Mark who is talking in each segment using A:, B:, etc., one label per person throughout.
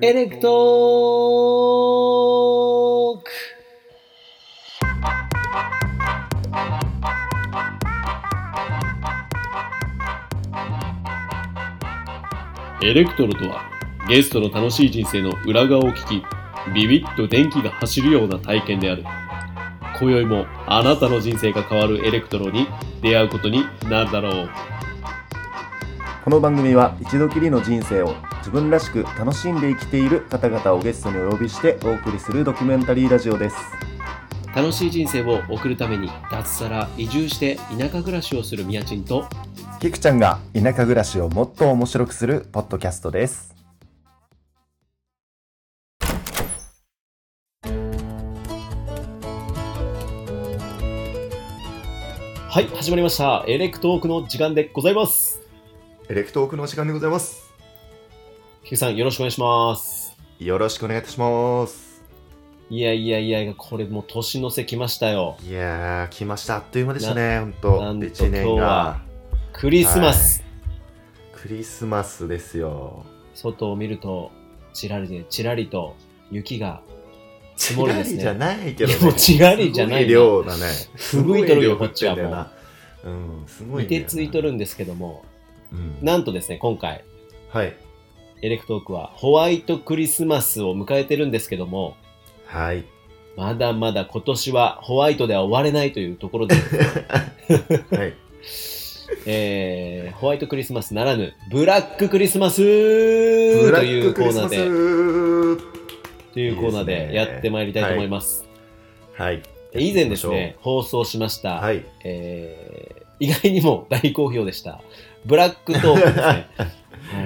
A: エレクトーク
B: エレクトロとはゲストの楽しい人生の裏側を聞きビビッと電気が走るような体験である今宵もあなたの人生が変わるエレクトロに出会うことになるだろう
C: この番組は一度きりの人生を自分らしく楽しんで生きている方々をゲストにお呼びしてお送りするドキュメンタリーラジオです
B: 楽しい人生を送るために脱サラ移住して田舎暮らしをするみやちんと
C: キクちゃんが田舎暮らしをもっと面白くするポッドキャストです
B: はい始まりましたエレクトークの時間でございます
C: エレクトークのお時間でございます
B: 菊さんよろしくお願いします
C: よろしくお願いいたします
B: いやいやいやこれもう年の瀬来ましたよ
C: いやー来ましたあっという間でしたね本
B: な
C: 当
B: んと
C: 一年
B: 今日
C: が
B: はクリスマス、
C: クリスマスですよ
B: 外を見るとちらりでちらりと雪が
C: ち
B: もり
C: ら
B: です
C: り
B: ね
C: じゃないけ
B: い
C: ど、
B: や
C: ね、
B: もうちらりじゃな
C: すごい
B: いな
C: 量だね
B: ふぐいとるよ
C: すご量降てんだよなうんすごいんだ
B: 凍
C: よ
B: て
C: な
B: ついとるんですけども
C: うん
B: なんとですね今回
C: はい
B: エレクトークはホワイトクリスマスを迎えてるんですけども
C: はい
B: まだまだ今年はホワイトでは終われないというところで、
C: はい
B: えーホワイトクリスマスならぬブラッククリスマスというコーナーでというコーナー
C: いいです
B: で
C: ね
B: やってまいりたいと思います。
C: はい。
B: で以前ですね、放送しました、
C: はい。
B: えー意外にも大好評でした、ブラックトークで すね。は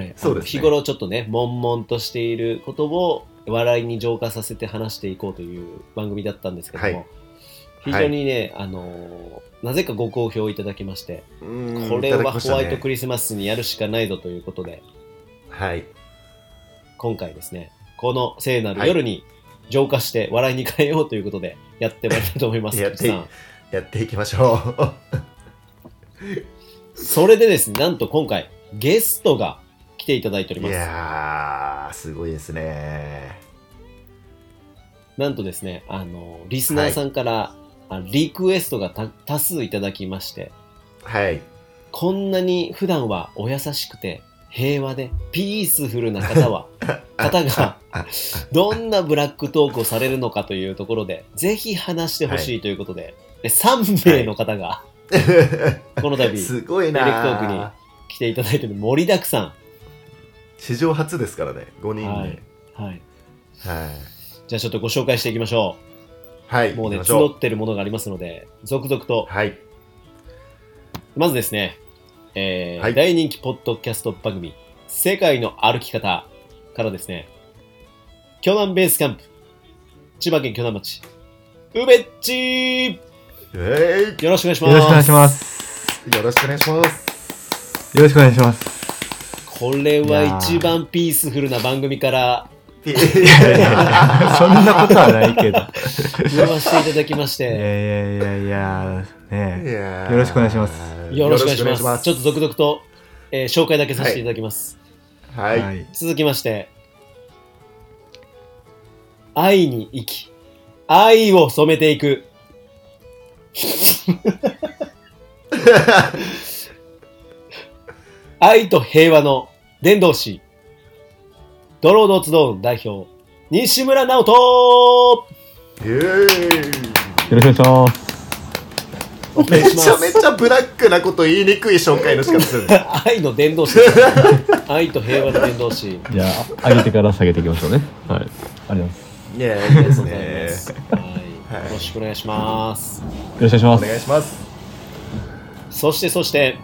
B: い
C: そうですね
B: 日頃ちょっとね、悶々としていることを笑いに浄化させて話していこうという番組だったんですけども、
C: はい
B: 非常にね、あのーなぜかご好評いただきまして、こ
C: こ
B: れはホワイトク
C: リ
B: リスマスにやるしかないぞということで、
C: はい。
B: 今回ですね、この聖なる夜に浄化して笑いに変えようということで、やってまいりたいと思います。
C: やって
B: 菊池さん
C: やっていきましょう。
B: それでですね、なんと今回、ゲストが来ていただいており
C: い
B: ます。
C: やー、すごいですね。
B: なんとですね、あの、リスナーさんから、あリクエストがた多数いただきまして、
C: はい。
B: こんなに普段はお優しくて、平和で、ピースフルな 方は、方が、どんなブラックトークをされるのかというところで、ぜひ話してほしいということで、で3名の方が、この度、来
C: すごいな
B: ディレクトーていただいてる盛りだくさ
C: 史上初ですからね、5人で。
B: ん。はい。
C: はい。
B: じゃあちょっとご紹介していきましょ。。
C: はいう
B: もうね、
C: 行きましょ
B: 募ってるものがありますので、続々と
C: はい。
B: まずですね、えー
C: はい
B: 大人気ポッドキャスト番組、世界の歩き方からですね、巨南ベースキャンプ、千葉県巨南町、うべっち
C: え
B: よろしくお願いします。
D: よろしくお願いします。
C: いよろしくお願いし ます。
D: よろしくお願いします。
B: これは一番ピースフルな番組から
D: そんなことはないけど。
B: 言わせていただきまし
D: い
B: て、
D: やいやいやいや、ね
C: よ
D: よろしくお願いします
B: よろしくお願いします。ちょっと続
C: 々。
B: 々と、えー紹介だけさせていただきます。
D: え。
C: はい。
D: い。
B: 続きまして、愛に生き、愛を染めていく。愛と平和の伝道師、ドロードツドーン代表、西村直人
C: イエーイ
D: よろしくお願いします。
B: お願
C: め
B: いしま
C: ちゃめ
B: す。
C: ちゃブラックなこと言いにくい紹介の仕方す るね
B: 愛の伝道師。愛と平和の伝道師。
D: じゃあ、上げてから下げていきましょうね。はい。ありがとうございます。
C: いやいいです
B: ありがとうございます。
C: ね
B: はい
C: はい
B: よろしくお願いします。
D: よろしくお
C: お
D: 願いし
C: 願いします
B: そしてそして、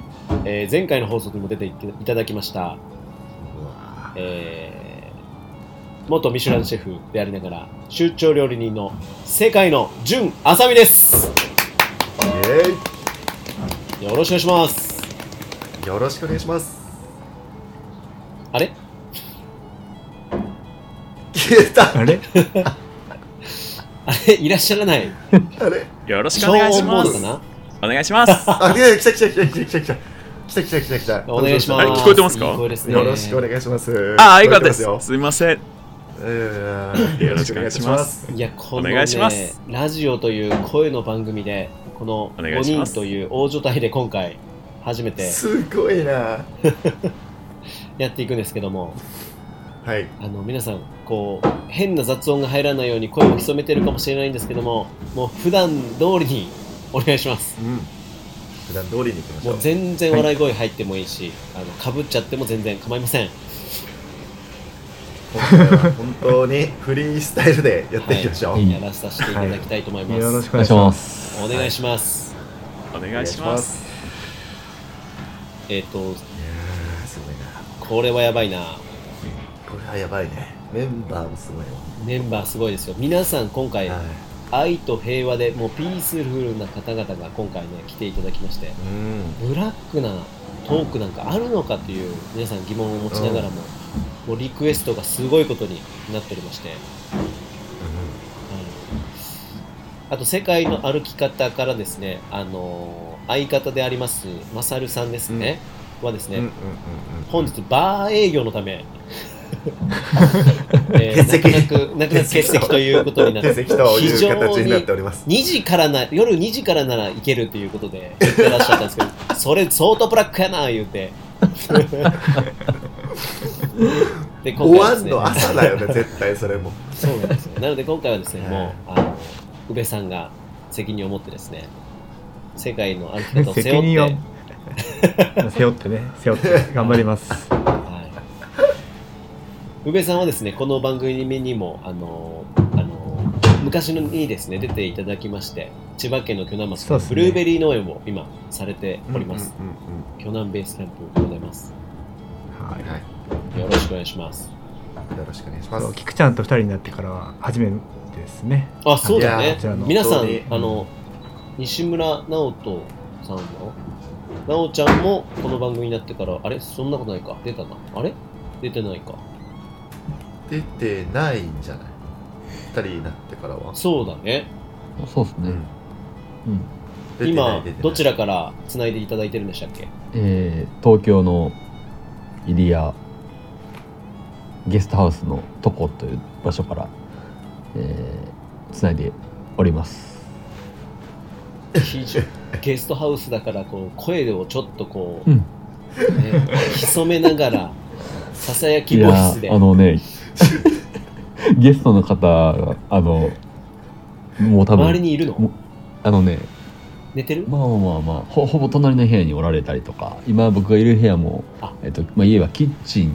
B: えー前回の放送にも出ていただきました、えー元ミシュランシェフでありながら出張料理人の世界の純あさみです
C: イエ
B: よろしくお願いします
C: ーイよろしくお願いします
B: あれ
C: 消えた
D: ます。あれ
B: あれいらっしゃらない
C: あれ
E: よろしくお願いしま
B: 超音ボ
E: す。
B: ードか
E: お願いします。
C: あ来た来た来た来た来た来た来た来た来た来た
B: なお願いします
E: あれ聞こえてますか
B: いい声ですね
C: よろしくお願いします
E: ああ、よかったです
C: 聞こえてま。
E: すみません。
D: よ
E: よろしくお願いします。
B: いやこの、ね、
E: お願いします
B: ラジオという声の番組でこの
E: お願いし
B: 5
E: ま
B: 人
E: す
B: という大所帯で今回初めて
C: すごいな。
B: やっていくんですけども
C: はい。
B: あの皆さんこう変な雑音が入らないように声を潜めてるかもしれないんですけどももう普段通りにお願いします
C: うん。普段通りに行きましょ
B: も
C: う
B: う。全然笑い声入ってもいいし、あのかぶっちゃっても全然構いません
C: 今回は本当にフリースタイルでやっていきましょう。
B: はい、やらさせていただきたいと思います、
D: ろしくお願いします。
B: お願いします、
E: お願いします。
C: す。
B: えっ、と
C: いやー、すごいな。
B: これはやばいな
C: これはやばいね。メンバーもすごいわ。
B: メンバーすごいですよ皆さん今回、
C: はい
B: 愛と平和でもうピースフルな方々が今回ね来ていただきまして
C: うん。
B: ブラックなトークなんかあるのかという皆さん疑問を持ちながらも,、もうリクエストがすごいことになっておりまして、あと「世界の歩き方」からですねあのー相方でありますマサルさんですね、はです
C: う
B: ね、
C: んうんうんうん。
B: 本日バー営業の ためえ
C: 欠席
B: ー、泣く泣く泣く欠席ということになって
C: 欠席という形になっております。
B: 2時からな夜2時からなら行けるということで言ってらっしゃったんですけ どそれ相当ブラックやな言うてで
C: 終わ
B: です
C: ん
B: ね
C: の朝だよね、絶対それも。
B: そうなんですよなので今回はですね、
C: はい
B: もうあの宇部さんが責任を持ってですね世界の歩き方を背
D: 責
B: 負
D: 任
B: っ
D: を
B: て、
D: 背負ってね、背負って頑張ります。
B: はい、宇部さんはですねこの番組にもあのあの昔のにですね出ていただきまして千葉県の鋸南町
D: そう
B: の
D: ですね
B: ブルーベリー農園を今されております、
C: うんうんうん
B: 巨南ベースキャンプでございます。
D: はい
C: はい。
B: よろしくお願いします。
C: よろしくお願いしま
D: そ
C: す
D: う。菊ちゃんと二人になってからは初めてですね。
B: あ、そうだね
D: いや。
B: 皆さん
C: 本当に、
B: あの、西村直人さんの、直ちゃんもこの番組になってから、あれそんなことないか。出たな。あれ出てないか。
C: 出てないんじゃない二人になってからは。
B: そうだね。
F: そうです
C: う
F: ね。
C: ん
F: うん。
C: 出てない
B: 今
C: 出てな、い
B: どちらから繋いでいただいてるんでしたっけ
F: えー、東京の入谷ゲストハウスのトコという場所から、えー、つないでおります。
B: 非常ゲストハウスだから、こう、声をちょっとこう、
F: うん
B: ね潜めながら、ささやき
F: い
B: ボ
F: や
B: イスで
F: ーあ。のね、 ゲストの方が、あの、もう多分、
B: 周りにいるの
F: もうあのね、
B: 寝てる
F: まあまあまあまあ、ほほぼ隣の部屋におられたりとか、今僕がいる部屋も
B: あ、
F: えっと、まあ、家はキッチン、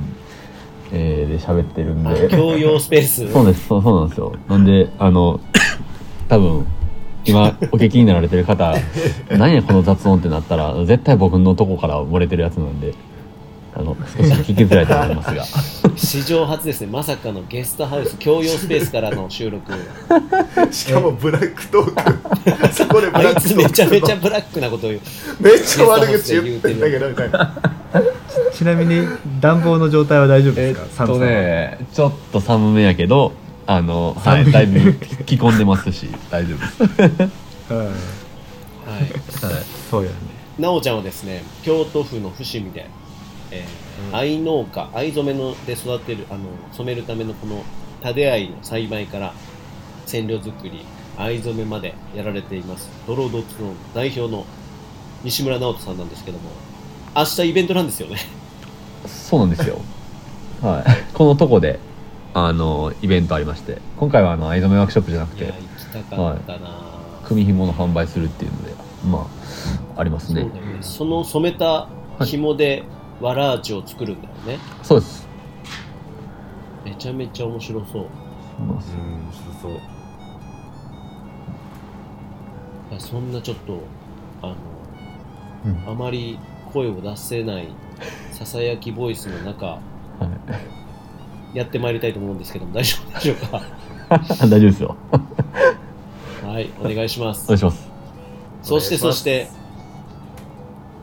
F: えーで喋ってるん
B: あ
F: で。
B: 共用スペース。
F: そうですそうそうなんですよなんであの多分今お聞きになられてる方 何やこの雑音ってなったら絶対僕のとこから漏れてるやつなんであの少し聞きづらいと思いますが
B: 史上初ですねまさかのゲストハウス共用スペースからの収 録
C: しかもブラックト ーク。そこでブ
B: あ
C: ラッ
B: い
C: クトー
B: つ
C: ク。
B: めちゃめちゃブラックなことを言う
C: めっちゃ悪口言ってんだけど、みたいな。
D: ちなみに暖房の状態は大丈夫ですか、寒さは
F: ねちょっと寒めやけどあの、はい、だいぶ着込んでますし 大丈夫です、
D: うん
B: はい
F: はい、
D: そうやね
B: 奈緒ちゃんはですね京都府の伏見で、えー
C: うん
B: 藍農家藍染めので育てるあの染めるためのこのタデアイの栽培から染料作り藍染めまでやられていますドロードッツの代表の西村直人さんなんですけども明日イベントなんですよね
F: そうなんですよはいこのとこであのイベントありまして今回はあの藍染めワークショップじゃなく
B: いや
F: て
B: 行きたかったな、
F: 組紐の販売するっていうのでまああります
B: そうだ
F: ね
B: よねその染めた紐でわらあちを作るんだよね
F: そうです。
B: めちゃめちゃ面白そう
C: うん、そうそう。
B: いやそんなちょっとあの、
F: うん
B: あまり声を出せないささやきボイスの中
F: は
B: やってまいりたいと思うんですけども大丈夫でしょうか
F: い、大丈夫ですよ。
B: はいお願いしま
F: お
B: す
F: 願いします。
B: そして
C: お願い
B: そ
C: します
B: して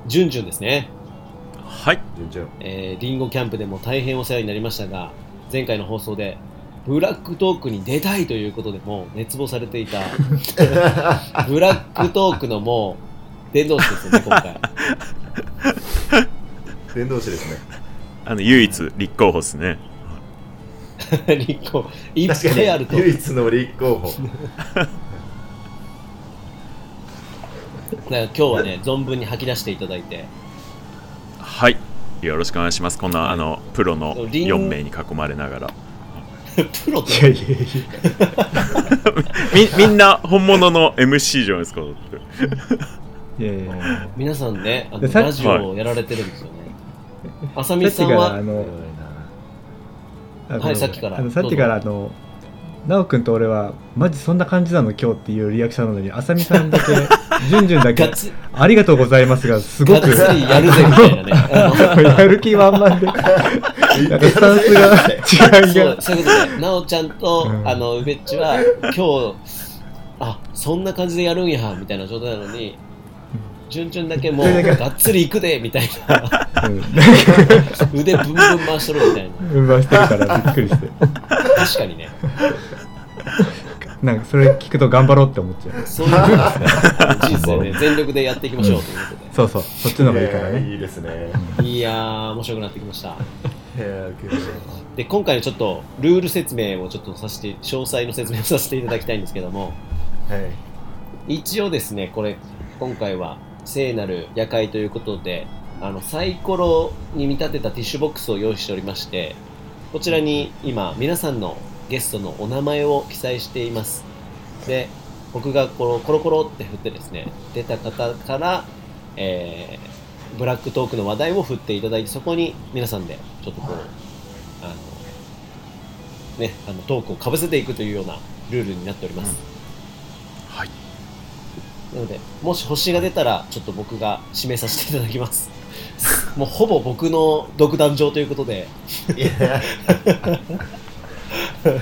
B: じゅんじゅんですね
E: はい。
C: 順調。
B: えーリンゴキャンプでも大変お世話になりましたが前回の放送でブラックトークに出たいということでもう熱望されていたブラックトークのもう伝道師 ですよね今回
C: 伝道師ですね。
E: あの、唯一立候補ですね。
B: 立候補いっ
C: 確
B: ぱい
C: か
B: あると
C: に唯一の立候補
B: だから今日はね存分に吐き出していただいて
E: はいよろしくお願いしますこんなあのプロの
B: リン
E: 4名に囲まれながら
B: プロと
D: いやいやいや
E: み みんな本物の MC じゃないですかだって
D: いやいやいや
B: 皆さんねあの
D: でさ
B: ラジオをやられてるんですよねあさみ
D: さ
B: さ
D: っ
B: ん
D: きか
B: は
D: らあのあの
B: はいさっきから
D: あのさっきからあの奈く君と俺はマジそんな感じなの今日っていうリアクションなのにあさみさんだ けじゅんじゅんだ
B: ガ
D: け
B: ッツ
D: ありがとうございますがす
B: ガ
D: ご
B: ッ
D: く
B: ツリやるぜみたいなねあ
D: やる気満々 でなんかスタンスが
B: の
D: 違い
B: そう
D: が
B: そういうことでなおちゃんと、
D: うん
B: あのウベッチは今日あそんな感じでやるんやみたいな状態なのに順々だけもう
D: それだけ
B: がっつりいくでみたいな 腕ブンブン回しとるみたいな
D: うん回してるからびっくりして
B: 確かにね
D: なんかそれ聞くと頑張ろうって思っちゃう
B: そういうことですね人生ね全力でやっていきましょうということで
D: そうそうそっちの方がいいから
C: や
D: ね
C: いいですね
B: いやー、面白くなってきました。
C: いやけど
B: で、今回のちょっと、ルール説明をちょっとさせて、詳細の説明をさせていただきたいんですけども、
C: はい
B: 一応ですね、これ、今回は、聖なる夜会ということで、あの、サイコロに見立てたティッシュボックスを用意しておりまして、こちらに今、皆さんのゲストのお名前を記載しています。で、僕がこのコロコロって振ってですね、出た方から、えー、ブラックトークの話題を振っていただいて、そこに皆さんで、ちょっとこう、あの、ね、あのトークをかぶせていくというようなルールになっております。
E: はい
B: なので、もし星が出たら、ちょっと僕が指名させていただきます。 もうほぼ僕の独壇場ということで、
C: いや今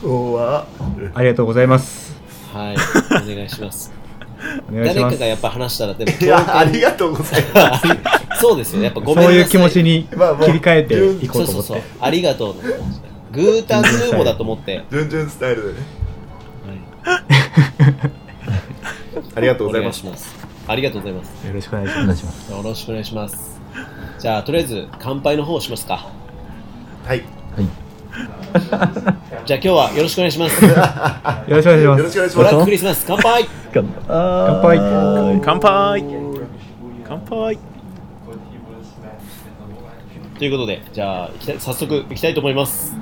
C: 日は
D: ありがとうございます
B: はい、お願いします。
D: お願いし
B: 誰
D: ま
B: か
D: す
B: がやっぱ話したら、でも、
C: いやありがとうござ います
B: そうですよね、やっぱごめんな
D: そう
B: さい。
D: いう気持ち
B: に
D: に
C: まあもう
D: 切り替えていこ
B: そう
D: う
B: そ
D: と思
B: う
D: っ
B: そう
D: て、
B: ありがとうの気持ちで。グータンヌーボーだと思って、
C: 順々スタイルでねありがとうございます
B: お願します。ありがとうございます。
D: よろしくお願いし
A: お
D: ま
A: 願
D: す
A: いします。
B: よろしくお願いします。じゃあ、とりあえず乾杯の方をしますか。
C: はい
A: はい。
B: じゃあ、今日はよろしくお願いし ます。
D: よろしくお願いし
C: よ
D: ま
C: ろし
D: す
C: くお願いし
B: ブ
C: ます
B: ラッククリスマス、乾杯
A: 乾
D: 乾杯
A: 杯
E: 乾杯乾杯
B: ということで、じゃあ、いきたい早速いきたいと思います。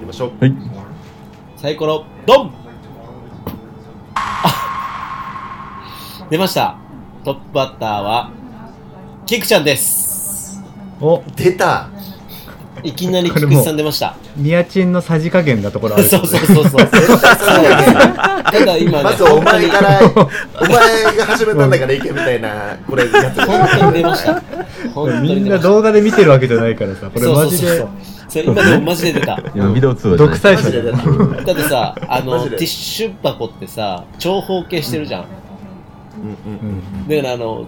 C: 行きましょう
A: はい。
B: サイコロ、ドン あ出ました。トップバッターは、キクちゃんです。
D: お
C: 出た
B: いきなりキクさん出ました。
D: ニアチンのさじ加減なところ あ
B: そう
D: る
B: そうそうそう。そうただ今 ね、
C: まずお前からお前が始めたんだからいけみたいなこれやつ
B: 本当に出ました。本当
D: み
B: に
D: ん
B: 出ま
D: な
B: した。
D: 動画で見てるわけじゃないからさこれ
B: そう
D: マ
B: そう
D: ジ
B: そう
D: で
B: そう。それ今でもマジで出た。
A: 今ビデオ通話じゃな
D: 独
A: い
D: 裁
C: マ
D: 者
C: ジ
D: だ
C: で
D: よ
C: 出た
B: だってさ、あ
C: マ
B: の、
C: ジ
B: テ
C: で
B: ィッシュ箱ってさ、長方形してるじゃん。
C: うんうん
D: うん
B: だからあの、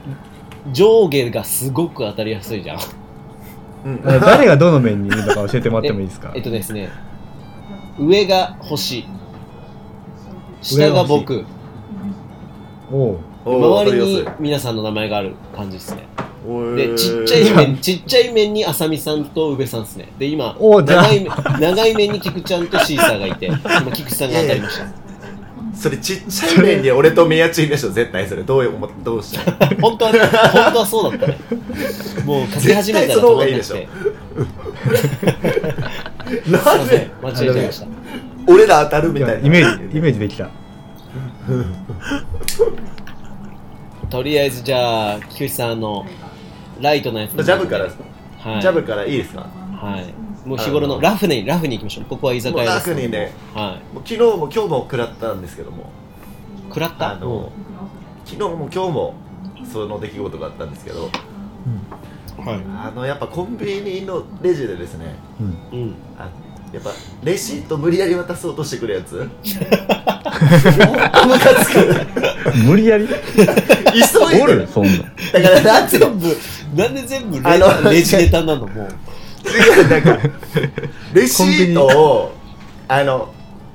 B: 上下がすごく当たりやすいじゃん。
C: うん
D: あの誰がどの面にいるのか教えてもらってもいいですか
B: えっとですね、上が星、下が僕、
D: おう
C: おー
B: 周りに
C: わか
B: 皆さんの名前がある感じですね。
C: りやすいおー
B: で、ちっちゃい面、ちっちゃい面にあさみさんと宇部さんですね。で、今、
D: おーじゃあ
B: 長い面長い面に菊ちゃんとシーサー がいて、今、菊池さんが当たりました。
C: それちっちゃい面に俺と宮地いるでしょ絶対それどう思ってどうした
B: 本当はね、本当はそうだったね。もう、書き始めたら止まんなくて。すい
C: な
B: ま
C: ん
B: せ
C: で
B: ん、間違えちゃいました。
C: 俺ら当たるみ
D: い
C: た
D: や
C: いな
D: イメージイメージできた
B: とりあえず、じゃあ、菊池さん、あの、ライトのやつ。
C: ジャブから、
B: はい、
C: ジャブからいいですか
B: はい。もう日頃のラフに、ラフに行きましょう。ここは居酒
C: もう
B: 屋で
C: ラ
B: す。
C: フにね
B: は
C: もう昨日も今日も食らったんですけども
B: い。食らっ
C: あ
B: た
C: の昨日も今日もその出来事があったんですけどあ
B: は
C: のやっぱコンビニのレジでですね
B: い。うん。
C: あやっぱレシート無理やり渡そうとしてくるやつもうムカつく
A: 無理やり
C: 急い
A: お
C: で
A: る
C: る
A: そんな。
C: だからなんていう
B: 全
C: の
B: 部、なんで全部レ
C: あの
B: レジネタなのもう。
C: 違うなんかレシートをあの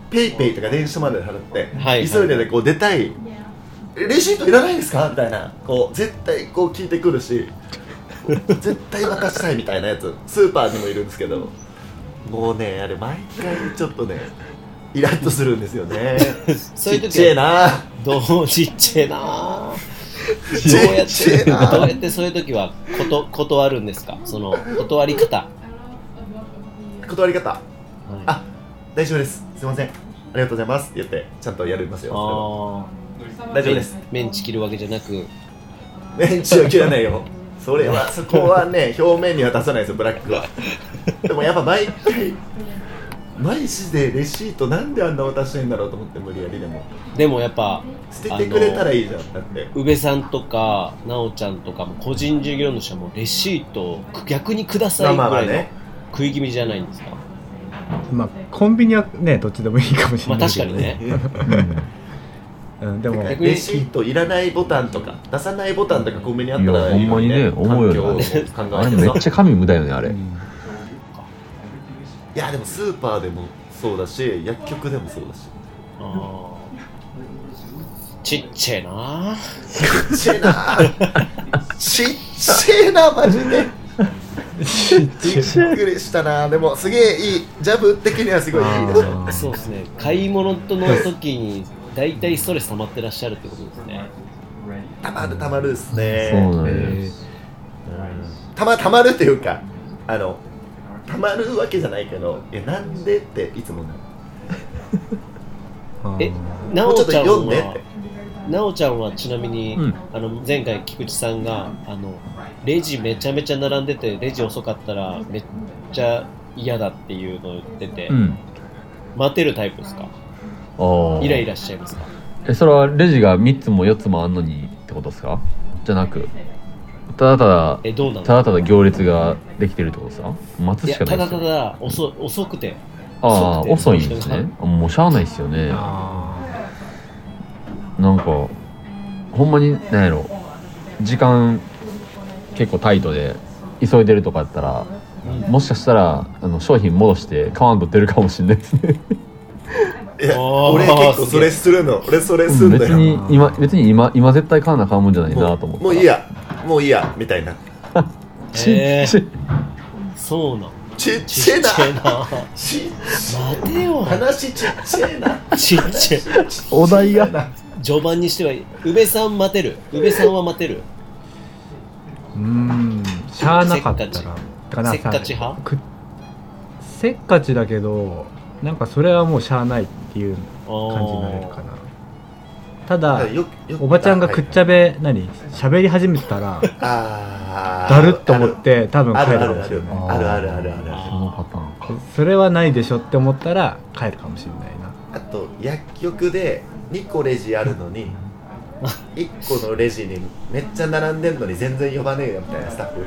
C: ペイペイとか電子マネーで払って、
B: はいはい
C: 急いでねこう出たいレシートいらないですかみたいなこう絶対こう聞いてくるし絶対渡したいみたいなやつスーパーにもいるんですけどもうねあれ毎回ちょっとねイラッとするんですよね
B: そう
C: ち
B: いう
C: っ
B: 時
C: ちゃい
B: は
C: な
B: どうちっちゃいな
C: ち
B: どうや
C: っ
B: っ
C: ちゃ
B: て
C: いな
B: どうやってそういう時はこと断るんですかその断り方、
C: 断り方
B: はい、
C: あ大丈夫ですすいませんありがとうございますって言ってちゃんとやりますよそ
B: あ
C: れは大丈夫です
B: ーメンチ切るわけじゃなく
C: メンチは切らないよそれはそこはね表面には出さないですよブラッ クはでもやっぱ毎回マジでレシートなんであんな渡したいんだろうと思って無理やりでも
B: でもやっぱ
C: 捨ててくれたらいいじゃんだって
B: 宇部さんとかなおちゃんとかも個人事業主はもうレシートを逆にくださいぐ
C: まあま
B: ら
C: あ
B: いの
C: ね
B: 食い気味じゃないんですか
D: まあコンビニはねどっちでもいいかもし
B: ま
D: れ
B: あ
D: ないけ
B: 確
D: ど、
B: かにね
D: うん、でも
B: 逆に
C: レシートいらないボタンとか出さないボタンとかコンビニあったらいいよ
A: いやほんまにね思うよね
C: 環境を考
A: あ
C: え
A: れ
C: て
A: め
C: さ
A: っちゃ紙無駄よねあ
D: う
A: れ
D: ん
C: いやでもスーパーでもそうだし薬局でもそうだし
B: あーちっちゃいな
C: ちっちゃいな ちっちゃいなマジでびっくりしたなでもすげえいいジャブ的にはすごいいいですよ
A: あー
B: そうですね買い物との時に大体ストレス溜まってらっしゃるってことですね
C: たまるたまるですね
A: そうなんや
D: え
C: たまたまるっていうかあのたまるわけじゃないけどいやなんでっていつもなる
D: ー
B: え
D: あ
B: な
C: もう
B: お
C: ちょっと
B: ちゃん
C: 読んでっ
B: は
C: て
B: なおちゃんはちなみに、
A: うん
B: あの前回菊池さんがあのレジめちゃめちゃ並んでてレジ遅かったらめっちゃ嫌だっていうのを言ってて、
A: うん
B: 待てるタイプですか
A: あー
B: イライラしちゃいますか
A: えそれはレジが3つも4つもあんのにってことですかじゃなくただただ
B: えどうなの
A: ただただ行列ができてるってことですか待つ
B: い
A: し
B: や
A: か
B: た
A: な
B: だ
A: いです
B: た
A: よ
B: だ遅遅くて
A: ああー
B: 遅
A: 遅
B: く
A: い
B: て
A: んですねあもうしゃあないですよね
D: あ
A: なんかほんまに何やろ時間結構タイトで急いでるとかやったらもしかしたらあの商品戻して買わんと出るかもしれないですね
C: いや
B: あー
C: 俺結構それするの俺それすんだ
A: 別
C: よ
A: に今別に今今絶対買わなあかんもんじゃない
C: も
A: な
C: う
A: と思って
C: もういいやもういいやみたいな
A: ち
B: えー
A: ち
B: そうなん
C: ちっ
B: ち
C: ちゃ
B: っ
C: い
B: ち
C: な
B: ゃいな
C: ちっ
B: 待てよ
C: 話ちっちゃいな
B: ちっちゃい
A: お題が
B: 序盤にしては宇部さん待てる宇部さんは待てる
D: ーうーんしゃあなかったら
B: せっか
D: だら
B: せっかち派
D: くせっかちだけどなんかそれはもうしゃあないっていう感じになれるかなただ
C: よよ
D: おばちゃんがくっちゃべ何喋り始めてたら
C: あー
D: だるっと思って多分
C: あ
D: 帰
C: る
D: る
C: ある
D: かも
C: あ
D: しれ
C: る
D: ない
C: あるあるあるある
A: そのパターンか
D: それはないでしょって思ったら帰るかもしれないな
C: あと薬局で2個レジあるのに1個のレジにめっちゃ並んでんのに全然呼ばねえよみたいなスタッフ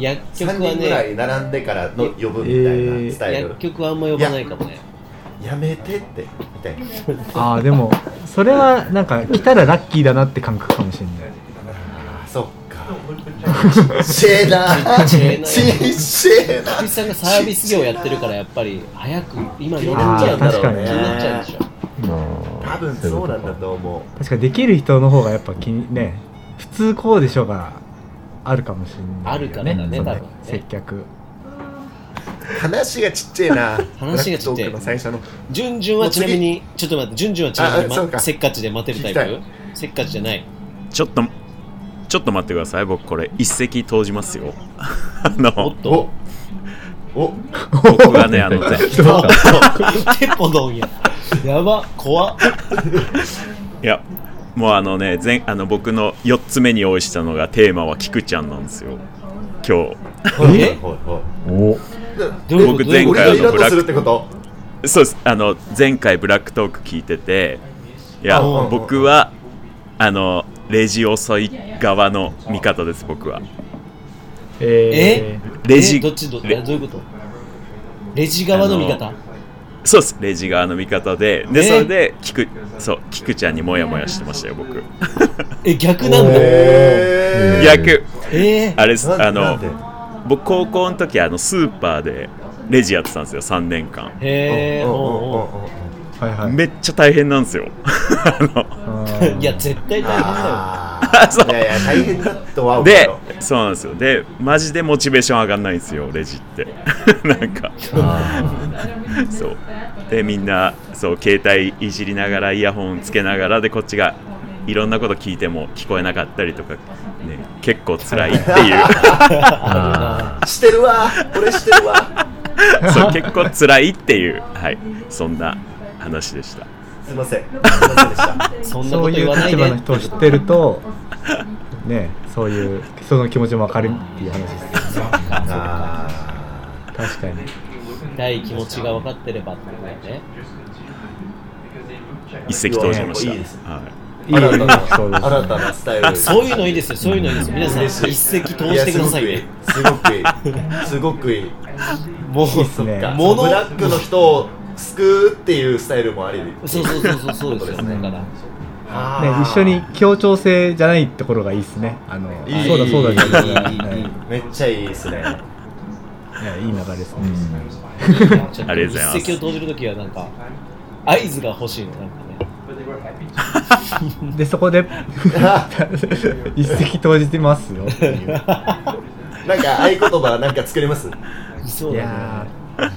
B: 薬
C: 3
B: 局は
C: 人ぐら
B: ね
C: い並んでからの呼ぶみたいな
D: えー
C: スタイル
B: 薬、局はあんま呼ばないかもね
C: やめてってみたいな
D: あーでもそれはなんか来たらラッキーだなって感覚かもしれない
C: あそっ かシェーな
B: ち
C: シ
B: っちゃい
C: ェ
B: な
C: ーな
B: 菊池さんがサービス業やってるからやっぱり早く今乗っちゃうん
D: あー
B: だ
D: 確
B: ろ
D: か
B: う
D: に
B: 気になっちゃうんでしょ
C: 多
A: 多
C: 分そうなんだと思う
D: 確かにできる人の方がやっぱ気にね普通こうでしょがあるかもしれないよ、ね、
B: あるからだね
D: その
B: 多分ね
D: 接客
C: 話がちっちゃいな
B: 話がちっちゃい
C: ブラックトークの最初の
B: ジュンジュンはちなみにちょっと待ってジュンジュンはちなみに、
C: あそう
B: ま、
C: か
B: せっかちで待てるタイ
C: 聞
B: プせっかちじゃない
E: ちょっとちょっと待ってください僕これ一石投じますよ あ
B: おっ
E: の
B: と
C: おお
E: 僕がねあのぜ
B: おっと テポドンややば怖っ
E: いやもうあのね前あの僕の4つ目に用意したのがテーマは菊ちゃんなんですよ今
C: はいはい
B: え
C: は
A: お
B: どういうこと
E: 僕
B: どういう
E: 前
C: い
B: こ
E: 回
C: 俺
B: と
C: がイラッとするってこと
E: 日そうですあの前回ブラックトーク聞いてていや
C: あうんうんうん
E: 僕はあのレジ遅い側の味方です僕は
D: えー、
E: レジ
B: えどっちど
E: レ
B: どういうことレジ側の味方
E: そうですレジ側の味方でで
B: え
E: それで菊そう菊ちゃんにモヤモヤしてましたよ僕
B: え逆なんだ
C: え
A: ー
E: 逆
B: えー、
E: あれですあ
C: なん
E: の
C: で
E: 僕高校の時あのスーパーでレジやってたんですよ3年間
B: へえ
C: うんうん
B: おうおう
C: うんうん
D: はいはい
E: めっちゃ大変なんですよあの
D: あ ー
B: いや絶対大変だよ
C: あーいやいや大変だとは思うよ
E: でそうなんですよでマジでモチベーション上がんないんですよレジって なんか そうでみんなそう携帯いじりながらイヤホンつけながらでこっちがいろんなこと聞いても聞こえなかったりとか、ね、結構辛いっていう
F: あ
C: してるわ俺してるわ
E: そう結構辛いっていう、はい、そんな話でした
C: すいませんすいませんでした
B: そんなこ
D: そ
B: と
D: うい
B: 言
D: う
B: わない
D: 立
B: で
D: 場の人を知ってるとねそういう人の気持ちもわかるっていう話です
C: あ
D: 確かに
B: 痛い気持ちが分かってればってことだよね
E: 一石投じまし
C: いいです
E: た、はい
D: いい
C: 新たな
D: そうです
C: 新たなスタイル
B: あそういうのいいですよそういうのいいですよ皆さん一石投じてくださいね
C: すごくいいすごくいいすごくいい
B: もう
D: いいっすね
C: か
B: 物
C: ブラックの人を救うっていうスタイルもありで
B: そうそうそうそうそうですよ
D: ね
B: だから
C: あ
D: ね
C: ー
D: 一緒に協調性じゃないところがいいですねあの
C: いい
D: そうだそうだじゃない
B: いいいいいい
C: めっちゃいいですね
D: いやいい流れですね、
B: ちょっ
E: ありがとうございます
B: 一石を投じるときはなんか合図が欲しいのなんかね
D: でそこで一石投じてますよっていう
C: なんか合言葉なんか作ります
B: そう
D: い
B: だ
D: やー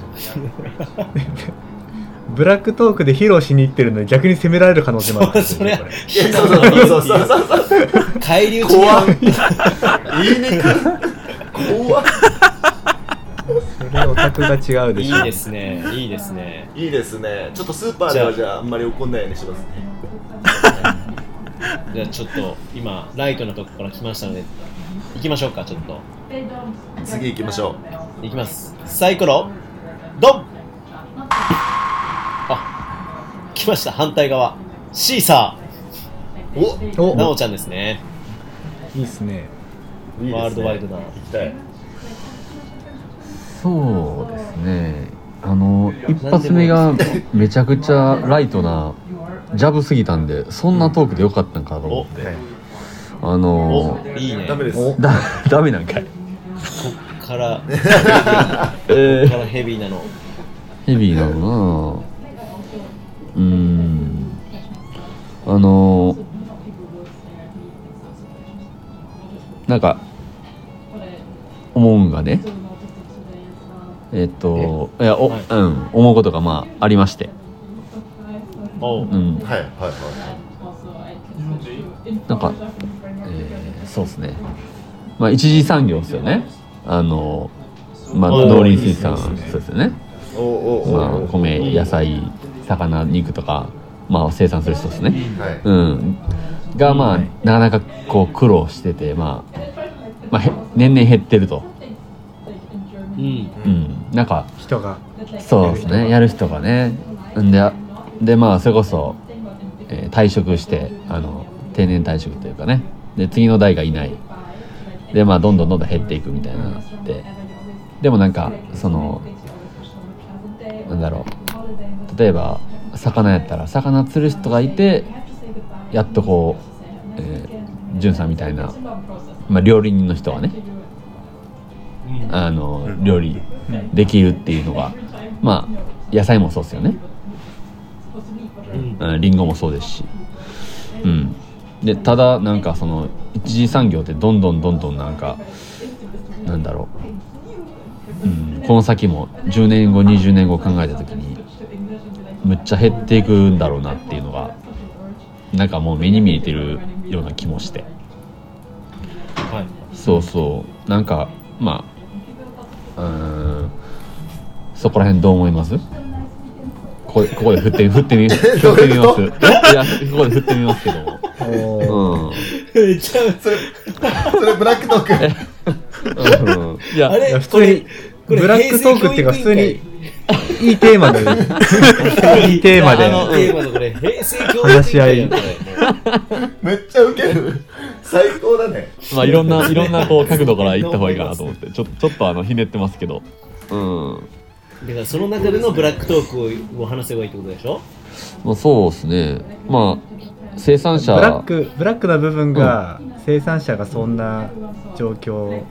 D: ブラックトークで披露しに行ってるのに逆に責められる可能性もあるん
B: ね
D: です
B: そ
D: よ
B: れ
D: ねこれ
C: いやそうそうそうそうそうそう
B: 返り討ち
C: 怖っ
B: に
C: 言いにくい怖っ
D: それオタクが違うでしょ
B: いいですねいいですね
C: いいですねちょっとスーパーではじゃああんまり怒んないようにしますね
B: じゃあちょっと今ライトなとこから来ましたので行きましょうかちょっと
C: 次行きましょ
B: 行きますサイコロドンあ来ました反対側シーサ
C: うおい
B: ーなお
D: お
B: ちゃんですね
D: いいっすね
C: いですね
B: ワールドワイドな
C: 行きたい
F: そうですねあの一発目がめちゃくちゃライトなジャブすぎたんでそんなトークでよかったんかと思って、あ
B: お
F: の
B: いいね
C: ダメです
F: だダメなんかい
B: からこ
F: え
B: こ
F: ー
B: からヘビーな の
F: ヘビーなのかなうーんあのなんか思うんがねえっといやお、
B: はい
F: うん思うことがまあありまして
B: おう
F: うん
C: はいはいは
F: なんか、えーそうですねまあ一次産業ですよねあのまあ
B: はい
F: 農林水産
D: いいですね
F: そうですよね
C: いおおお
F: まあ
C: お
F: 米野菜魚肉とかまあ生産する人ですね、
C: はい
F: うん、がまあなかなかこう苦労してて、まあ、まあへ年々減ってると、
B: うん
F: うん、なんか
D: 人が
F: そうですねやる人がねんであでまあそれこそ、えー退職してあの定年退職というかねで次の代がいないでまあどんどんどんどん減っていくみたいなのってでもなんかそのなんだろう例えば魚やったら魚釣る人がいてやっとこう、えー、潤さんみたいな、まあ、料理人の人はね
B: うん
F: あの
E: うん
F: 料理できるっていうのがまあ野菜もそうですよね
B: うん
F: うんリンゴもそうですしうんでただなんかその一次産業ってどんどんどんどんなんかなんだろう、うん、この先も10年後20年後考えた時にむっちゃ減っていくんだろうなっていうのがなんかもう目に見えてるような気もして
B: はい
F: そうそうなんかまあうーんそこら辺どう思いますここここで振ってみ振ってみ振ってみますいやここで振ってみますけど
D: おー
F: も
B: めっちゃ
C: それそれブラックドッグ
F: うん、うん、いや
B: あれ
D: いや普通に
B: これ
D: ブラックトークっていうか普
B: 平成教
D: 通
B: 育委
D: に
B: 員
D: いいテーマでいいテーマで
B: あのテーマでこれ平成教育委員会
D: 話し合い
B: やんこれ
C: めっちゃウケる最高だね
F: まあいろんないろんなこう角度から行った方がいいかなと思ってちょちょっとあのひねってますけどうん
B: だからその中でのブラックトークを話せばいいってことでしょ
F: まあそうですねまあ生産
D: ブ
F: 者
D: ラックブラックな部分が生産者がそんな状況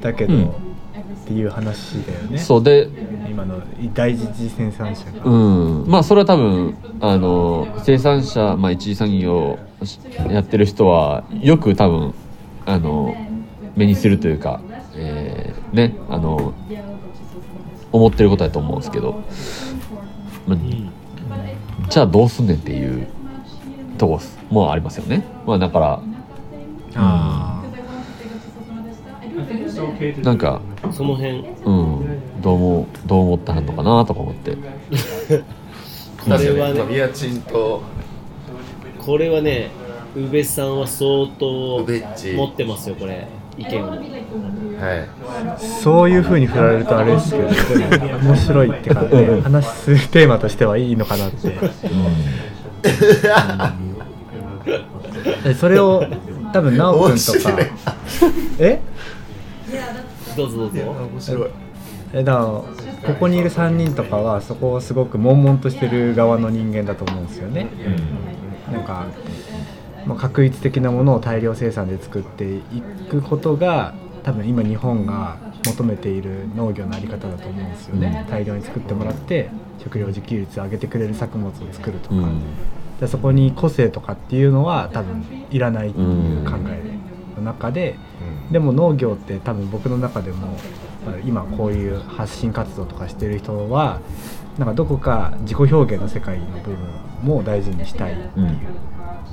D: だけど、
F: うん
D: っていう話だよね
F: そうで
D: 今の第一次生産者が、
F: うん、まあそれは多分あの生産者、まあ、一次産業をしやってる人はよく多分あの目にするというか、えーねあの思ってることやと思うんですけど、まじゃあどうすんねんっていうとこもありますよね。まあ、だから
D: あ
F: なんか、
B: その辺、こ
F: うん、どうもどう思ったはんのかなとか思って
B: れは
C: ト
B: ね、
C: ビアチンと
B: これはね、宇部さんは相当
C: ウベッチ
B: 持ってますよ、これ、意見を。
C: はい
D: あそういうふうに振られるとあれですけどでも面白いって感じで話すテーマとしてはいいのかなってでそれを多分直君とか
C: 面白い
D: え
B: どうぞどう
C: いや
B: ぞ。
C: 面白い
D: えだからここにいる3人とかはそこをすごく悶々としてる側の人間だと思うんですよね、なんか、まあ、確一的なものを大量生産で作っていくことが多分今日本が求めている農業の在り方だと思うんですよね、大量に作ってもらって食料自給率を上げてくれる作物を作るとか、
F: うん
D: でそこに個性とかっていうのは多分いらないっていう考えの中で、でも農業って多分僕の中でもまあ今こういう発信活動とかしてる人はなんかどこか自己表現の世界の部分も大事にしたいっていう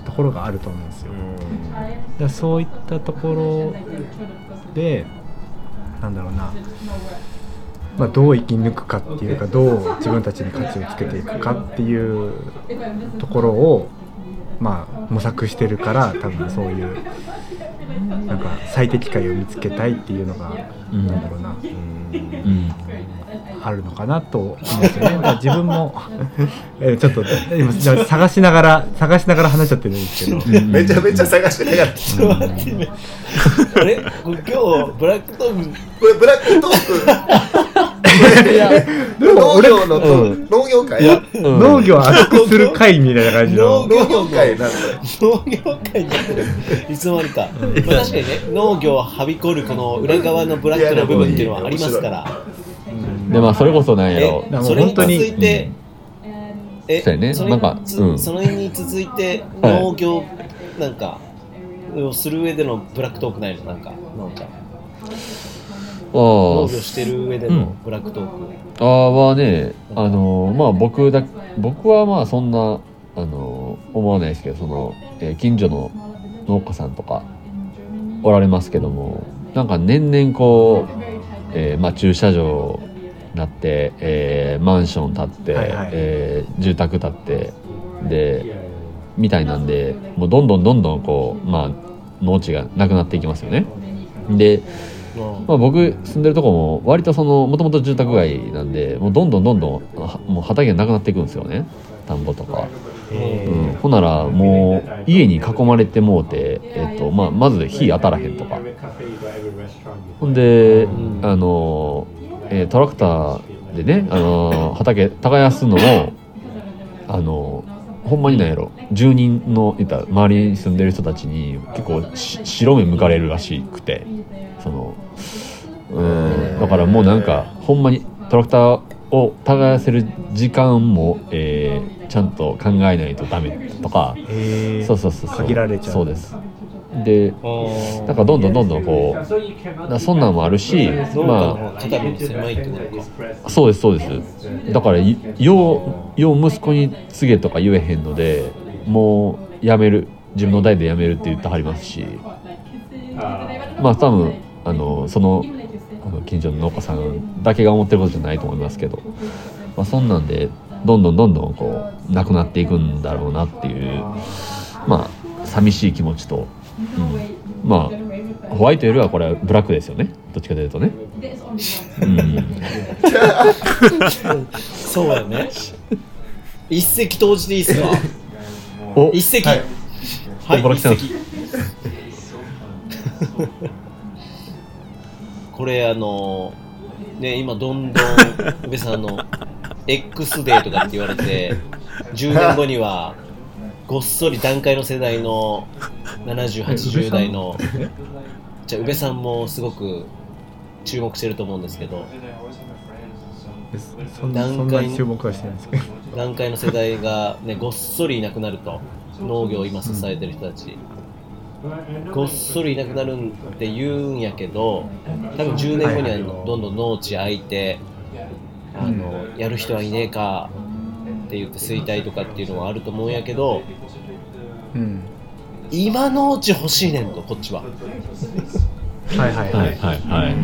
D: ところがあると思うんですよ。だからそういったところでなんだろうな、まあ、どう生き抜くかっていうかどう自分たちに価値をつけていくかっていうところを、まあ、模索してるから多分そういうなんか最適解を見つけたいっていうのが、
F: うん
D: なんだろうな
F: うん
D: あるのかなと思うんですよね。だから自分も えちょっと今じゃあ探しながら探しながら話しちゃってるんですけど。
C: めちゃめちゃ探してながら
B: ちょっと待ってねあれこれ今日、ブラックトーク、
C: これブラックトークいや農業のトーク農業界
F: うん
D: 農業を熱くする会みたいな感じ
B: 農
D: の
B: 業
C: 農業界なんだよ
B: 農業界になってる。いつの間にか。まあ確かにね、農業をはびこるこの裏側のブラックな部分っていうのはありますから。
F: でまあそれこそなんや
B: え
F: ろ
D: やもう
B: それに
D: 本当
B: 続
D: に
B: いて、え
F: そうやね
B: それ
F: なんか
B: つ
F: うん
B: それに続いて農業なんかをする上でのブラックトークないのなんかなんか農業
F: あ
B: してる上でのブラックトー
F: あはねあのまあ僕だ僕はまあそんなあの思わないですけどその、えー近所の農家さんとかおられますけどもなんか年々こう、えーまあ、駐車場になって、えーマンション建って、
D: はいはい
F: えー住宅建ってでみたいなんでもうどんどんどんどんこう、まあ、農地がなくなっていきますよね。で
B: クうん
F: まあ、僕住んでるとこも割とそのもともと住宅街なんでもうどんどんどんどんはもう畑がなくなっていくんですよね田んぼとか、うん、ほんならもう家に囲まれてもうて、えっとまあ、まず火当たらへんとかほんで、
B: ん
F: あのえートラクターでね、あの畑耕すのも、あのほんまになんやろ住人のいた周りに住んでる人たちに結構し白目向かれるらしくてそのうんだからもうなんかほんまにトラクターを耕せる時間も、えーちゃんと考えないとダメとか、
D: えー
F: そうそうそうそう
D: 限られちゃう
F: そうですで
B: あ
F: だからどんどんどんどんこうなそんなんもあるし
B: 農家の
F: ま
B: 方が肩身狭いってことか
F: あそうですそうですだからいようよう息子に告げとか言えへんのでもうやめる自分の代でやめるって言ってはりますしまあ多分あのそのあの近所の農家さんだけが思ってることじゃないと思いますけど、まあ、そんなんでどんどんどんどんこうなくなっていくんだろうなっていうまあ寂しい気持ちと、うん、まあホワイトよりはこれはブラックですよねどっちかというとね。うん
B: そうやね一石投じていいっすか
F: お
B: 一石
C: は
B: はいい
F: これ来
B: 一
F: たん
B: 石 これあのね今どんどん宇部さんの X デーとかって言われて10年後にはごっそり段階の世代の7080代のじゃあ宇部さんもすごく注目してると思うんですけど
D: そんなそんなに注目はしてないんですけど
B: 段階の世代が、ね、ごっそりいなくなると農業を今支えてる人たちごっそりいなくなるんって言うんやけど多分10年後にはどんどん農地空いてあのやる人はいねえかって言って衰退とかっていうのはあると思うんやけど
D: うん
B: 今のうち欲しいねんとこっちは
D: はいはい
A: は
D: はいい
A: はいはい。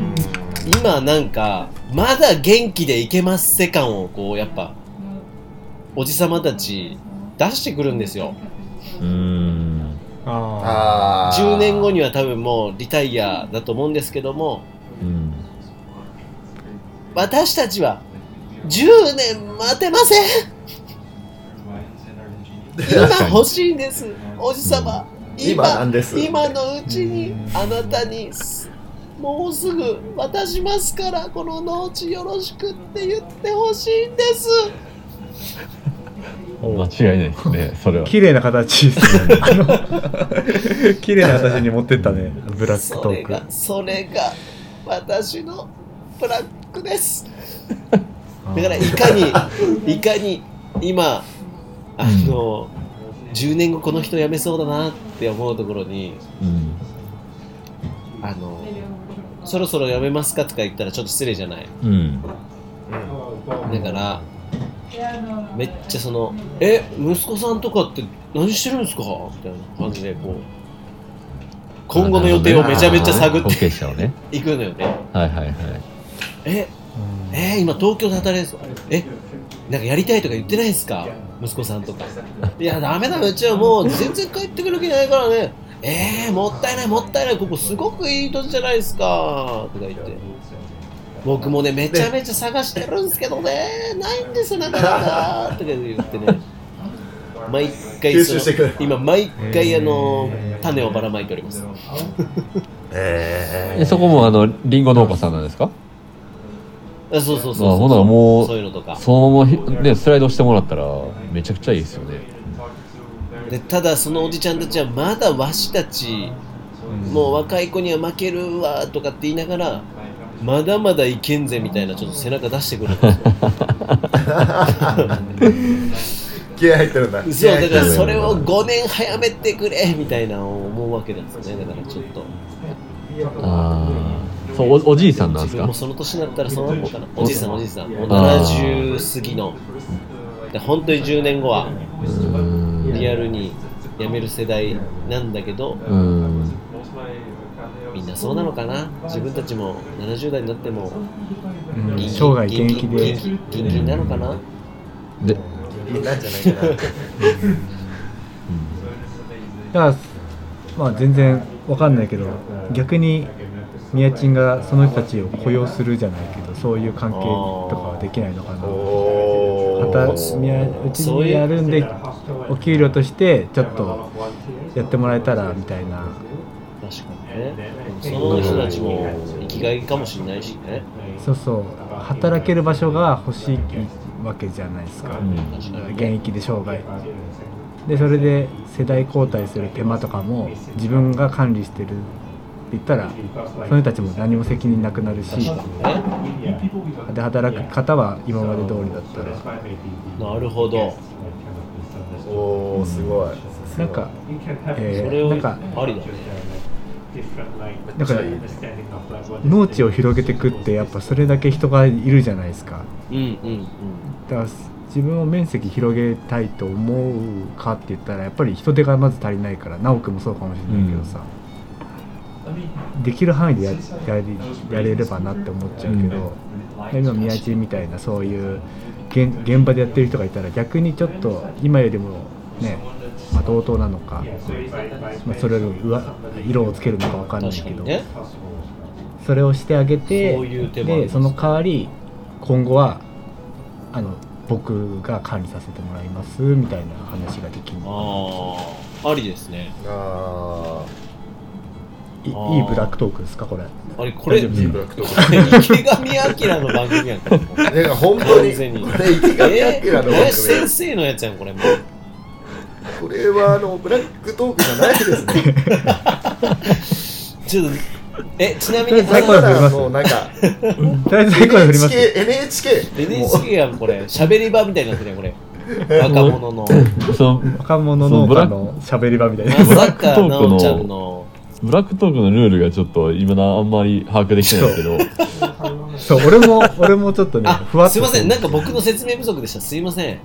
B: 今なんかまだ元気でいけますせ感をこうやっぱおじさまたち出してくるんですよ
A: うーん。
D: あ
C: ああ
B: 10年後には多分もうリタイアだと思うんですけども
A: うん。
B: 私たちは10年待てません今欲しいんですおじさま
C: 今なんです
B: 今のうちにあなたにすもうすぐ渡しますからこの農地よろしくって言ってほしいんです
A: 間違いないですね、それは。
D: 綺麗な形ですねあの綺麗な形に持ってったねブラック
B: そ
D: ト
B: れ
D: ーク
B: がそれが私のブラックですだからいかに いかに今あの、10年後この人辞めそうだなって思うところに
A: うん。
B: あの そろそろ辞めますかとか言ったらちょっと失礼じゃない
A: うん。
B: だからめっちゃその「え息子さんとかって何してるんですか?」みたいな感じでこう今後の予定をめちゃめちゃ探っ
A: 後継
B: て
A: 者をね。
B: いくのよね
A: はいはいはい。
B: え
D: うん
B: えー、今東京で働いてるんですかえなんかやりたいとか言ってないですか息子さんとかいやダメだうちはもう全然帰ってくる気ないからねえー、もったいないもったいないここすごくいい土地じゃないですかとか言って僕もねめちゃめちゃ探してるんですけどねないんですよなかなかとか言ってね毎回
C: 吸
B: そ
C: 収してく
B: の
C: る
B: 今毎回あの種をばらまいております
C: え
A: え、そこもあの、リンゴ農家さんなんですか
B: あそうそうそう
A: あ
B: そ
A: ほ
B: う
A: なもう
B: そういうのとか
A: そのままひ、ね、スライドしてもらったら、めちゃくちゃいいですよね。
B: でただそのおじちゃんたちはまだわしたちもう若い子には負けるわとかって言いながらまだまだいけんぜみたいなちょっと背中出してくるんです よ
C: 気合入ってるんだ
B: そうだからそれ
A: いやいやい
B: を
A: や
B: 5年早めてくれみたいなのを思うわけなんですよねだからちょっと
A: ああ。そうお、おじいさんなんです
B: 自分
A: か
B: もその年になったらそうなのかな
A: お
B: おじいさんおじいさんもう
A: あー
B: 70過ぎので本当に10年後は
A: うーん。
B: リアルに辞める世代なんだけど
A: うーん。
B: みんなそうなのかな自分たちも70代になっても
D: うん
B: ギンギン
D: 生涯現役
B: ギ
D: で
B: ンギンギンギンなのかな
A: で、
C: いいなんじゃないかな
D: だからまあ全然わかんないけど逆に宮賃がその人たちを雇用するじゃないけどそういう関係とかはできないのかな
C: お
D: 働みやうちにやるんでお給料としてちょっとやってもらえたらみたいな
B: 確かにねでもその人たちも生きがいかもしれないしね
D: そうそう働ける場所が欲しいわけじゃないですか
A: うん。
B: 確かに
D: 現役で生涯でそれで世代交代する手間とかも自分が管理してるって言ったらその人たちも何も責任なくなるし
B: ね
D: で働く方は今まで通りだったら
B: なるほど
C: おーすごい
D: なんか、え
B: それ
D: ー
B: を
D: なんか
B: ありだね
D: だから
C: めっちゃいいね
D: 農地を広げていくってやっぱそれだけ人がいるじゃないですか
B: うんうん
D: だから自分を面積広げたいと思うかって言ったらやっぱり人手がまず足りないから直樹もそうかもしれないけどさ、できる範囲でややりやれればなって思っちゃうけど、今宮地みたいなそういう現現場でやってる人がいたら逆にちょっと今よりもね、まあ、同等なのか、まあ、それより上色をつけるのかわかん
B: うん
D: ない
B: 確かに
D: けど、
B: ね
D: それをしてあげて
B: そういう手もあるんで
D: ですその代わり今後はあの僕が管理させてもらいますみたいな話ができる
B: ああありですね
C: あ
D: いい
B: あー
D: いブラックトークですかこれ
B: あれこれ
C: ー
B: 池
C: いいブラックトーク
B: 上彰の番組やんか
C: だから本当に
B: 完全に
C: これ池上
B: え
C: 彰の番
B: ー、
C: 組
B: 林先生のやつやんこれもう
C: これはあのブラックトークじゃないですね
B: ちょっとえちなみに
D: 最高
C: だ
D: だ
C: か
D: と思い
C: ら
D: ます
C: もうなんか
D: とりあえず最後に振ります
C: NHK NHK もう
B: NHK やんこれ喋り場みたいになってるやんこれ若者の。
A: その
D: 若者
A: そ
D: の
A: うブラ
D: あの喋り場みたいな
B: まさか、
A: トークの
B: なおちゃんの。
A: ブラックトークのルールがちょっと今なあんまり把握できてないけど
D: そう俺も俺もちょっとね
B: あ
D: ふわっと
B: すいません、なんか僕の説明不足でした。すいません。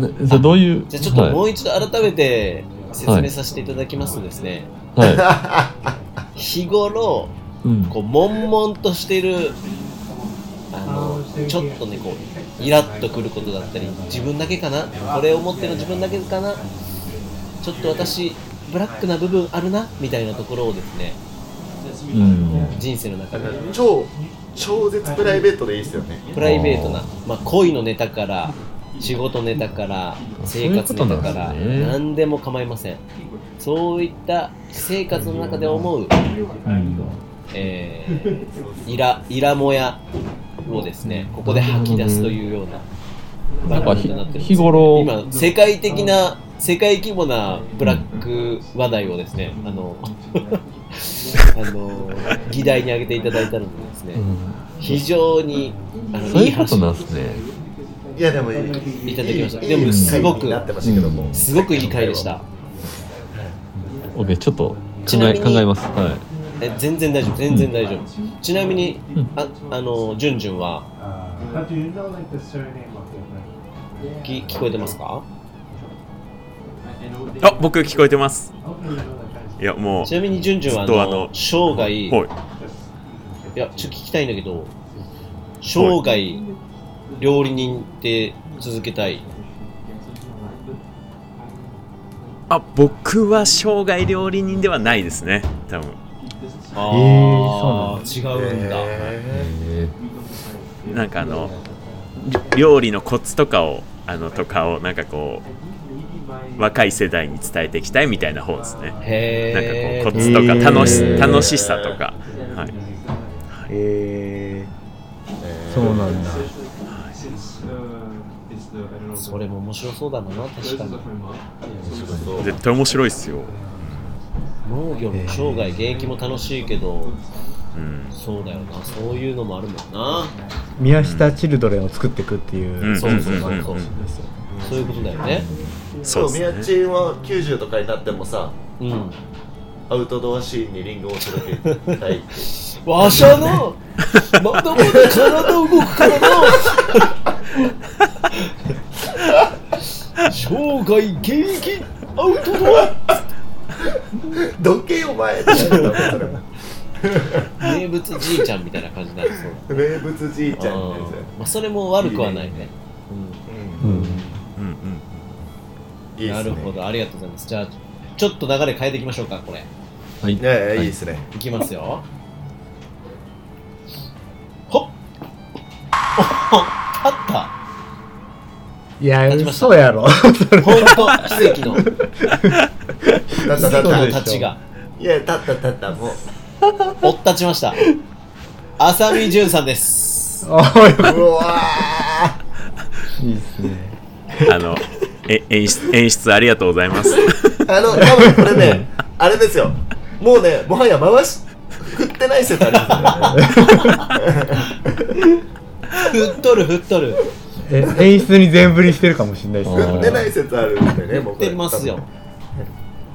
A: なそれどういう
B: じゃあちょっとも
A: は
B: う一度改めて説明させていただきますとですね、
A: い、はい
B: 日頃、
A: うん、
B: こう、悶々としている、あの、ちょっとね、こう、イラッとくることだったり、自分だけかなこれを持ってる自分だけかなちょっと私、ブラックな部分あるなみたいなところをですね、
A: うん
B: 人生の中で、
C: 超超絶プライベートでいいですよね
B: プライベートな、まあ、恋のネタから、仕事ネタから、生活ネタから、
A: そういうことなんですね
B: 何でも構いません。そういった生活の中で思う、
A: うん
B: えー、イラ、イラモヤをですね、ここで吐き出すというような
A: なんか
B: 番組
A: ひ
B: となってるんです
A: 日
B: よ
A: 頃
B: 今、世界的な、世界規模なブラック話題をですね、あ の、あの、議題に挙げていただいたのでですね、
A: うん
B: 非常に、あの、
A: そう
B: いい
A: いうこと
B: 話
A: なんすね
C: いやでもいい
B: いただきました
C: いい
B: でも
C: いい
B: すごく
C: 回になってましたけども、
A: うん
B: すごくいい回でした。
A: OK ちょっと考
B: ちな
A: え
B: みに
A: 考えますは
B: え全然大丈夫、全然大丈夫。ちなみに
A: うん、
B: ああの、ジュンジュンは、き聞こえてますか
E: あ僕聞こえてますいやもう
B: ちなみにジュンジュンはあ
E: ずっとあ
B: の
E: の
B: 生涯、い
E: はい
B: やちょっと聞きたいんだけど生涯料理人って続けたい
E: あ僕は生涯料理人ではないですね多分
B: あ
D: ー
B: ー違うんだ、
C: え
A: い
E: なんかあのり料理のコツとかをあのとかをなんかこう若い世代に伝えていきたいみたいな方ですねなんか
B: へえ
E: こうコツとか楽し,、
A: へー
E: 楽しさとか、はい、
D: え
C: ー
D: ー、そうなんだ
B: それも面白そうだな確かに
E: 絶対面白いっすよ、
B: 農業の生涯現役も楽しいけど
E: うん
B: そうだよなそういうのもあるもんな
D: 宮下チルドレンを作っていくっていう、
E: うん
B: そうそうそう
E: うん
B: そううんそういうことだよね
E: そ
C: そうう
E: です
C: み
E: ね
C: やちんは90とかになってもさ
B: うん
C: アウトドアシーンにリンゴを届けたいって
B: わしゃのまだまだ体動くからな生涯現役アウトドア
C: どけよお前ってなるんだもんそれも
B: 名物じいちゃんみたいな感じになりそう
C: 名物じいちゃんみたいなやつ
B: あーまあ、それも悪くはないね
D: うん
E: うんうん
C: いいっ
B: な
C: す
B: る
C: ね
B: ほどありがとうございますじゃあちょっと流れ変えていきましょうかこれ
A: はい
C: いやいやいいっすね
B: いきますよほっあった
D: いや
B: 立ちました
D: 嘘やろ
B: ほんと奇跡の
C: 立った立っ
B: 人
C: た
B: の
C: い
B: 立ちが
C: や立った立ったもう
B: おったちました浅見純さんです
D: あよ
C: うわ
D: いいっすね
E: あのえ演出演出ありがとうございます
C: ーあの多分これねあれですよもうねもはや回し振ってない説ありますよね
B: ふっとるふっとる
D: え演出に全振りしてるかもしれないです
A: あ
C: 振
A: ー
C: ってない説あるんでねもう
B: 言っ
C: これ
B: てますよ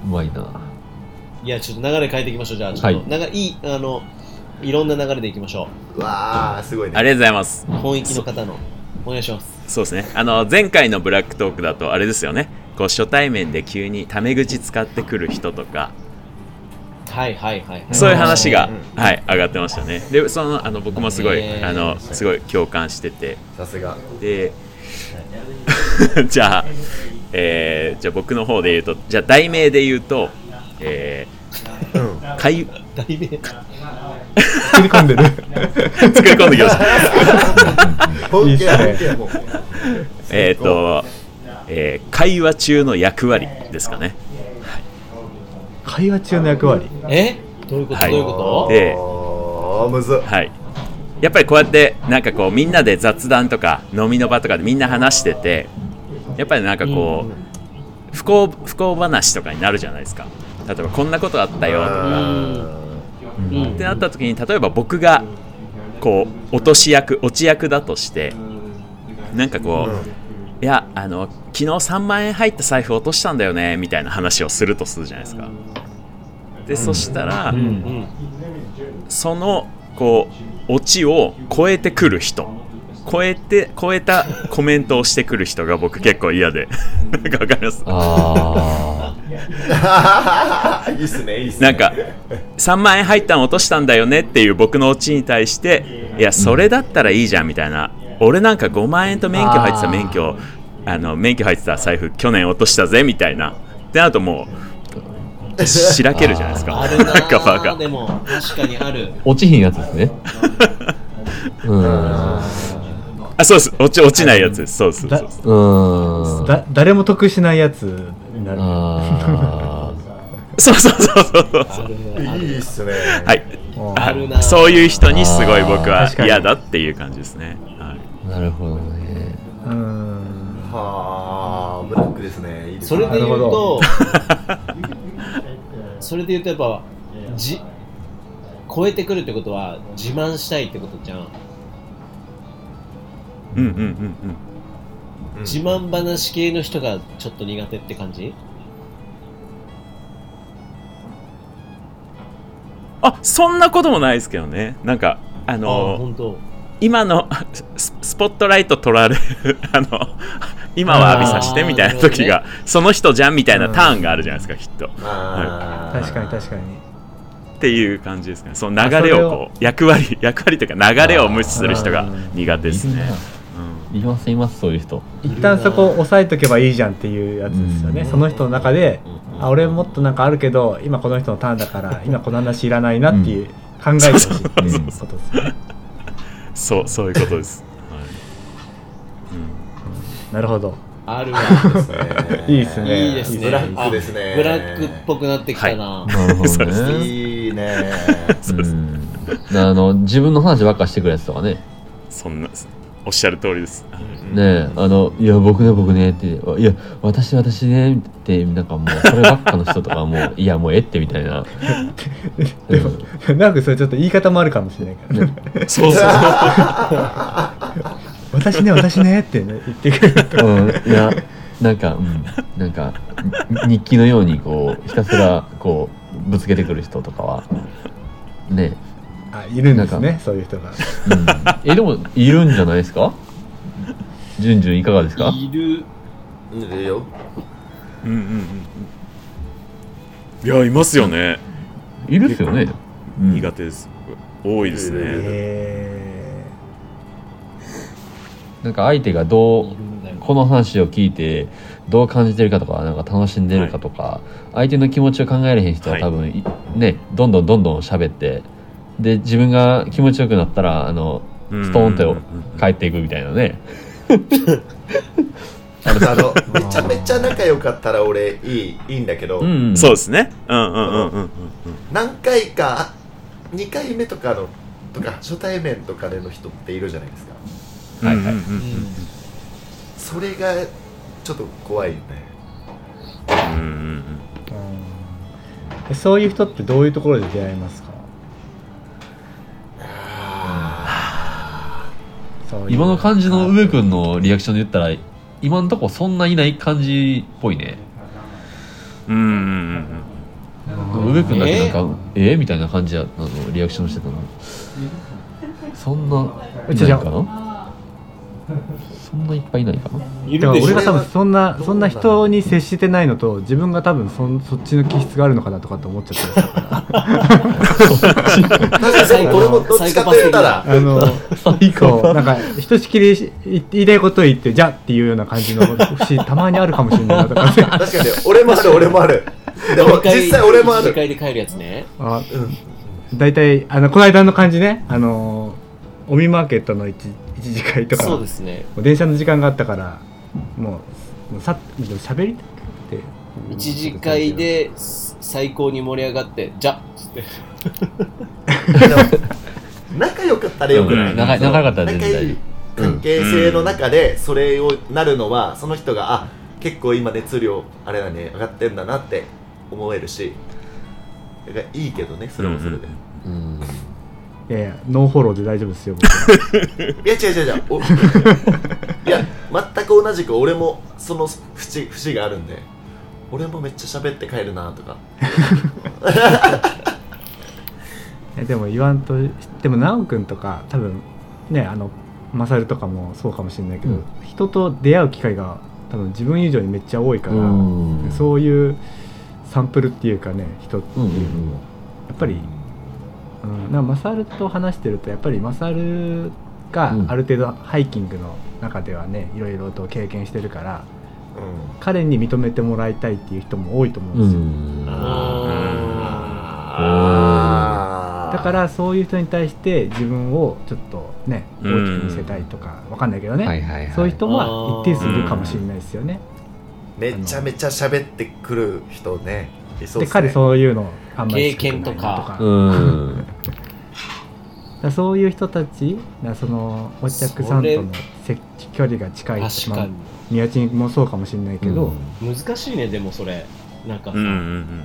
A: うまいない
B: やちょっと流れ変えていきましょうじゃあちょっと、、
A: はい
B: いいあのいろんな流れでいきましょ
C: うわあすごいね
E: ありがとうございます
B: う本域の方のお願いします
E: そうですねあの前回のブラックトークだとあれですよねこう初対面で急にタメ口使ってくる人とか
B: はいはいはいはい
E: そういう話が、
C: うん
E: はい、上がってましたね。で、その、あの、僕もすごい、
B: へー
E: あの、すごい共感してて、
C: さすが
E: で。 じゃあ、えーじゃあ、僕の方で言うと、じゃあ、題名で言うと、え
C: うん
E: ー、かゆ、
B: 題名
D: 作り込んでる
E: 作り込んできました。
C: 本気や
D: い
C: 本気
D: いっす
C: やもう
E: えっと、えー会話中の役割ですかね。
D: 会話中の役割
B: えどういうこと、
E: はい
B: どういうこ
E: で
C: あーむずっ
E: はい。やっぱりこうやってなんかこうみんなで雑談とか飲みの場とかでみんな話しててやっぱりなんかこう不幸不幸話とかになるじゃないですか例えばこんなことあったよとか
B: とう
E: っ
B: ん
E: てなった時に例えば僕がこう落とし役落ち役だとしてなんかこういやあの昨日3万円入った財布落としたんだよねみたいな話をするとするじゃないですかでそしたら、
B: うん
E: そのこうオチを超えてくる人超えて超えたコメントをしてくる人が僕結構嫌で なんかわかります
F: あ
C: いいっすねいいっすね
E: なんか3万円入ったの落としたんだよねっていう僕のオチに対していやそれだったらいいじゃんみたいな俺なんか5万円と免許入ってた免許あの免許入ってた財布去年落としたぜみたいなってなるともうしらけるじゃないですか
B: あるな
E: なんかバ
B: ー
E: カ
B: でも確かにある
F: ー落ちひんやつです ねうん
E: あそうです落ち落ちないやつですそうですそう
D: だ
E: です
F: うん
D: だ誰も得しないやつになる
F: あ
E: そうそうそうそうそう
B: ある
C: い
B: ある
C: いっすね
E: はい
B: あるな
E: あそういう人にすごい僕
D: あー
E: は
D: 確かに
E: 嫌だっていう感じですね、はい、
F: ーなるほどね
D: うん
C: はあブラックですねいいです
B: そ
C: ね
B: れで言う
D: なる
B: と
D: ほ
B: それで言うとやっぱじ超えてくるってことは自慢したいってことじゃん
E: うんうんうんうん
C: うん
B: 自慢話系の人がちょっと苦手って感じ
E: あそんなこともないですけどねなんかあ
B: あ
E: のー
B: 本当
E: 今の ススポットライト取られる あの今は浴びさしてみたいな時が、その人じゃんみたいなターンがあるじゃないですかきっと
C: あー
D: 確かに確かに
E: っていう感じですかねその流れをこう役割 役割というか流れを無視する人が苦手ですね、
F: いますいますそういう人
D: 一旦そこ押さえとけばいいじゃんっていうやつですよね、
F: うん
D: その人の中で、
B: うん
D: あ俺もっとなんかあるけど今この人のターンだから今この話いらないなっていう考えてほしいっていうことですよね
E: うんそうそういうことです、は
D: な
E: い
D: るほど
B: あ るわ
C: ね
D: いいっすね
B: いいですね
C: ブラックですね
B: ブラックっぽくなってきたな、
F: な るほ
E: そ
F: ど
E: うで
F: ね
C: いいね
E: そうです
F: うんあの自分の話ばっかしてくるやつとかね
E: うんそんなおっしゃる通りです、はい
F: ねえあの「いや僕ね僕ね」って「いや私私ね」ってなんかもうそればっかの人とかもう「いやもうええって」みたい な
D: でも、なんかそれちょっと言い方もあるかもしれないから、
E: そうそう
D: 私ね私ねってね、言ってくれ ると
F: うん、いやなんか、うん、なんかに日記のようにこうひたすらこうぶつけてくる人とかはね
D: あいるんです
F: な
D: ねそういう人が
F: え、うん、えでもいるんじゃないですかじゅんじゅんいかがですか
B: いる
C: いるよ
E: うんうんうんうんいやいますよね、
F: いるっすよね、うん
E: 苦手です僕多いですね、
D: へ
F: なんか相手がど
B: いる
F: うん
B: だよ
F: この話を聞いてどう感じてるかとかなんか楽しんでるかとか、相手の気持ちを考えれへん人は多分、いねどんどんどんどん喋ってで自分が気持ちよくなったらあのストーンと帰っていくみたいなね。
C: あのめちゃめちゃ仲良かったら俺いいいいんだけど、
F: ん
E: そうですね。うんうんうんうんうん。
C: 何回か2回目とかのとか初対面とかでの人っているじゃないですか
F: はいはい
E: うん
C: それがちょっと怖いよね
E: うんうんうん
D: ーうんえそういう人ってどういうところで出会いますかそういう
F: 今の感じの梅君のリアクションで言ったら今のとこそんないない感じっぽいね
E: うんうんうん
F: 梅君だけなんか「えみたいな感じやあのリアクションしてたのそんないないかなそんないっぱいいないかない
D: だ
B: る
D: か
B: で
D: ら
B: し
D: 俺
B: ょ
D: が多分そんなそんな人に接してないのと自分が多分そんそっちの気質があるのかなとかって思っち ゃったりするから
C: 確かにこれもどっちかと言ったら
D: あの
F: 最
D: そうなんかひとしきりしい言いたいことを言ってじゃあっていうような感じの節たまにあるかもしれないなと かね
C: 確かに俺もある俺もあるでも
B: 飲み
C: 実
B: 会
C: 際俺もあ
B: 飲み
C: る
B: 会で帰るやつね
D: あ
C: うん
D: 大体あのこの間の感じねあのおみマーケットの一一次会とか
B: そうですね
D: もう電車の時間があったからもうもうさでも喋りたくて
B: 一次会です最高に盛り上がってじゃっつって
C: でも仲良かったらよくない、
E: うん
F: 仲仲良かったら全
C: 仲
F: 然
C: いい関係性の中でそれをなるのはその人があ結構今熱量あれだね上がってんだなって思えるしだからいいけどねそれもそれで、
E: うんうんうん
F: うん
D: いやいやノーフォローで大丈夫ですよ僕は
C: いや違う違う違うお いや全く同じく俺もその節節があるんで俺もめっちゃ喋って帰るなとか
D: えでも言わんとでも奈くんとか多分ねあのマサルとかもそうかもしれないけど、
A: うん
D: 人と出会う機会が多分自分以上にめっちゃ多いから、
A: うん
D: そういうサンプルっていうかね人って
A: う
D: い
A: ん
D: う
A: うん
D: のも、やっぱり、うん、なんかマサルと話してるとやっぱりマサルが
A: うん
D: ある程度ハイキングの中ではねいろいろと経験してるから
C: う
D: 彼に認めてもらいたいっていう人も多いと思うん
A: う
D: ですよ、
A: ん
C: ん
A: あ
D: だからそういう人に対して自分をちょっとね
E: う
D: 大
E: ん
D: きく見せたいとかわかんないけどね、
A: はいはいはい
D: そういう人は一定数いるかもしれないですよね。
C: めちゃめちゃ喋ってくる人ねいそう
D: で
C: っすね
D: 彼そういうのあんまり好きじゃないな
B: 経験とか
A: う
D: だか
A: ん
D: らそういう人たちだからそのお客さんとの接距離が近い
B: 確
D: 人ま
B: か
D: あ
B: に
D: 宮地もそうかもしれないけど、
B: 難しいねでもそれなんかさ、
E: うんうんうん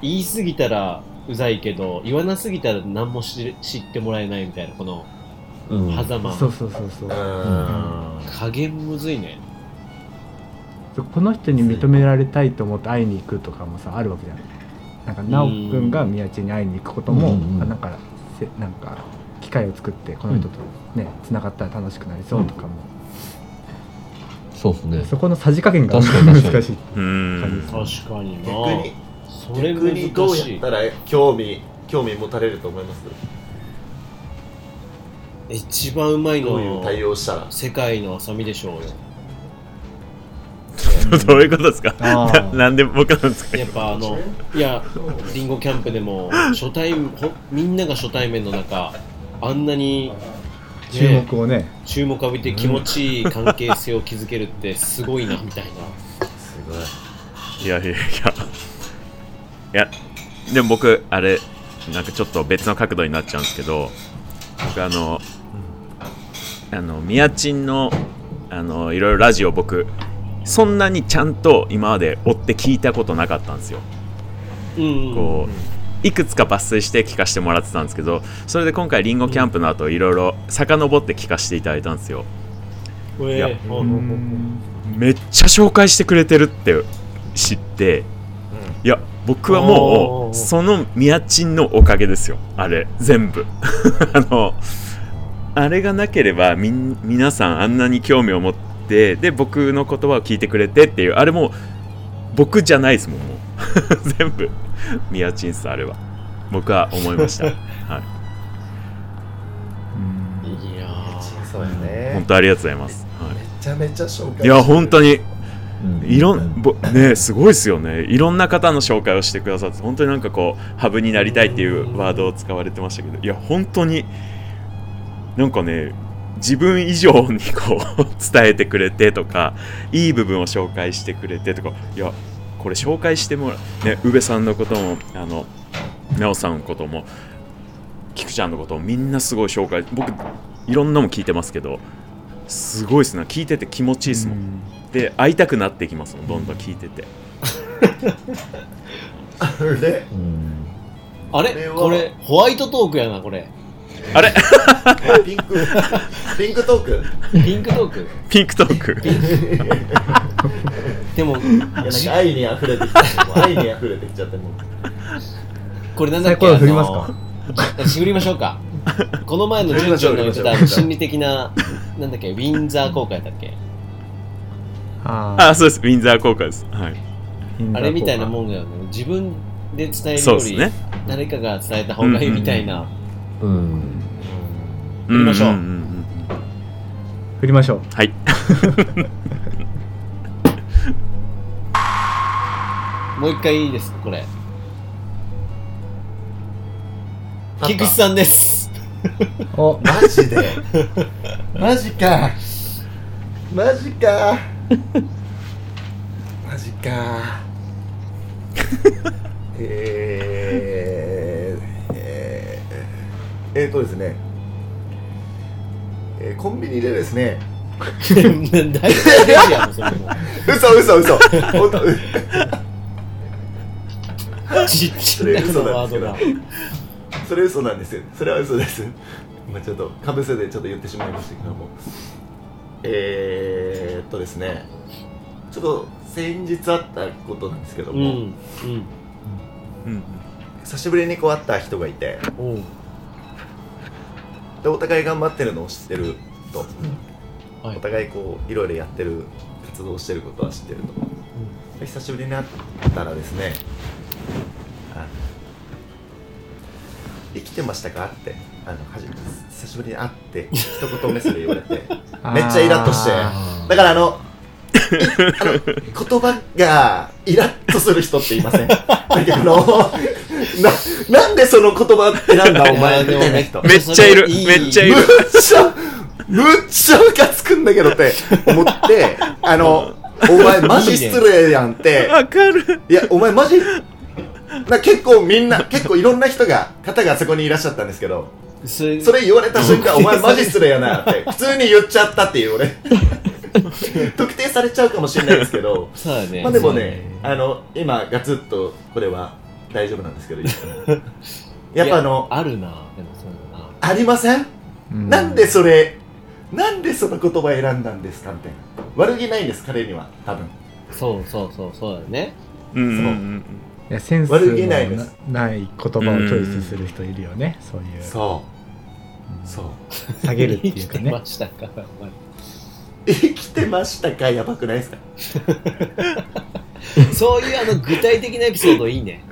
B: 言い過ぎたらうざいけど言わなすぎたら何も知知ってもらえないみたいなこの
A: うん
B: 狭間、
D: そうそうそうそう
C: ん
D: う、
B: 加減むずいね
D: この人に認められたいと思って会いに行くとかもさあるわけじゃんなんか奈くんが宮地に会いに行くことも、
A: うんうん
D: あなんかせなんか機会を作ってこの人とねつな、がったら楽しくなりそうとかも、
A: そうっすね
D: そこのさじ加減が
A: 確かに確かに
D: 難しい
E: うん
B: 確かにな
C: 逆に
B: それ
C: 逆
B: 難
C: にどう
B: し
C: やっ
B: い
C: たら興味興味持たれると思います
B: 一番うまい
C: どういう
B: の
C: 対応したら
B: 世界の浅見でしょうよ
E: どういうことですか
D: あ
E: な
D: ー
E: なんで僕なんですか
B: やっぱあのいやリンゴキャンプでも初対ほみんなが初対面の中あんなに、
D: 注
B: ね
D: 目をね
B: 注目浴びて気持ちいい関係性を築けるってすごいなみたいな
C: すごい
E: いやいやいやいやでも僕あれなんかちょっと別の角度になっちゃうんですけど僕あのあの宮賃のあのいろいろラジオ僕そんなにちゃんと今まで追って聞いたことなかったんですよ
B: うん
E: こういくつか抜粋して聞かせてもらってたんですけどそれで今回リンゴキャンプの後いろいろ遡って聞かせていただいたんですよ
B: うえ
E: いや
B: え
D: う
B: うん
D: ん
E: めっちゃ紹介してくれてるって知っていや僕はも
B: おー
E: うその宮賃のおかげですよあれ全部 あのあれがなければみん皆さんあんなに興味を持ってで僕の言葉を聞いてくれてっていうあれもう僕じゃないですもんもう 全部宮賃さんあれは僕は思いまし たはい
B: いやー
C: そうや
E: 本
C: ね
E: 当ありがとうございます、は
C: めちゃめちゃ紹介して
E: い、
C: る
E: いや本当に
A: うん
E: いろんぼねすごいですよねいろんな方の紹介をしてくださって本当になんかこうハブになりたいっていうワードを使われてましたけどいや本当になんかね自分以上にこう 伝えてくれてとかいい部分を紹介してくれてとかいやこれ紹介してもらうね宇部さんのこともあの奈緒さんのことも菊ちゃんのこともみんなすごい紹介僕いろんなも聞いてますけどすごいですね聞いてて気持ちいいですもんで会いたくなってきますもんどんどん聞いてて
C: あれ
A: うん
B: あ
C: こ
B: れ
C: れは
B: これホワイトトークやなこれ
E: あれ
C: ピンクピンクトーク
B: ピンクトーク
E: ピンクトーク
B: でも
C: いやなんか愛に溢れてきたもう愛に溢れてきちゃってもう
B: これなんだ
D: 最
B: っけ
D: 高の振りますか
B: か振りましょうかこの前の純ちゃんの言って
C: 振りましょう振りましょ
B: た
C: う
B: 心理的ななんだっけウィンザー効果やったっけ
D: あー
E: あそうですウィンザー効果ですはい
B: あれみたいなもんだよね自分で伝えるよ
E: そう
B: り、
E: ですね
B: 誰かが伝えた方がいいみたいな、
A: うん
E: うん
B: りましょうん
E: んん
D: 振りましょう
E: はい
B: もう一回いいですかこれ
C: パパ
B: 菊池さんです
D: お
C: マジでマジかマジかマジか えー、えー、えーとですね、えー、コンビニでです ね
B: 大体ですやんそれも
C: 嘘嘘嘘本当
B: うちっちゃいのワードが
C: そそれ嘘なんですよそれは嘘ですまあちょっとかぶせでちょっと言ってしまいましたけどもえー、っとですねちょっと先日あったことなんですけど
B: う
C: も、
B: んうん
E: うん
C: 久しぶりにこう会った人がいて
B: おう
C: でお互い頑張ってるのを知ってると、
B: はい
C: お互いこういろいろやってる活動をしてることは知ってると、で久しぶりに会ったらですねあ生きてましたかってあの初めて久しぶりに会って一言目それ言われてめ っちゃイラッとして
D: あ
C: だからあのあの言葉がイラッとする人っていませんだけどななんでその言葉選んだお前みたいな人
E: めっちゃいるめっちゃいる
C: むっちゃ、むっちゃムカつくんだけどって思って、あの、お前マジ失礼やんって、
E: わかる
C: いや、お前マジ、な結構みんな、結構いろんな人が、方がそこにいらっしゃったんですけど、
B: それ
C: それ言われた瞬間、お前マジ失礼やなって、普通に言っちゃったっていう俺。特定されちゃうかもしれないですけど、
B: そうだね
C: まあでも
B: そうだ
C: ね、あの、今ガツッとこれは大丈夫なんですけど、やっぱあの
B: い、やあるなでもそうだな
C: ありませんなんでそれ、なんでその言葉選んだんですかみたいな。悪気ないんです、彼には、多分。
B: そうそうそうそうだね
E: うんうん
D: いやセンスの
C: 悪気ないです
D: なない言葉をチョイスする人いるよねそういう
C: そう。そう。
D: 下げるっていう
B: 生
D: か
B: きて
D: ね
B: ましたかお
C: 生きてましたかやばくないですか
B: 前そういうあの具体的なエピソードいいね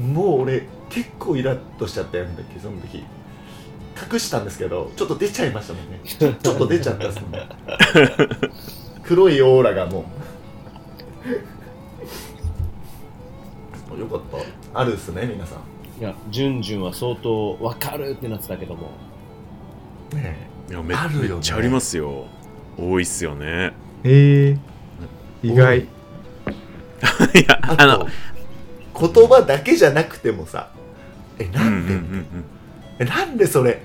B: うん
C: もう俺、結構イラッとしちゃったよんだっけ、その時。隠したんですけど、ちょっと出ちゃいましたもんね。ちょちょっと出ちゃったっすもん ね。黒いオーラが もう。よかった。あるっすね、皆さん。
B: いやジュンジュンは相当わかるってなってたけども
C: ね
E: うんいやめ
C: あるよね
E: めっちゃありますよ多いっすよね
D: ええ意
C: おい
D: 外
E: いや
C: あ
E: あの
C: と言葉だけじゃなくてもさえ
E: う
C: なん
E: うん
C: で、
E: ん
C: えなんでそれ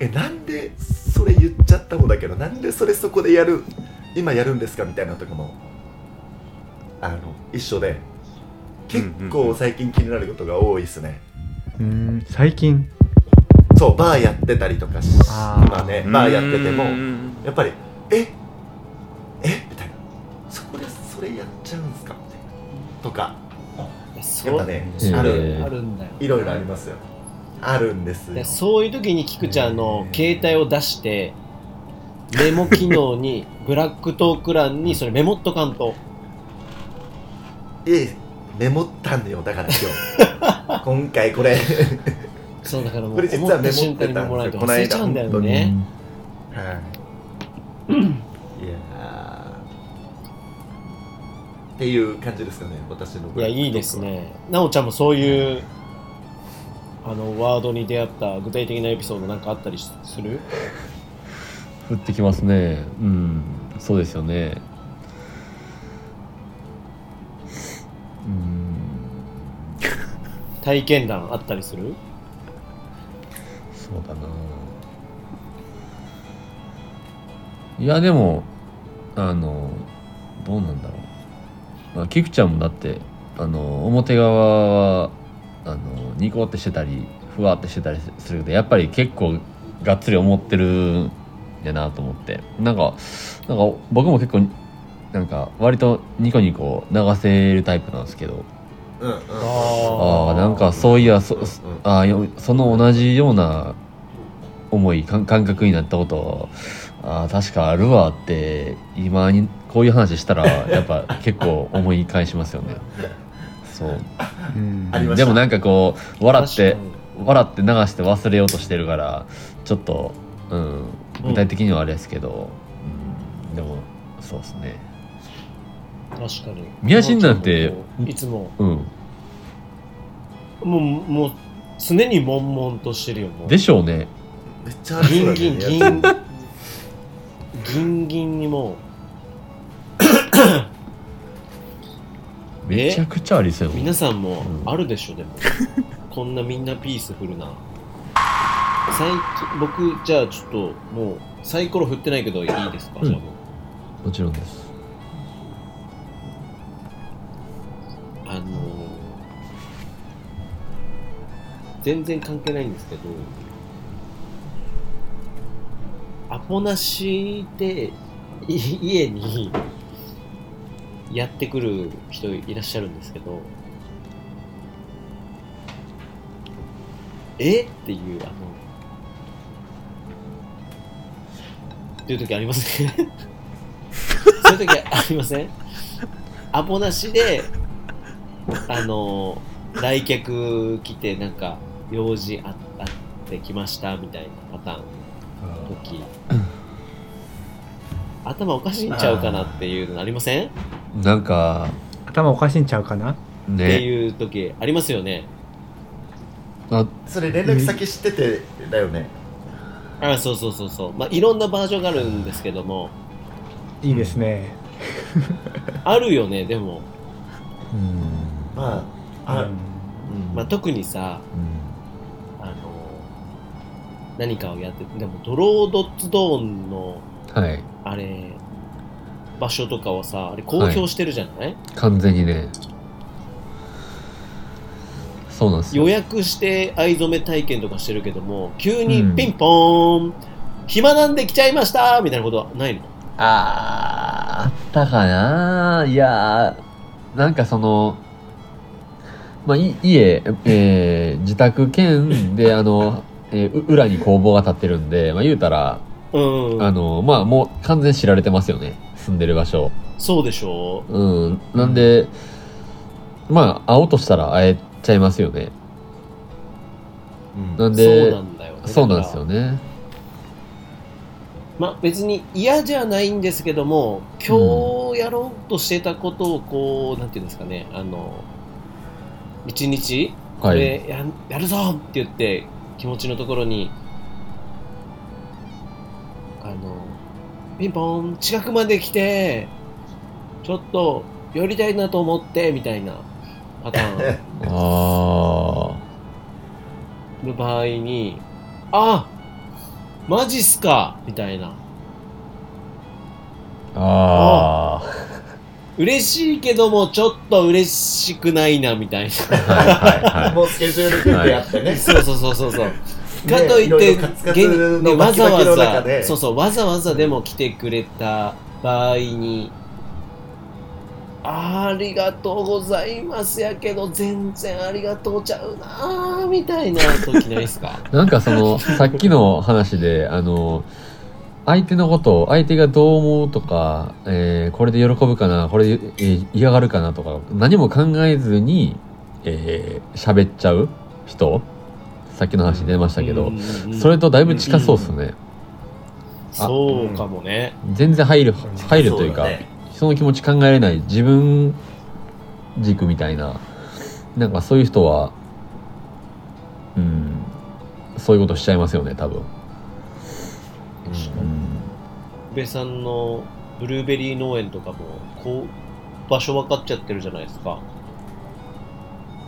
C: えなんでそれ言っちゃった方だけどなんでそれそこでやる今やるんですかみたいなとこもあの一緒で結
E: うんうんう
C: 構
E: ん
C: 最近気になることが多いですね、
D: うーん最近
C: そうバーやってたりとかし
D: あー
C: 今ね
E: うん
C: バーやってても
E: うん
C: やっぱりええみたいなそこでそれやっちゃうんですかみたいなとか
B: いや
C: やっ
B: そ
C: ぱ
B: う
C: ね
F: そう
C: あ
B: あ
C: る
B: るあるんだよ
C: いろいろありますよ。あるんですよ。
B: でそういう時に菊ちゃんの携帯を出してメモ機能にブラックトーク欄にそれメモっとかんと
C: ええ、メモったんだよ、だ から今日。今回これ。
B: そうだからもう
C: これ実は
B: 思った瞬間にメモらないと忘れちゃうんだよ
C: この間
B: ね
C: はい。いやーっていう感じですかね、私の。
B: いやいいです。ねなおちゃんもそういうあのワードに出会った具体的なエピソードなんかあったりしする
F: 降ってきますねうんそうですよねうん
B: 体験談あったりする
F: そうだな。いや、でも、あの、どうなんだろう。まあ、キクちゃんもだって、あの、表側は、あの、ニコってしてたり、ふわってしてたりするけど、やっぱり結構、がっつり思ってるんやなと思って。なんか、なんか、僕も結構、なんか、割とニコニコ流せるタイプなんですけど、
C: うんうん。
F: あ
B: あ
F: あ、なんか、そういや、そ、
C: うん
F: ああよその同じような思い感感覚になったことああ確かあるわって今にこういう話したらやっぱ結構思い返しますよねそう
D: うん
C: ありました
F: でもなんかこう笑って
B: 確かに
F: 笑って流して忘れようとしてるからちょっと、うん、具体的にはあれですけど、うんでもそうですね
B: 確かに
F: 宮新なんて
B: いつも
F: うん
B: もうもう常に悶々としてるよもう
F: でしょうね
C: めっちゃある
B: ギンギンギン
C: や
B: ギンギンにも
F: めちゃくちゃありそう
B: う
F: やもん
B: 皆さんもあるでしょでもこんなみんなピースフルな最近僕じゃあちょっともうサイコロ振ってないけどいいですか、
F: うん
B: じゃあも
F: もちろんです
B: うあのー全然関係ないんですけど、アポなしでい 家にやってくる人いらっしゃるんですけど、えっていう、あの、っていう時ありませんそういう時ありませんアポなしで、あの、来客来て、なんか、用事ああってきましたみたいなパターンの時、頭おかしいんちゃうかなっていうのありませんっ
F: なんか
D: 頭おかしいんちゃうかな
B: て
F: ね
B: いう時ありますよね。
F: あ
C: それ連絡先知っててだよね
B: あそうそうそうそう。まあ、いろんなバージョンがあるんですけども、
D: いいですね
B: あるよね、でも。
F: うん
C: まああ
B: まあ、特にさ、あの、何かをやって、でも、ドロードッツドーンの、
F: はい
B: あれ、場所とかはさ、あれ公表してるじゃない、
F: 完全にねそうなんですよ
B: 予約して藍染め体験とかしてるけども、急にピンポーン、暇なんで来ちゃいましたみたいなことはないの
F: あーあったかないやーなんかその、まあ、い家、えー自宅 兼であの、えーう裏に工房が建ってるんで、まあ、言うたら
B: うん、
F: あのまあもう完全に知られてますよね住んでる場所
B: そうでしょ
F: うんなんで、まあ会おうとしたら会えちゃいますよね
C: うん
F: なん
B: そう
F: で
B: なんだよね。
F: そうなんですよ
B: ね。
F: ね
B: まあ別に嫌じゃないんですけども、今日やろうとしてたことをこう、なんていうんですかね、あの、一日、こ
F: はい
B: れや,、やるぞって言って、気持ちのところに、あの、ピンポン、近くまで来て、ちょっと寄りたいなと思って、みたいなパターン。
F: あ
B: の場合 に、あマジっすかみたいな。
F: ああ
B: 嬉しいけども、ちょっと嬉しくないな、みたい
F: あはいはいはい
C: もうスケジュール組んでやってね、
B: な。そうそうそうそうそう。
C: ね
B: かとい
C: いろ
B: って、
C: いろカツカ
B: 現
C: ツ
B: ね
C: の
B: わ
C: バキ
B: ざ
C: バキ
B: わ
C: の中
B: ざ、
C: で
B: そうそう、わざわざでも来てくれた場合に、ありがとうございますやけど、全然ありがとうちゃうなーみたいな時ないですか
F: なんかその、さっきの話で、あの、相手のこと、相手がどう思うとか、えーこれで喜ぶかな、これで、えー嫌がるかなとか、何も考えずに、えー喋っちゃう人さっきの話出ましたけど、
B: うんうんうん
F: それとだいぶ近そうっすね。
B: そうかもね。
F: 全然入る、入るとい うか、
C: そだね
F: 人の気持ち考えれない、自分軸みたいな、なんかそういう人は、うん、そういうことしちゃいますよね、多分。うん
B: 安部さんのブルーベリー農園とかもこう場所分かっちゃってるじゃないですか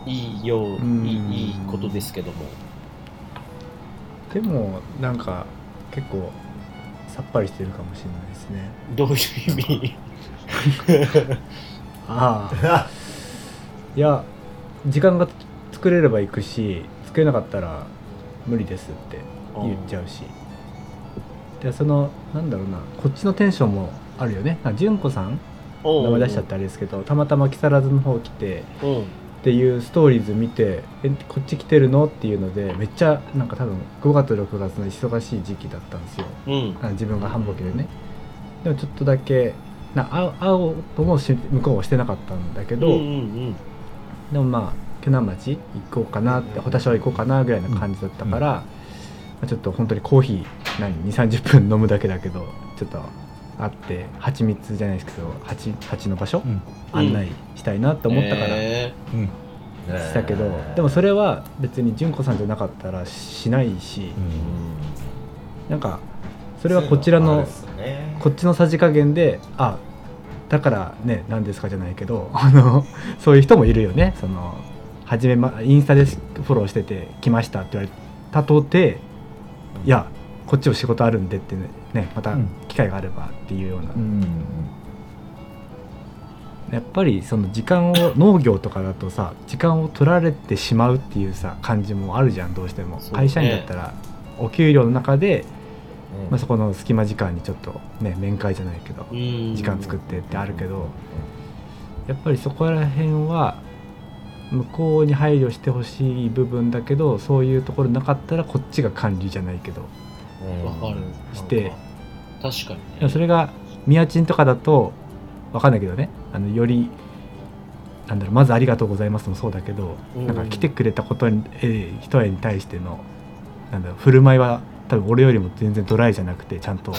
B: いいよう
D: うん
B: いいいいことですけども
D: でもなんか結構さっぱりしてるかもしれないですね
B: どういう意味
D: ああいや時間が作れれば行くし作れなかったら無理ですって言っちゃうしでそのなんだろうなこっちのテンションもあるよねあ純子さん
B: おう
D: 名前出しちゃってあれですけどたまたま木更津の方来て
B: うん
D: っていうストーリーズ見て「えこっち来てるの?」っていうのでめっちゃなんか多分5月6月の忙しい時期だったんですよ
B: うん
D: あ自分が繁忙期でねでもちょっとだけな会う会おうともし向こうはしてなかったんだけど、
B: うんうん
D: でもまあ鋸南町行こうかなって保田小行こうかなぐらいな感じだったから、まあちょっと本当にコーヒー何2 3 0分飲むだけだけどちょっと会って蜂蜜じゃないですけど蜂蜂の場所、
F: うん
D: 案内したいなと思ったから。
B: え
D: したけどでもそれは別に純子さんじゃなかったらしないしなんかそれはこちらのこっちのさじ加減であだからね何ですかじゃないけど あのそういう人もいるよねその初め、ま、インスタでフォローしてて来ましたって言われたとていやこっちも仕事あるんでってねねまた機会があればっていうような、
F: うん
D: やっぱりその時間を農業とかだとさ時間を取られてしまうっていうさ感じもあるじゃんどうしても、
B: そうね
D: 会社員だったらお給料の中で、
C: うん
D: まあ、そこの隙間時間にちょっとね面会じゃないけど
B: うん
D: 時間作ってってあるけどやっぱりそこら辺は向こうに配慮してほしい部分だけどそういうところなかったらこっちが管理じゃないけど
C: うん
B: わかる
D: して
B: なんか確かに
D: でもそれが宮賃とかだとわかんないけどねあのよりなんだろうまず「ありがとうございます」もそうだけど、
B: うん
D: なんか来てくれたことに、えー人へに対してのなんだろう振る舞いは多分俺よりも全然ドライじゃなくてちゃんと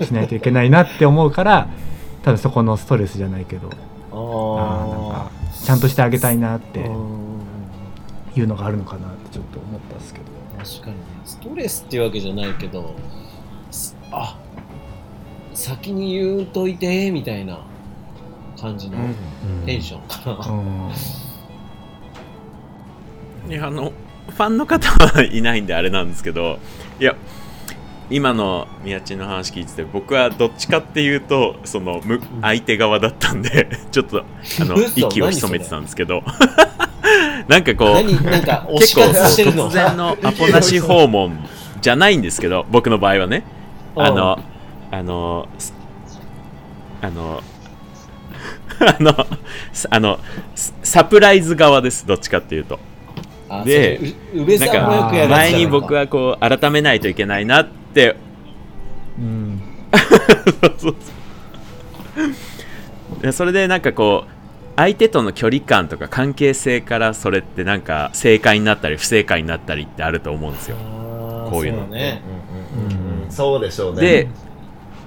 D: しないといけないなって思うから 多分そこのストレスじゃないけど
B: あ
D: あーなん
B: ー
D: かちゃんとしてあげたいなって
B: うん
D: いうのがあるのかなってちょっと思ったんですけど。
B: 確かにねストレスっていうわけじゃないけどすあ先に言うといてみたいな感じの
C: うん
B: テンションかな、
D: うん
E: いやあのファンの方はいないんであれなんですけどいや今の宮地の話聞いてて僕はどっちかっていうとそのむ相手側だったんで ちょっとあの
B: 嘘
E: 息を潜めてたんですけどなんかこう
B: 何なんか推し
E: 結構
B: 活してるの
E: 突然のアポなし訪問じゃないんですけど僕の場合はねあの、あの、すあの、 あの、すあの、すサプライズ側です、どっちかっていうと。で
B: で宇部さんもよくやるやつじゃないか
E: 前に僕はこう、改めないといけないなって、
D: うん
E: そうそうそうそれでなんかこう、相手との距離感とか関係性からそれってなんか正解になったり不正解になったりってあると思うんですよ。
B: あー
E: こういうの
B: そだね
C: うんうんうんそうでしょうね
E: で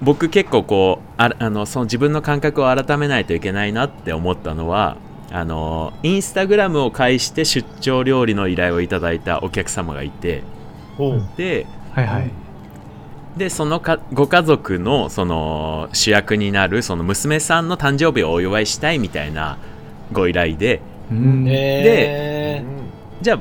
E: 僕結構こうああのその自分の感覚を改めないといけないなって思ったのはあのインスタグラムを介して出張料理の依頼をいただいたお客様がいてで
D: はいはい。
E: でそのかご家族のその主役になるその娘さんの誕生日をお祝いしたいみたいなご依頼で
D: うん
B: え
E: じゃあ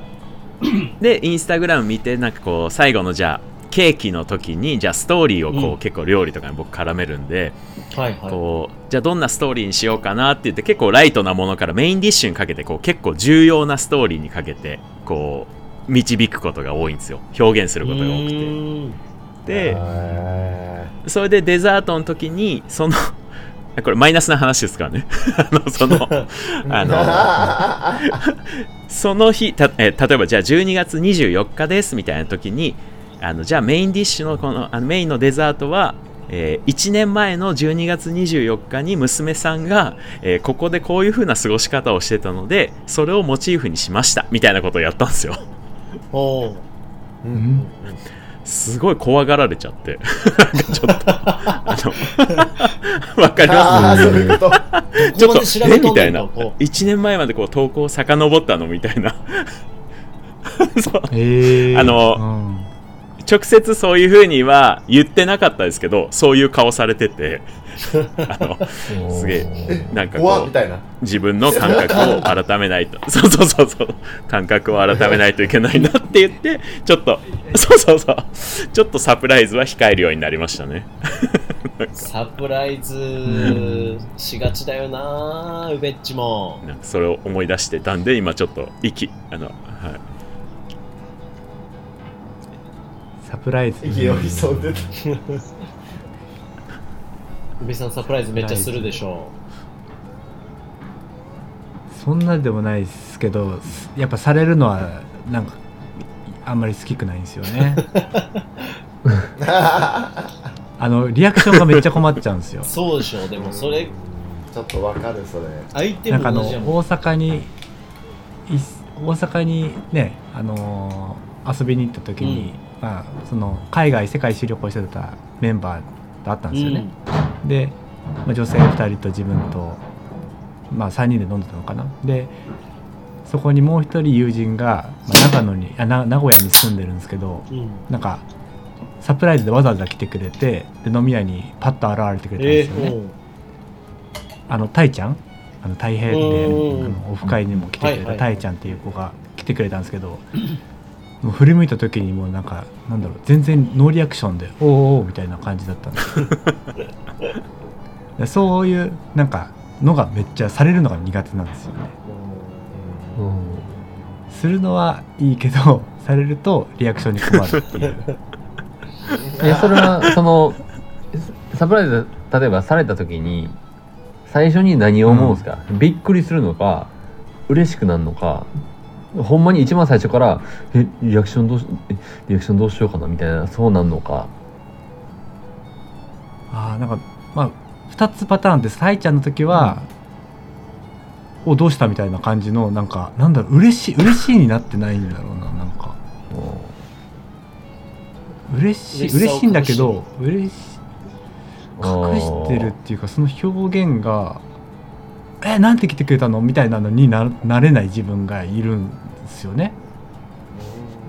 E: でインスタグラム見てなんかこう最後のじゃあケーキの時にじゃあストーリーをこう、
B: うん
E: 結構料理とかに僕絡めるんで、
B: ー、はいはい
E: こうじゃあどんなストーリーにしようかなって言って結構ライトなものからメインディッシュにかけてこう結構重要なストーリーにかけてこう導くことが多いんですよ表現することが
B: う
E: 多く
B: ーん
E: てで
C: え
E: それでデザートの時にその これマイナスな話ですからね あのそのあの
C: の
E: その日たえ例えばじゃあ12月24日ですみたいな時にあのじゃあメインディッシュのこのあのメインのデザートは、え1年前の12月24日に娘さんが、えーここでこういう風な過ごし方をしてたのでそれをモチーフにしましたみたいなことをやったんですよ
B: おー
D: うん
E: すごい怖がられちゃって なんかちょっとあの わかります
C: ああそういうこと
E: ち
B: ど
E: ょ
B: こま
E: っと
B: で調べと
E: み
B: んね
E: た
B: んと
E: いな
B: こう
E: 1年前までこう投稿を遡ったのみたいな そう
D: えー
E: あの
D: うん
E: 直接そういうふうには言ってなかったですけどそういう顔されててあのすげえなんか
C: 怖っ
E: こ
C: み
E: う
C: たいな
E: 自分の感覚を改めないとそうそうそうそう感覚を改めないといけないなって言ってちょっとそうそうそうちょっとサプライズは控えるようになりましたね
B: サプライズしがちだよなうべっちも
E: なんかそれを思い出してたんで今ちょっと息あの、はい、
D: サプライズ。
C: 息を潜んでた
B: うべさんサプライズめっちゃするでしょ
D: そんなでもないですけど、やっぱされるのはなんかあんまり好きくないんです よね。あのリアクションがめっちゃ困っちゃうんですよ
B: う。そうでしょでもそれ
C: ちょっとわかるそれ
B: 相手
D: なんかあ
B: も
D: の
B: 同じやもん
D: 大阪にい大阪にねあのー遊びに行った時に、まあその海外世界一周旅行してたメンバーと会ったんですよね。で、まあ、女性2人と自分と、まあ、3人で飲んでたのかなでそこにもう一人友人が、まあ、長野にあな名古屋に住んでるんですけど
B: うん、うん
D: なんかサプライズでわざわざ来てくれてで飲み屋にパッと現れてくれたんですよね、
B: うん
D: あのタイちゃんあの太平であ
B: うん
D: のオフ会にも来てくれ
B: はいはいは
D: た
B: い
D: タイちゃんっていう子が来てくれたんですけどもう振り向いた時にもうなんかなんだろう全然ノーリアクションで 「おーおー」みたいな感じだったんですよでそういうなんかのがめっちゃされるのが苦手なんですよねするのはいいけどされるとリアクションに困るっていう
F: えそれはその サプライズ例えばされた時に最初に何を思うんですか、びっくりするのか嬉しくなるのかほんまに一番最初から「えリアクションどうしえリアクションどうしようかな」みたいなそうなんのか
D: ああなんかまあ2つパターンでさいちゃんの時は、おどうしたみたいな感じのなんかなんだろう嬉しい嬉しいになってないんだろうななんか嬉しい
B: 嬉しさ
D: 嬉
B: を
D: しいんだけど嬉し隠してるっ
F: あ
D: ていうかその表現が「えなんて来てくれたの?」みたいなのにななれない自分がいるんですよね。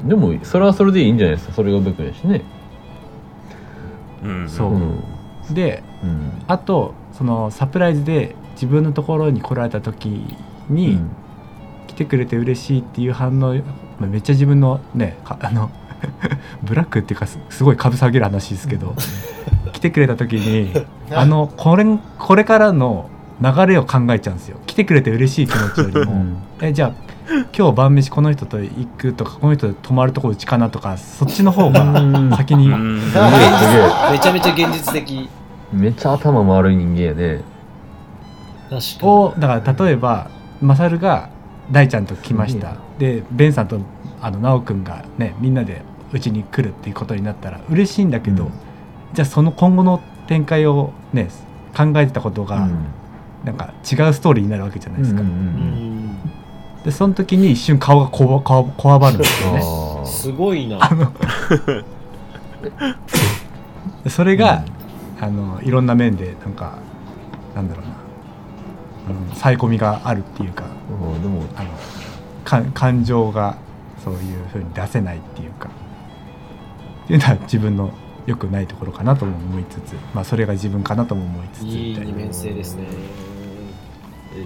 F: ーでもそれはそれでいいんじゃないですかそれが僕やしね
E: うん
D: そううんで
F: うん
D: あとそのサプライズで自分のところに来られた時に、来てくれて嬉しいっていう反応、まあめっちゃ自分のねかあの ブラックっていうかすすごいかぶさげる話ですけど来てくれた時にあのこれこれからの流れを考えちゃうんですよ来てくれて嬉しい気持ちよりも、えじゃあ今日晩飯この人と行くとかこの人と泊まるとこうちかなとかそっちの方が
F: うん
D: 先に
E: うん
B: めちゃめちゃ現実的。
F: めっちゃ頭悪い人間やね
B: 確か
D: をだから例えばマサルが大ちゃんと来ましたでベンさんとあの直くんがねみんなでうちに来るっていうことになったら嬉しいんだけど、
F: うん
D: じゃあその今後の展開をね考えてたことが、なんか違うストーリーになるわけじゃないですか、
B: に。うん
D: でその時に一瞬顔がこわこわこわばるんですよね
F: あー
B: すごいな。
D: でそれが、あのいろんな面でなんかなんだろうな、うん、サイコミがあるっていうか
F: うんでも
D: あのか感情がそういうふうに出せないっていうかっていうのは自分の良くないところかなとも思いつつ、まあ、それが自分かなとも思いつつ
B: い
D: み
B: い
D: たい
B: 二
D: な
B: 面性ですね。
C: いい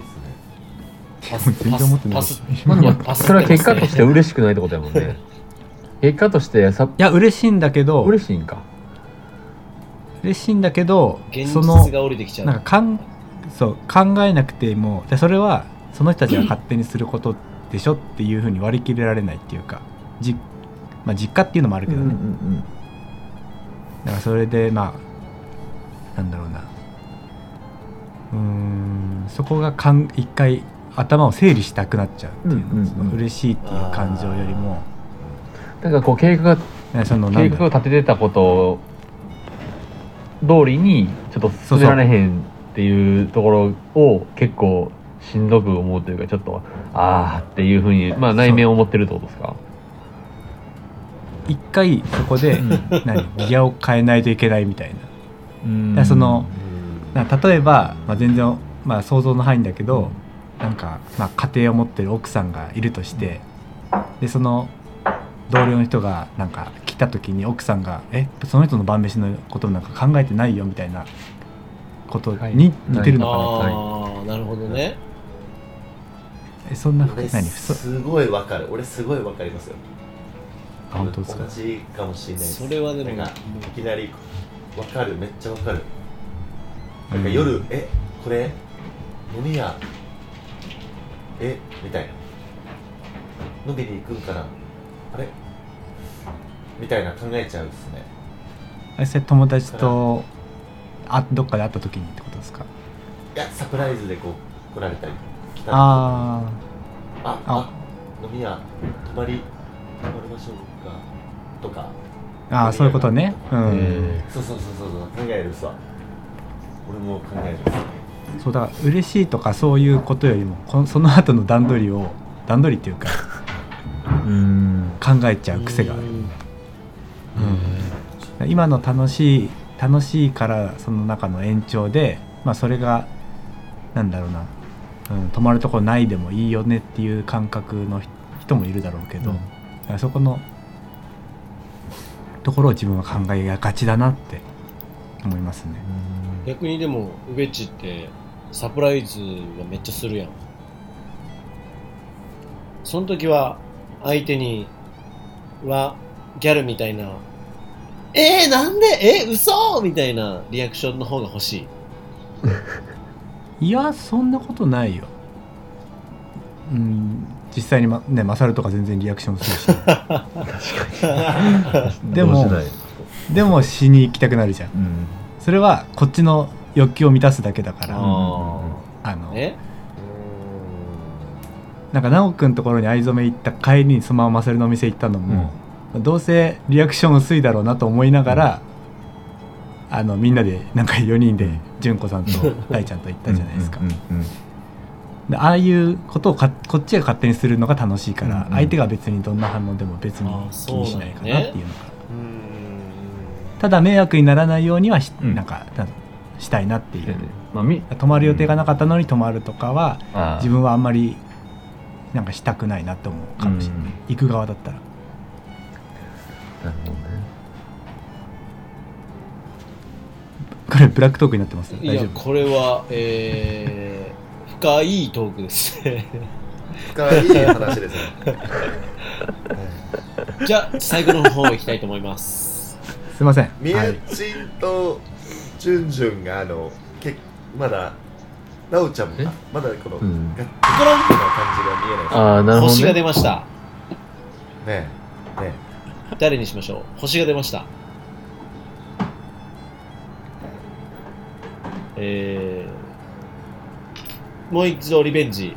C: ですね
B: パス
D: 全然思ってない
B: パ
D: です
B: ス
F: まあでも
B: パス
F: それは結果として嬉しくないってことやもんね結果としてさ
D: いや嬉しいんだけど
F: 嬉しいんか
D: 嬉しいんだけど
B: 現
D: その
B: 実が降りてきちゃう。
D: なんかかんそう考えなくてもでそれはその人たちが勝手にすることでしょっていうふうに割り切れられないっていうかじ、まあ、実家っていうのもあるけどね、
F: ん
D: だからそれでまあなんだろうなうーんそこがかん一回頭を整理したくなっちゃうっていうの、
F: うんうんうん
D: その嬉しいっていう感情よりも
F: なんかこう計画が
D: ねそのな
F: 計
D: んだ
F: 画
D: ろ
F: を
D: う
F: 立ててたこと通りにちょっと進められへんっていうところを結構しんどく思うというかちょっとああっていうふうにまあ内面を持ってるってことですか
D: 一回そこで何ギアを変えないといけないみたいなだからそのな例えば、まあ、全然、まあ、想像の範囲だけどなんか、まあ、家庭を持ってる奥さんがいるとしてでその同僚の人がなんか来た時に奥さんが「えその人の晩飯のことなんか考えてないよ」みたいなことに
F: はい
D: 似てるのかな、
B: ああ、なるほどね。
D: えそんな
C: 俺
D: 何そ
C: すごいわかる俺すごいわかりますよ
D: あ本当ですか
C: 同じかもしれないです
B: それはでも
C: なんかいきなりわかるめっちゃわかる
D: う
C: なんんか夜、えこれ飲み屋えみたいな飲みに行くんかなあれみたいな考えちゃうですね
D: えそれ友達とあどっかで会った時にってことですか
C: いやサプライズでこう来られたり来たり
D: あ
C: ああ飲み屋泊まり泊まりましょうかとか
D: ーあーそういうことねうん、
C: そうそうそうそうそう考えるっすわ俺も考えるっす
D: そうだから嬉しいとかそういうことよりもこのその後の段取りを段取りっていうか
F: うん
D: 考えちゃう癖がある、
B: うん
D: うん今の楽しい楽しいからその中の延長で、まあ、それがなんだろうな、うん、泊まるとこないでもいいよねっていう感覚の人人もいるだろうけど、
F: うん
D: だからそこのところを自分は考えがちだなって思いますね。
B: 逆にでも、ウエッチって、サプライズがめっちゃするやん。その時は、相手に、は、ギャルみたいな、えー、なんでえ嘘みたいなリアクションの方が欲しい。
D: いやそんなことないようん実際にまねマサルとか全然リアクションするし でも
F: どうしない
D: でもしに行きたくなるじゃん
F: うん
D: それはこっちの欲求を満たすだけだから
B: あ
D: あの
B: ーえ
D: なんか奈くんのところに藍染め行った帰りにそのままマサルのお店行ったのも、どうせリアクション薄いだろうなと思いながら、あのみんなでなんか4人で純子さんと大ちゃんと行ったじゃないですか、
F: うんうんうん
D: でああいうことをかこっちが勝手にするのが楽しいから、
F: うんうん
D: 相手が別にどんな反応でも別
B: あ
D: に
B: ー
D: 気にしないかなっていうのが
C: うん
D: ただ迷惑にならないようにはし,、
F: うん
D: なんかなしたいなっていう、
A: まあみ
D: 泊まる予定がなかったのに泊まるとかは
F: あ
D: 自分はあんまりなんかしたくないなって思うかもしれない、
F: うん
D: 行く側だったら
F: なるほどね
D: これブラックトークになってます
B: い
D: 大丈
B: や
D: 夫
B: これはえー、深いトークです ね
C: 深い話ですね
B: じゃあ最後の方いきたいと思います
D: すいません
C: みや
D: はい
C: ちんとじゅんじゅんがあのけまだなおちゃんも
F: え
C: まだこの
F: う
C: ガッ
F: ん
C: ガッとな感じが見えないです
F: ああなるほど
B: 星が
F: ね
B: 出ました
C: ねえね
B: 誰にしましょう星が出ましたえー、もう一度リベンジ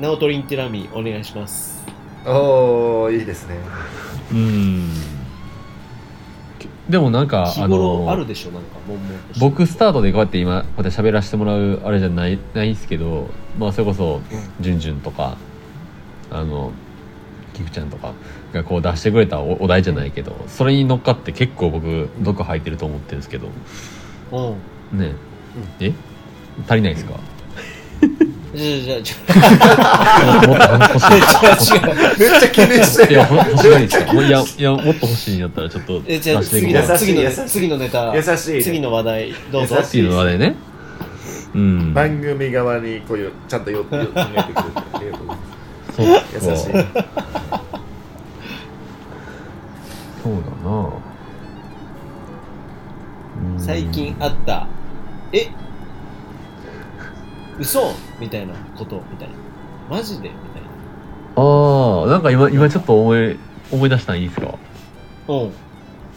B: ナオトリンティラミお願いします
C: えおおいいですね
F: うんでもなんか
B: 日
F: あ
B: 頃
F: の
B: あるでしょなんか悶々として
F: 僕スタートでこうやって今こうやって喋らせてもらうあれじゃないないんですけどまあそれこそじゅんじゅんとかあのきくちゃんとかがこう出してくれたおお題じゃないけどそれに乗っかって結構僕毒吐いてると思ってるんですけど
B: うん
F: ねええ足りないですか
B: じゃあじゃあじゃ
F: もっと欲し
C: めっちゃ気にし
F: い。
C: て
F: い
C: る
F: や、ほん欲しくないですかもういや、いや、もっと欲しいんやったらちょっと
B: え
F: 出
B: じゃあ
F: してい
B: 次
F: こ
C: 優し
B: の
F: う
C: い
B: 次
C: 優
B: の
C: しい
B: 次のネタ
C: 優しい、ね、
B: 次の話題どうぞ
C: 優
F: っていうのはね。うん。
C: 番組側にこういうちゃんとよくよく見えてくれてありがとうございま
F: そう
C: す優しい
F: そうだなうん
B: 最近あったえ嘘みたいなことみたいなマジでみたいな
F: ああなんか今今ちょっと思い思い出したんいいですか
B: うん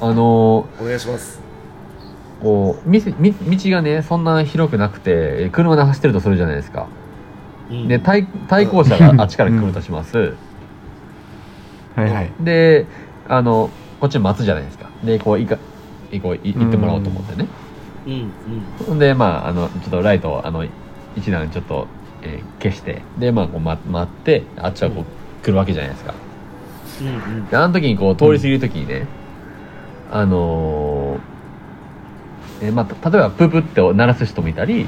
F: あの
C: お願いします
F: ーこうみみ道がねそんな広くなくてえ車で走ってるとするじゃないですか
B: うん
F: で対対向車があっちから来るとします、
D: はいはい
F: であのこっち待つじゃないですかでこういかいこうい行ってもらおうと思ってね
B: うんうん
F: んでまああのちょっとライトをあの一段ちょっと、えー消してでまあこう、ま、待ってあっちはこう来るわけじゃないですか
B: うんうん
F: であの時にこう通り過ぎる時にね、あのーえーまあ、例えばプープって鳴らす人もいたり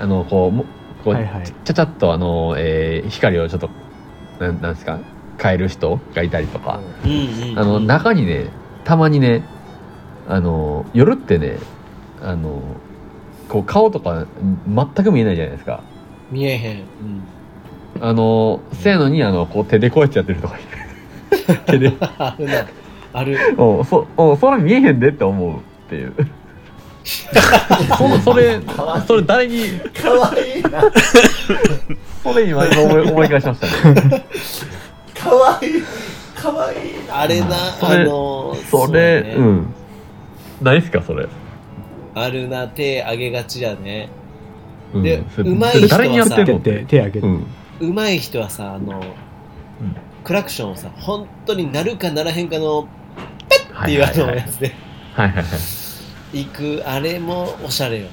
F: あのこうもこう、
D: はいはい
F: ちゃちゃっと、あのーえー光をちょっとなんなんですか変える人がいたりとか、
B: うんうん
F: あの中にねたまにねあのー夜ってねあのーこう顔とかん全く見えないじゃないですか。
B: 見えへん、うん、
F: あのーせやのにあのこう手でこうやってやってるとか手で
B: あるなある
F: おそおそれ見えへんでって思うっていう そそれそれ誰に
C: かわいいな
F: それ今思い思い返しま したね
C: かわいいかわいいな
B: あれな
F: そ
B: あ
F: れ
B: の
F: それう,、
B: ね
F: んないっすかそれ、
B: あるな手上げがちだね
F: うん、
B: で
F: それ
B: 上手い人はさ
F: 誰にやってん
D: 手
F: の
D: 手手挙げ
F: う
D: て、
F: ん
B: 上手い人はさあの、クラクションをさ本当になるかならへんかのっ
F: は
B: てい
F: いうは
B: あ
F: い
B: の
F: は
B: や
F: い
B: つで
F: はいはいはい
B: 行くあれもおしゃれよね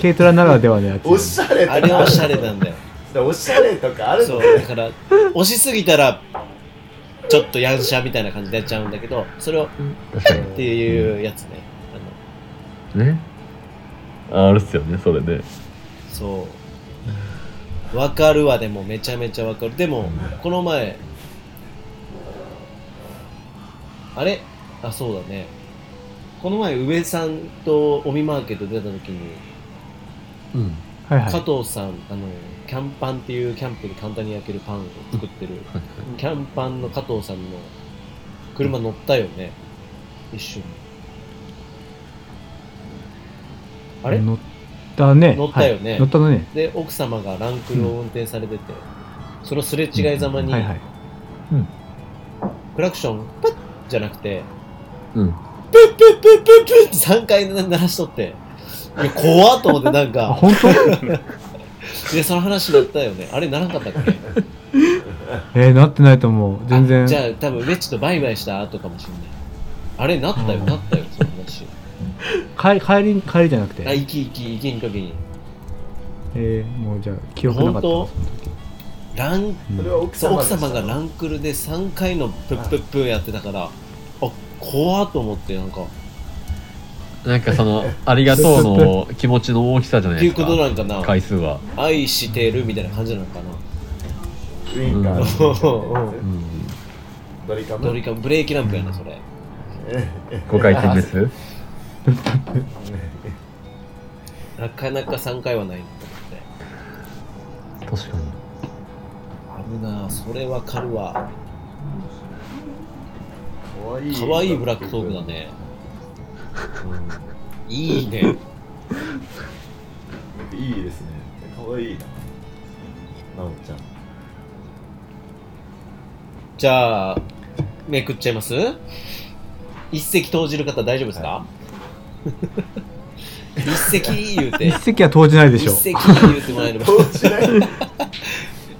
D: 軽トラならではのやつ
C: おしゃれとか
B: あれおしゃれなん だよ
C: おしゃれとかある
B: そ
C: の
B: うだから押しすぎたらちょっとやんしゃみたいな感じになっちゃうんだけどそれを
F: 確か
B: っていうやつねあの
F: にねああるっすよねそれね
B: そう。わかるわ、でもめちゃめちゃわかる。でも、この前、あれあ、そうだね。この前、上さんとおみマーケット出た時に、
F: うん
D: はいは
B: 加
D: い
B: 藤さん、あの、キャンパンっていうキャンプで簡単に焼けるパンを作ってる、キャンパンの加藤さんの車乗ったよね。一緒に。あれ
D: 乗ったね
B: 乗ったよね
D: はい乗ったのね
B: で奥様がランクルを運転されてて、そのすれ違いざまに、
D: はいはい
B: クラクションプッじゃなくて、
F: うん
B: プップップップップッって3回鳴らしとっていや怖っと思ってなん
D: あ
B: か
D: 本当
B: でその話だったよねあれならんかったっけ
D: えー、なってないと思う全
B: あじゃあ
D: 然
B: 多分ウェッジとバイバイした後かもしれないあれなったよ
D: うん
B: なったよその話
D: 帰帰り帰りじゃなくて
B: あ行き行き行きん時に
D: えー、もうじゃあ記憶なか
B: 本
D: っ
B: 当
D: た
B: ラン
C: それは奥
B: そう
C: 様
B: 奥
C: でした
B: 様がランクルで3回のプップップンやってたからあ怖っと思ってなんか
F: なんかその、ありがとうの気持ちの大きさじゃない
B: ってい
F: で
B: う
F: す
B: こ
F: か。
B: となんかな
F: 回数は。
B: 愛してるみたいな感じなのかな
C: ウインカー
B: うん
C: うんドリカム
B: ドリカムブレーキランプやなそれ
F: 5回転です。
B: なかなか3回はないなと
F: 確かに。
B: 思って危なあそれわかるわ
C: かわいい
B: 可愛いブラックトークだねいいね
C: いいですね可愛いななおちゃん
B: じゃあめくっちゃいます一石投じる方大丈夫ですか、 一石言うて
D: 一石は投じないでし
B: 一
D: ょ
B: 石って言ってもらえれば
C: どうしない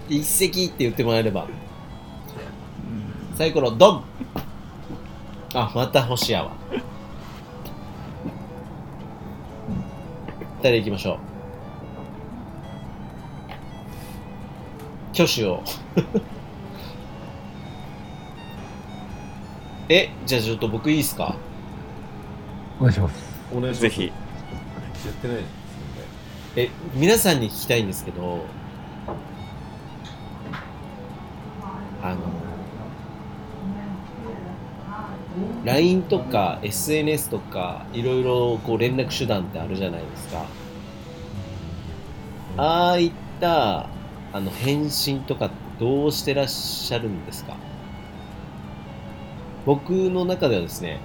B: 一石って言ってもらえればサイコロドンあまた星やわ誰行きましょう挙手を えじゃあちょっと僕いいっすか
F: お願いします。
C: お 願いします
E: ぜひ
C: やってないです
B: え皆さんに聞きたいんですけどあの LINE とか SNS とかいろいろこう連絡手段ってあるじゃないですかああいったあの返信とかってどうしてらっしゃるんですか僕の中ではですね、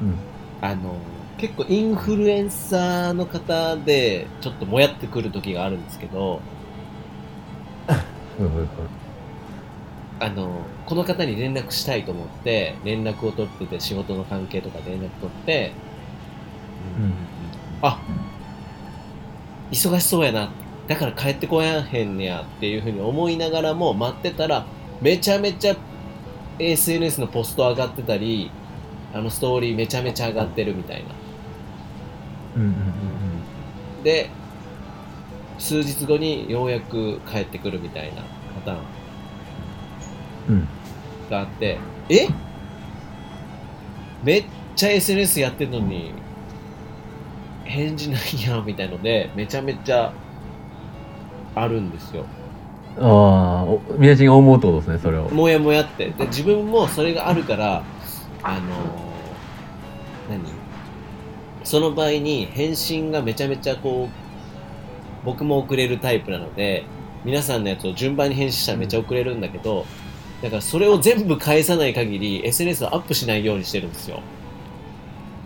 F: うん
B: あの結構インフルエンサーの方でちょっともやってくる時があるんですけど
F: はいはいはい
B: あのこの方に連絡したいと思って連絡を取ってて仕事の関係とか連絡取ってあ忙しそうやなだから帰ってこやへんねやっていうふうに思いながらも待ってたらめちゃめちゃ SNS のポスト上がってたりあのストーリーめちゃめちゃ上がってるみたいな
F: うんうんうん
B: で数日後にようやく帰ってくるみたいなパターン
F: うん
B: があって、えめっちゃ SNS やってんのに返事ないやんみたいのでめちゃめちゃあるんですよ
F: うん。ああ、お宮地が思うってことですね、それを。
B: もやもやってで自分もそれがあるからあのー何その場合に返信がめちゃめちゃこう僕も遅れるタイプなので皆さんのやつを順番に返信したらめっちゃ遅れるんだけど、だからそれを全部返さない限り SNS をアップしないようにしてるんですよ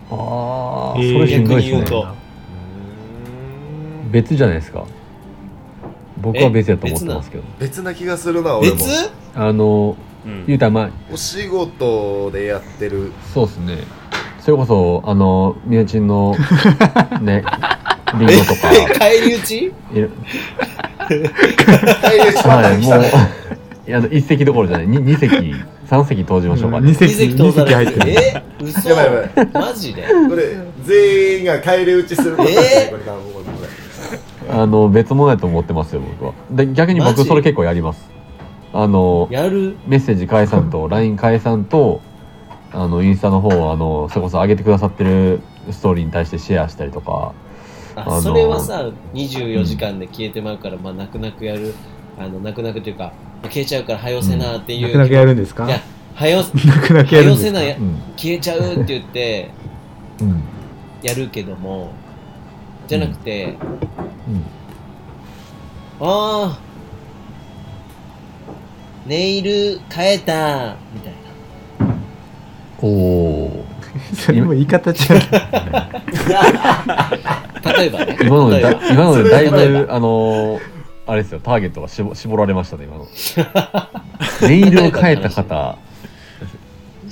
F: ああ、
D: えー
F: それしんど
B: 逆
F: い
B: に言う
F: ですね
B: と。
F: 別じゃないですか。僕は別やと思ってますけど。
C: 別な気がするな俺も
B: 別
F: あの、
E: うん
F: 言うたらまあ、
C: お仕事でやって る
F: そうですね。それこそ、あの、宮地の、 ね、リンゴとか、
B: え 返り討ち
F: いろ
C: はいでしょ
F: はい、もう、いや、あの一席どころじゃない、に二席、三席投じましょうか
D: 二
F: ね。
D: 石
B: 二席通
D: 二
B: さ
D: 石
B: れ
D: 入
B: て
D: って
B: る
D: る
B: え嘘
C: やばいや
B: マジで
C: これ全員が帰り討ちすることになる
B: えー
C: これからもうこれ
F: あの、別物やと思ってますよ、僕は。で、逆に
B: マジ
F: 僕、それ結構やります。あの、
B: やる
F: メッセージ返さんと、LINE 返さんと、あの、インスタの方、あの、それこそ上げてくださってるストーリーに対してシェアしたりとか、
B: あ
F: あのー
B: それはさ24時間で消えてまうから、まあ泣く泣くやるあの泣く泣くというか消えちゃうから早押せなっていう、
D: なくなくやるんですか
B: いや
D: な
B: 早 押
D: くなくや
B: 早
D: るん
B: 押
D: で
B: せ
D: すか
B: な
F: う
B: や
F: ん、
B: 消えちゃうって言って
F: うん、
B: やるけどもじゃなくて、
F: う
B: あ
F: ん。
B: あネイル変えたみたい
F: おー。
D: それも言い方違う
B: な例えばね。
F: 今の
B: 例
F: で
B: え
F: だ
B: ば
F: 今のでだい
B: 例え
F: ぶあのーあれですよターゲットが絞絞られましたね今のネイルを変えた 方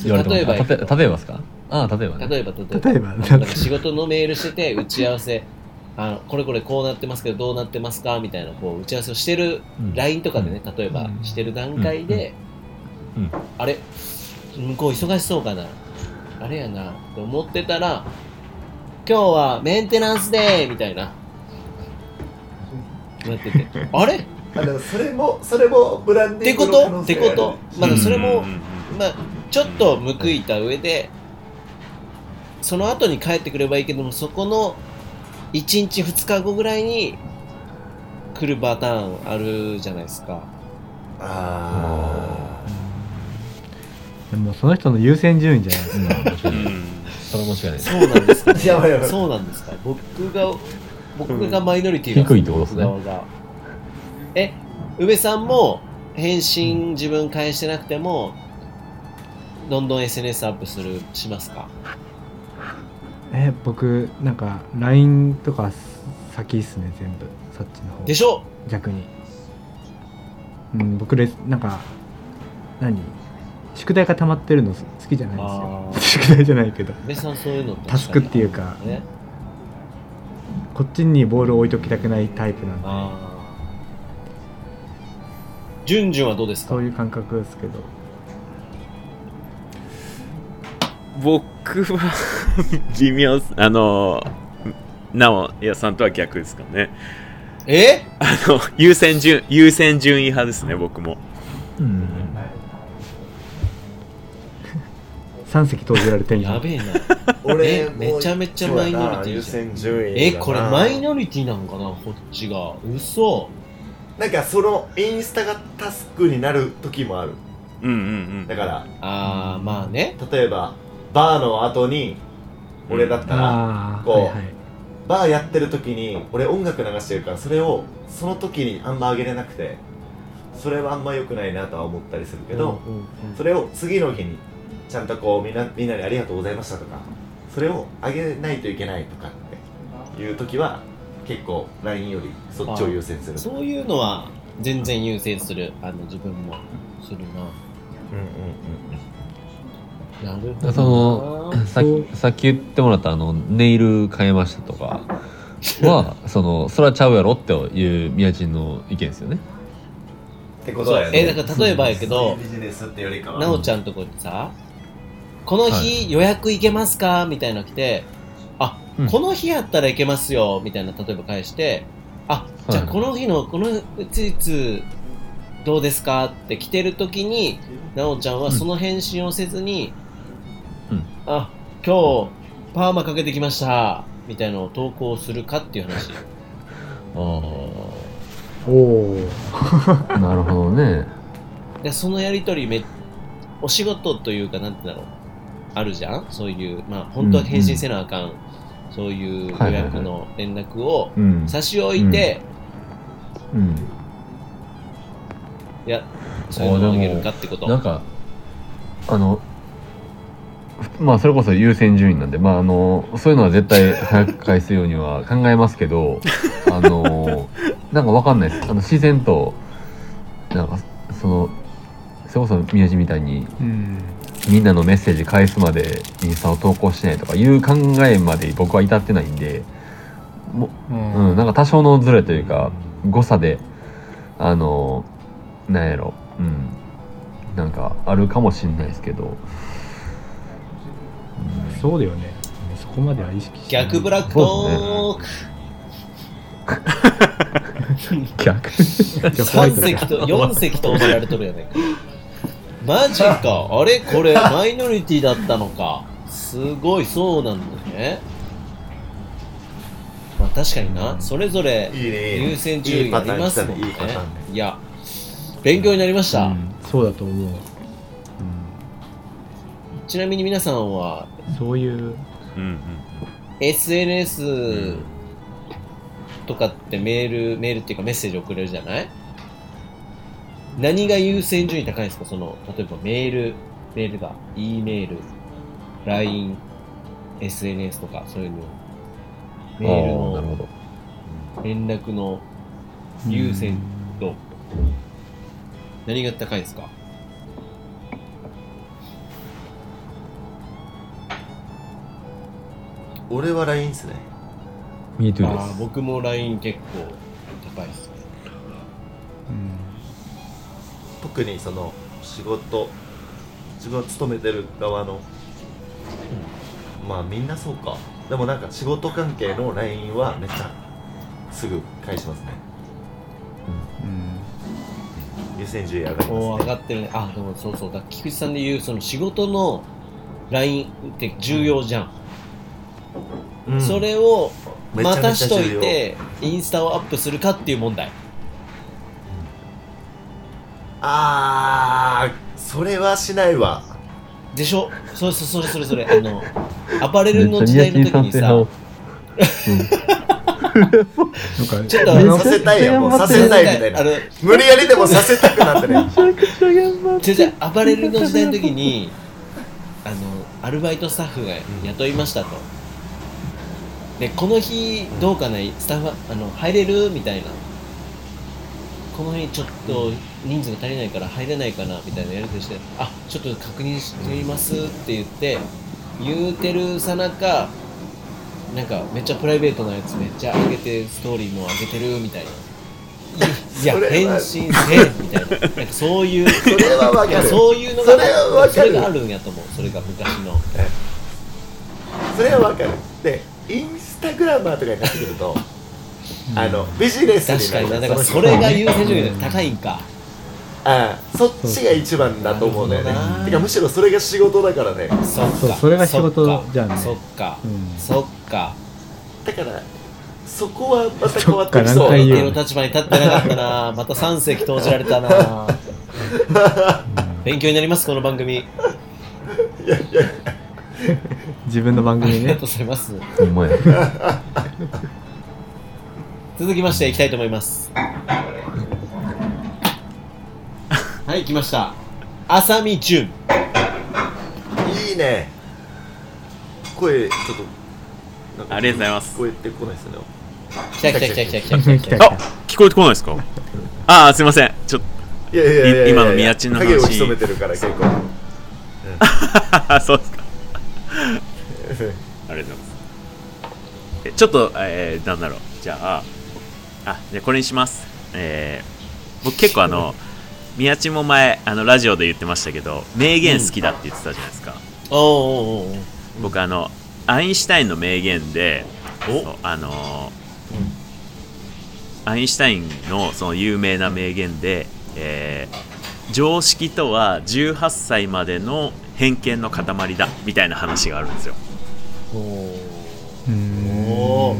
F: 言われて
B: 例
F: ま
B: えば
F: すあたと例えばですかああ例えばね
B: 例えば、例えば。
D: 例えば
B: なんか仕事のメールしてて、打ち合わせ、あのこれこれこうなってますけど、どうなってますかみたいな、こう、打ち合わせをしてる、
F: うん
B: LINE とかでね、例えば、してる段階で、
F: うんうん
B: あれ、向こう忙しそうかな、あれやな、と思ってたら、今日はメンテナンスデーみたいな、なって て、あれっ
C: あでもそれもそれもブランディ
B: て
C: ン
B: こ
C: グの可
B: と
C: 能
B: って
C: 性
B: こ
C: があ
B: と
C: る
B: まだそれも
E: うんうんうん、
B: まあ、ちょっと報いた上で、その後に帰ってくればいいけども、そこの1日2日後ぐらいに来るパターンあるじゃないですか。
C: あ
D: でもその人の優先順位じゃないですか
F: それは間違いないです
B: そうなんです か、
C: や ばいやばい
B: そうなんですか。僕が、僕がマイノリティ
F: 低いってことですね
B: 僕側がえ、梅さんも返信自分返してなくても、どんどん SNS アップする、しますか
D: え僕なんか LINE とか先っすね全部そっちの方
B: でしょ
D: 逆にうん僕レスなんか何宿題が溜まってるの好きじゃないですよ宿題じゃないけど
B: 梅さんそういうのって
D: タスクっていうか
B: ね。
D: こっちにボールを置いときたくないタイプなんで
B: ジュンジュンはどうですか
D: そういう感覚ですけど
E: 僕は 微妙っすあのなおやさんとは逆ですかね
B: え
E: あの優先順優先順位派ですね僕も
D: 三席投じられてんじゃ
B: や
D: ん
B: べ えな。
C: 俺
B: えめちゃめちゃマイノリティ
C: 優
B: じゃん
C: 先順位
B: え、これマイ
C: の
B: ノリティなのかなこっちが。嘘。
C: なんかそのインスタがタスクになる時もある
E: うんうん
C: だから
B: あー、まあね。
C: 例えばバーの後に俺だったら、
D: ああ
C: こう
D: はいはい
C: バーやってる時に俺音楽流してるからそれをその時にあんま上げれなくてそれはあんま良くないなとは思ったりするけど、
B: うんうんうん
C: それを次の日にちゃんとこうみんなみんなにありがとうございましたとかそれをあげないといけないとかっていう時は結構 LINE よりそっちを優先する
B: そういうのは全然優先する。あの、自分もする
C: う
B: な。
C: んうん
B: なるほ
F: そ
B: ど
F: の
B: な。
F: さっきさっき言ってもらったあのネイル変えましたと かはそのそれはちゃうやろっていう宮地の意見ですよね
C: ってこと
B: そう
C: だよね
B: え、だから例えばやけど、
C: ビジネスってよりかは
B: なおちゃんとこにさ、この日予約行けますかみたいなの来て、あ、
F: うん
B: この日やったら行けますよ、みたいな、例えば返して、あ、じゃあ
F: はい
B: この日の、このいついつ、どうですかって来てる時に、なおちゃんはその返信をせずに、
F: うん
B: あ、今日、パーマかけてきました、みたいなのを投稿するかっていう話。
F: あ
D: おお
F: あなるほどね
B: でそのやり取りめお仕事というかなんてだろうあるじゃんそういうまあ本当は返信せなあかん、そういう予約の連絡を
F: うん
B: 差し置いて、
F: うん
B: いやそういうのをあげるかってこと
F: なんかあのまあそれこそ優先順位なんでまああのそういうのは絶対早く返すようには考えますけ どあのなんかわかんないですあの自然となんかそのそれこそ宮地みたいに
D: うん
F: みんなのメッセージ返すまでインスタを投稿しないとかいう考えまで僕は至ってないんで、も
D: う
F: うんん、なんか多少のズレというか誤差であのなんやろうんなんかあるかもしんないですけど
D: そうだよねそこまでは意識してない
B: 逆ブラックトーク、
F: 逆
D: 逆ホワイ
B: 3
D: トじゃん
B: 席と4席と覚えられとるやないかマジかあれこれ マイノリティだったのかすごいそうなんだねまあ確かになそれぞれ
C: いいねいいね
B: 優先順位ありますもんね
C: いいパターン来たねいいパターンね
B: いや勉強になりました、
D: うんそうだと思う、
B: ちなみに皆さんは
D: うん、そういう
E: うんうん
B: SNS とかってメールメールっていうかメッセージ送れるじゃない何が優先順位高いんですかその例えばメールメールが E メール LINESNS とかそういうのメール
F: あーなる
B: の
F: ほど。
B: 連絡の優先度、何が高いですか
C: 俺は LINE ですね
F: Me
B: あ
F: too で
B: ー僕も LINE 結構高いですね。
C: 特にその仕事自分が勤めてる側の、まあみんなそうかでもなんか仕事関係の LINE はめっちゃすぐ返しますね優先順位上がります
B: おー上がってるね。あ、でもそうそう。だから菊池さんで言う、その仕事の LINE って重要じゃん。
C: うん
B: それを
C: めちゃ
B: ま
C: めちゃ
B: たしと
C: 重
B: い
C: 要
B: て、インスタをアップするかっていう問題。
C: あーそれはしないわ
B: でしょそれそれそれそれそれ。あの、アパレルの
F: す。
B: 時代の時に
F: て
B: さ、
D: なんか
B: ちょっと
C: させたいよもうさせたいみたいな
B: あの、
C: 無理やりでもさせたくなってね
B: 違う違う、アパレルの時代の時に、あの、アルバイトスタッフが雇いましたと。で、この日、どうかないスタッフは、あの、入れるみたいな。この日、ちょっと、人数が足りないから入れないかなみたいなやりとりして、あ、ちょっと確認してみますって言って、言うてるさなか、なんか、めっちゃプライベートなやつめっちゃ上げて、ストーリーも上げてるみたいな。いや、
C: それは
B: 返信せえみたいな。なんかそういう。
C: それはわかる
B: そういうのが
C: それはわかる
B: それがあるんやと思うそれが昔の
C: それはわかるでインスタグラマーとかになってくるとあのビジネス
B: 確かに
C: にな
B: な
C: る
B: だからそ
C: の人
B: れが優先順位が高いんか
C: ああそっちが一番だと思うんだよ
B: なるほどな
C: ねてかむしろそれが仕事だからね
B: そっ
D: そう
B: か
D: それが仕事じゃんね
B: そっか
D: うん
B: そっか
C: だからそこはまた変わってき
D: そっ
C: そ
D: かなんか
C: う
D: いい
B: 相手の立場に立ってなかったなまた三席投じられた な勉強になりますこの番組
D: 自分の番
B: あ
D: 組
B: りが
D: ね
B: とうございます
F: ほんまや。
B: 続きましていきたいと思いますはい来ました浅見純
C: いいね声ちょっとなんか
E: ありがとうございます
C: 聞こえてこないですよね
B: 来た来た来た来た来た
D: 来た来
E: あ
D: た
E: 聞こえてこないですかああすいませんちょっと
C: いやいやいやいや
E: い今の宮地の話
C: 影を潜めてるから結構
E: あ そうですかありがとうございますえちょっとえー、なんだろうじゃああじゃあこれにしますえー、僕結構あの宮地も前あのラジオで言ってましたけど名言好きだって言ってたじゃないですか、
B: おうおうおうおう
E: 僕あのアインシュタインの名言でそうあのーアインシュタインのその有名な名言で、えー常識とは18歳までの偏見の塊だみたいな話があるんですよ
D: うーん
B: おお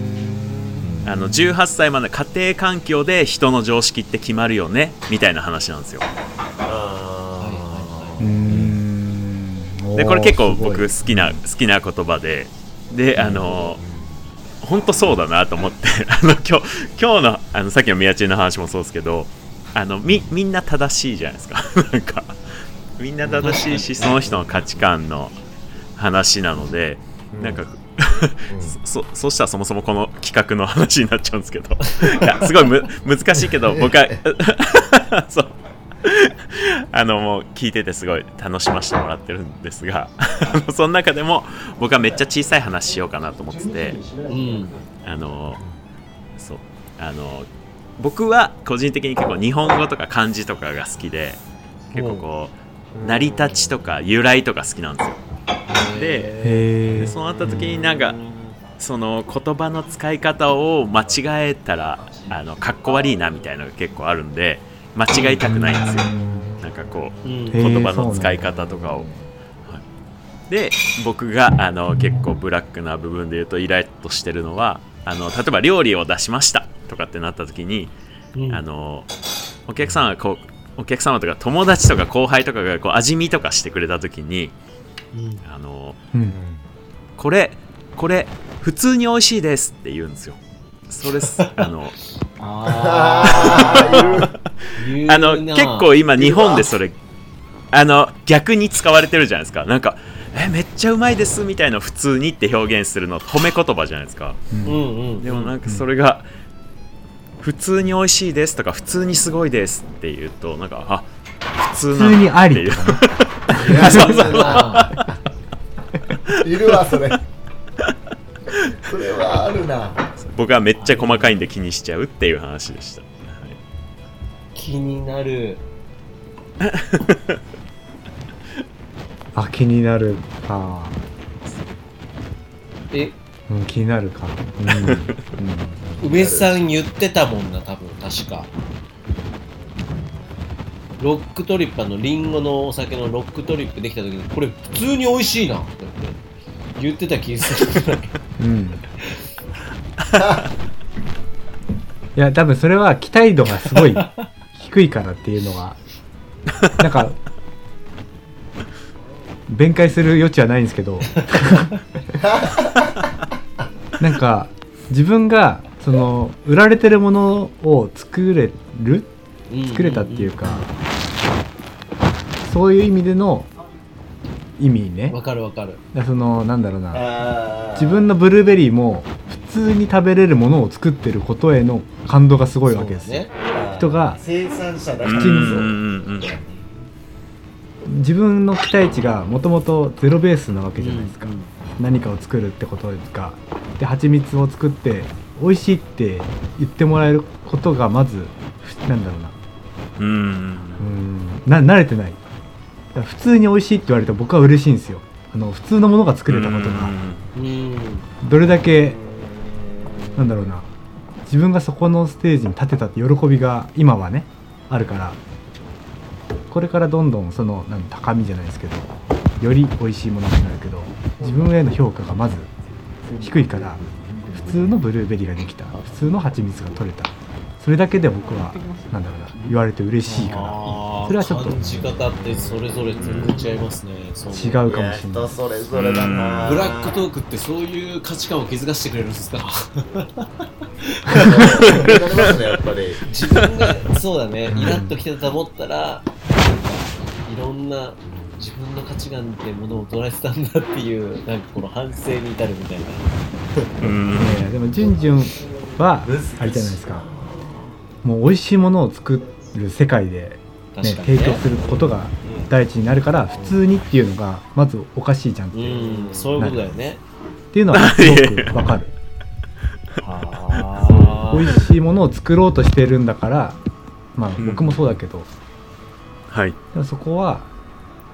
E: あの18歳まで家庭環境で人の常識って決まるよねみたいな話なんですよ
C: あ
D: うーん
E: でこれ結構僕
D: おーす
E: 好きな好きな言葉でであの本当そうだなと思って あの今日今日のあのさっきの宮地の話もそうですけどあのみみんな正しいじゃないですか なんかみんな正しいしその人の価値観の話なのでなんかそそしたらそもそもこの企画の話になっちゃうんですけど いやすごいむ難しいけど僕は そうあのもう聞いててすごい楽しませてもらってるんですが あのその中でも僕はめっちゃ小さい話しようかなと思ってて
B: うん
E: あのそうあの僕は個人的に結構日本語とか漢字とかが好きで結構こう成り立ちとか由来とか好きなんですよ。で
D: ごいへ
E: で
D: ー
E: そうなった時になんかその言葉の使い方を間違えたらあのかっこ悪いなみたいなのが結構あるんで間違いたくないんですよなんかこう
B: うん
D: へー
E: 言葉の使い方とかを、はいで僕があの結構ブラックな部分で言うとイラッとしてるのはあの例えば料理を出しましたとかってなった時に
B: うん
E: あのお客さんがこうお客様とか友達とか後輩とかがこう味見とかしてくれた時に
B: うん
E: あの
D: うん
E: これこれ普通に美味しいですって言うんですよそ れすあの
B: あ ー
E: あの結構今日本でそれあの逆に使われてるじゃないですかなんかえめっちゃうまいですみたいな普通にって表現するの褒め言葉じゃないですか
B: うんうん
E: でもなんかそれが普通に美味しいですとか普通にすごいですって言うとなんかあ普通
D: 普
E: な
D: 通
E: ん
D: に
E: だ
D: あ
E: ってい
D: り
E: う
D: とかね
C: い やそうそういるわそれそれはあるな
E: 僕はめっちゃ細かいんで気にしちゃうっていう話でした、はい
B: 気になる
D: あ気になるか、
B: え
D: うん、気になるか、うんうん
B: 梅さん言ってたもんな多分確かロックトリップあのリンゴのお酒のロックトリップできた時にこれ普通に美味しいなって言ってた気がする
D: うん、いや多分それは期待度がすごい低いからっていうのがなんか弁解する余地はないんですけどなんか自分がその売られてるものを作れる 作れたっていうかそういう意味での意味ね
B: わかるわかる
D: だからそのなんだろうな
C: あー
D: 自分のブルーベリーも普通に食べれるものを作ってることへの感動がすごいわけですよ、
B: そうだね
D: 人が
C: 生産者だから
E: うん
D: 口に
E: う
D: そうん
E: うんうん
D: 自分の期待値がもともとゼロベースなわけじゃないですか、
B: うん
D: 何かを作るってことがで蜂蜜を作って美味しいって言ってもらえることがまずふなんだろうな
E: うんうん
D: うーんな慣れてないだから普通に美味しいって言われると僕は嬉しいんですよあの普通のものが作れたことが
B: うん
D: どれだけなんだろうな自分がそこのステージに立てたって喜びが今はねあるからこれからどんどんそのなん高みじゃないですけどより美味しいものになるけど自分への評価がまず低いから普通のブルーベリーができた普通の蜂蜜が取れたそれだけで僕はなんだろうな言われて嬉しいか
B: あー
D: それはちょっと
B: 感じ方ってそれぞれ全然違いますね、そう
D: 違うかもしれない
C: や人それぞれだな
B: ブラックトークってそういう価値観を気づかせてくれるんですか
C: そうなりますねやっぱり
B: 自分がそうだねイラッときてたと思ったらいろんな自分の価値観ってものを捉えてたんだっていうなんかこの反省に至るみたいな
E: うん
D: らいやいやでもジュンジュンはあれじゃないですかもう美味しいものを作る世界でね、
B: 確かに
D: 提
B: ね
D: 供することが第一になるから普通にっていうのがまずおかしいじゃんっていう,、
B: うんそういうことだよね
D: っていうのはすごくわかる
B: あ
D: 美味しいものを作ろうとしてるんだからまあ
E: うん
D: 僕もそうだけど、
E: はい
D: でもそこは、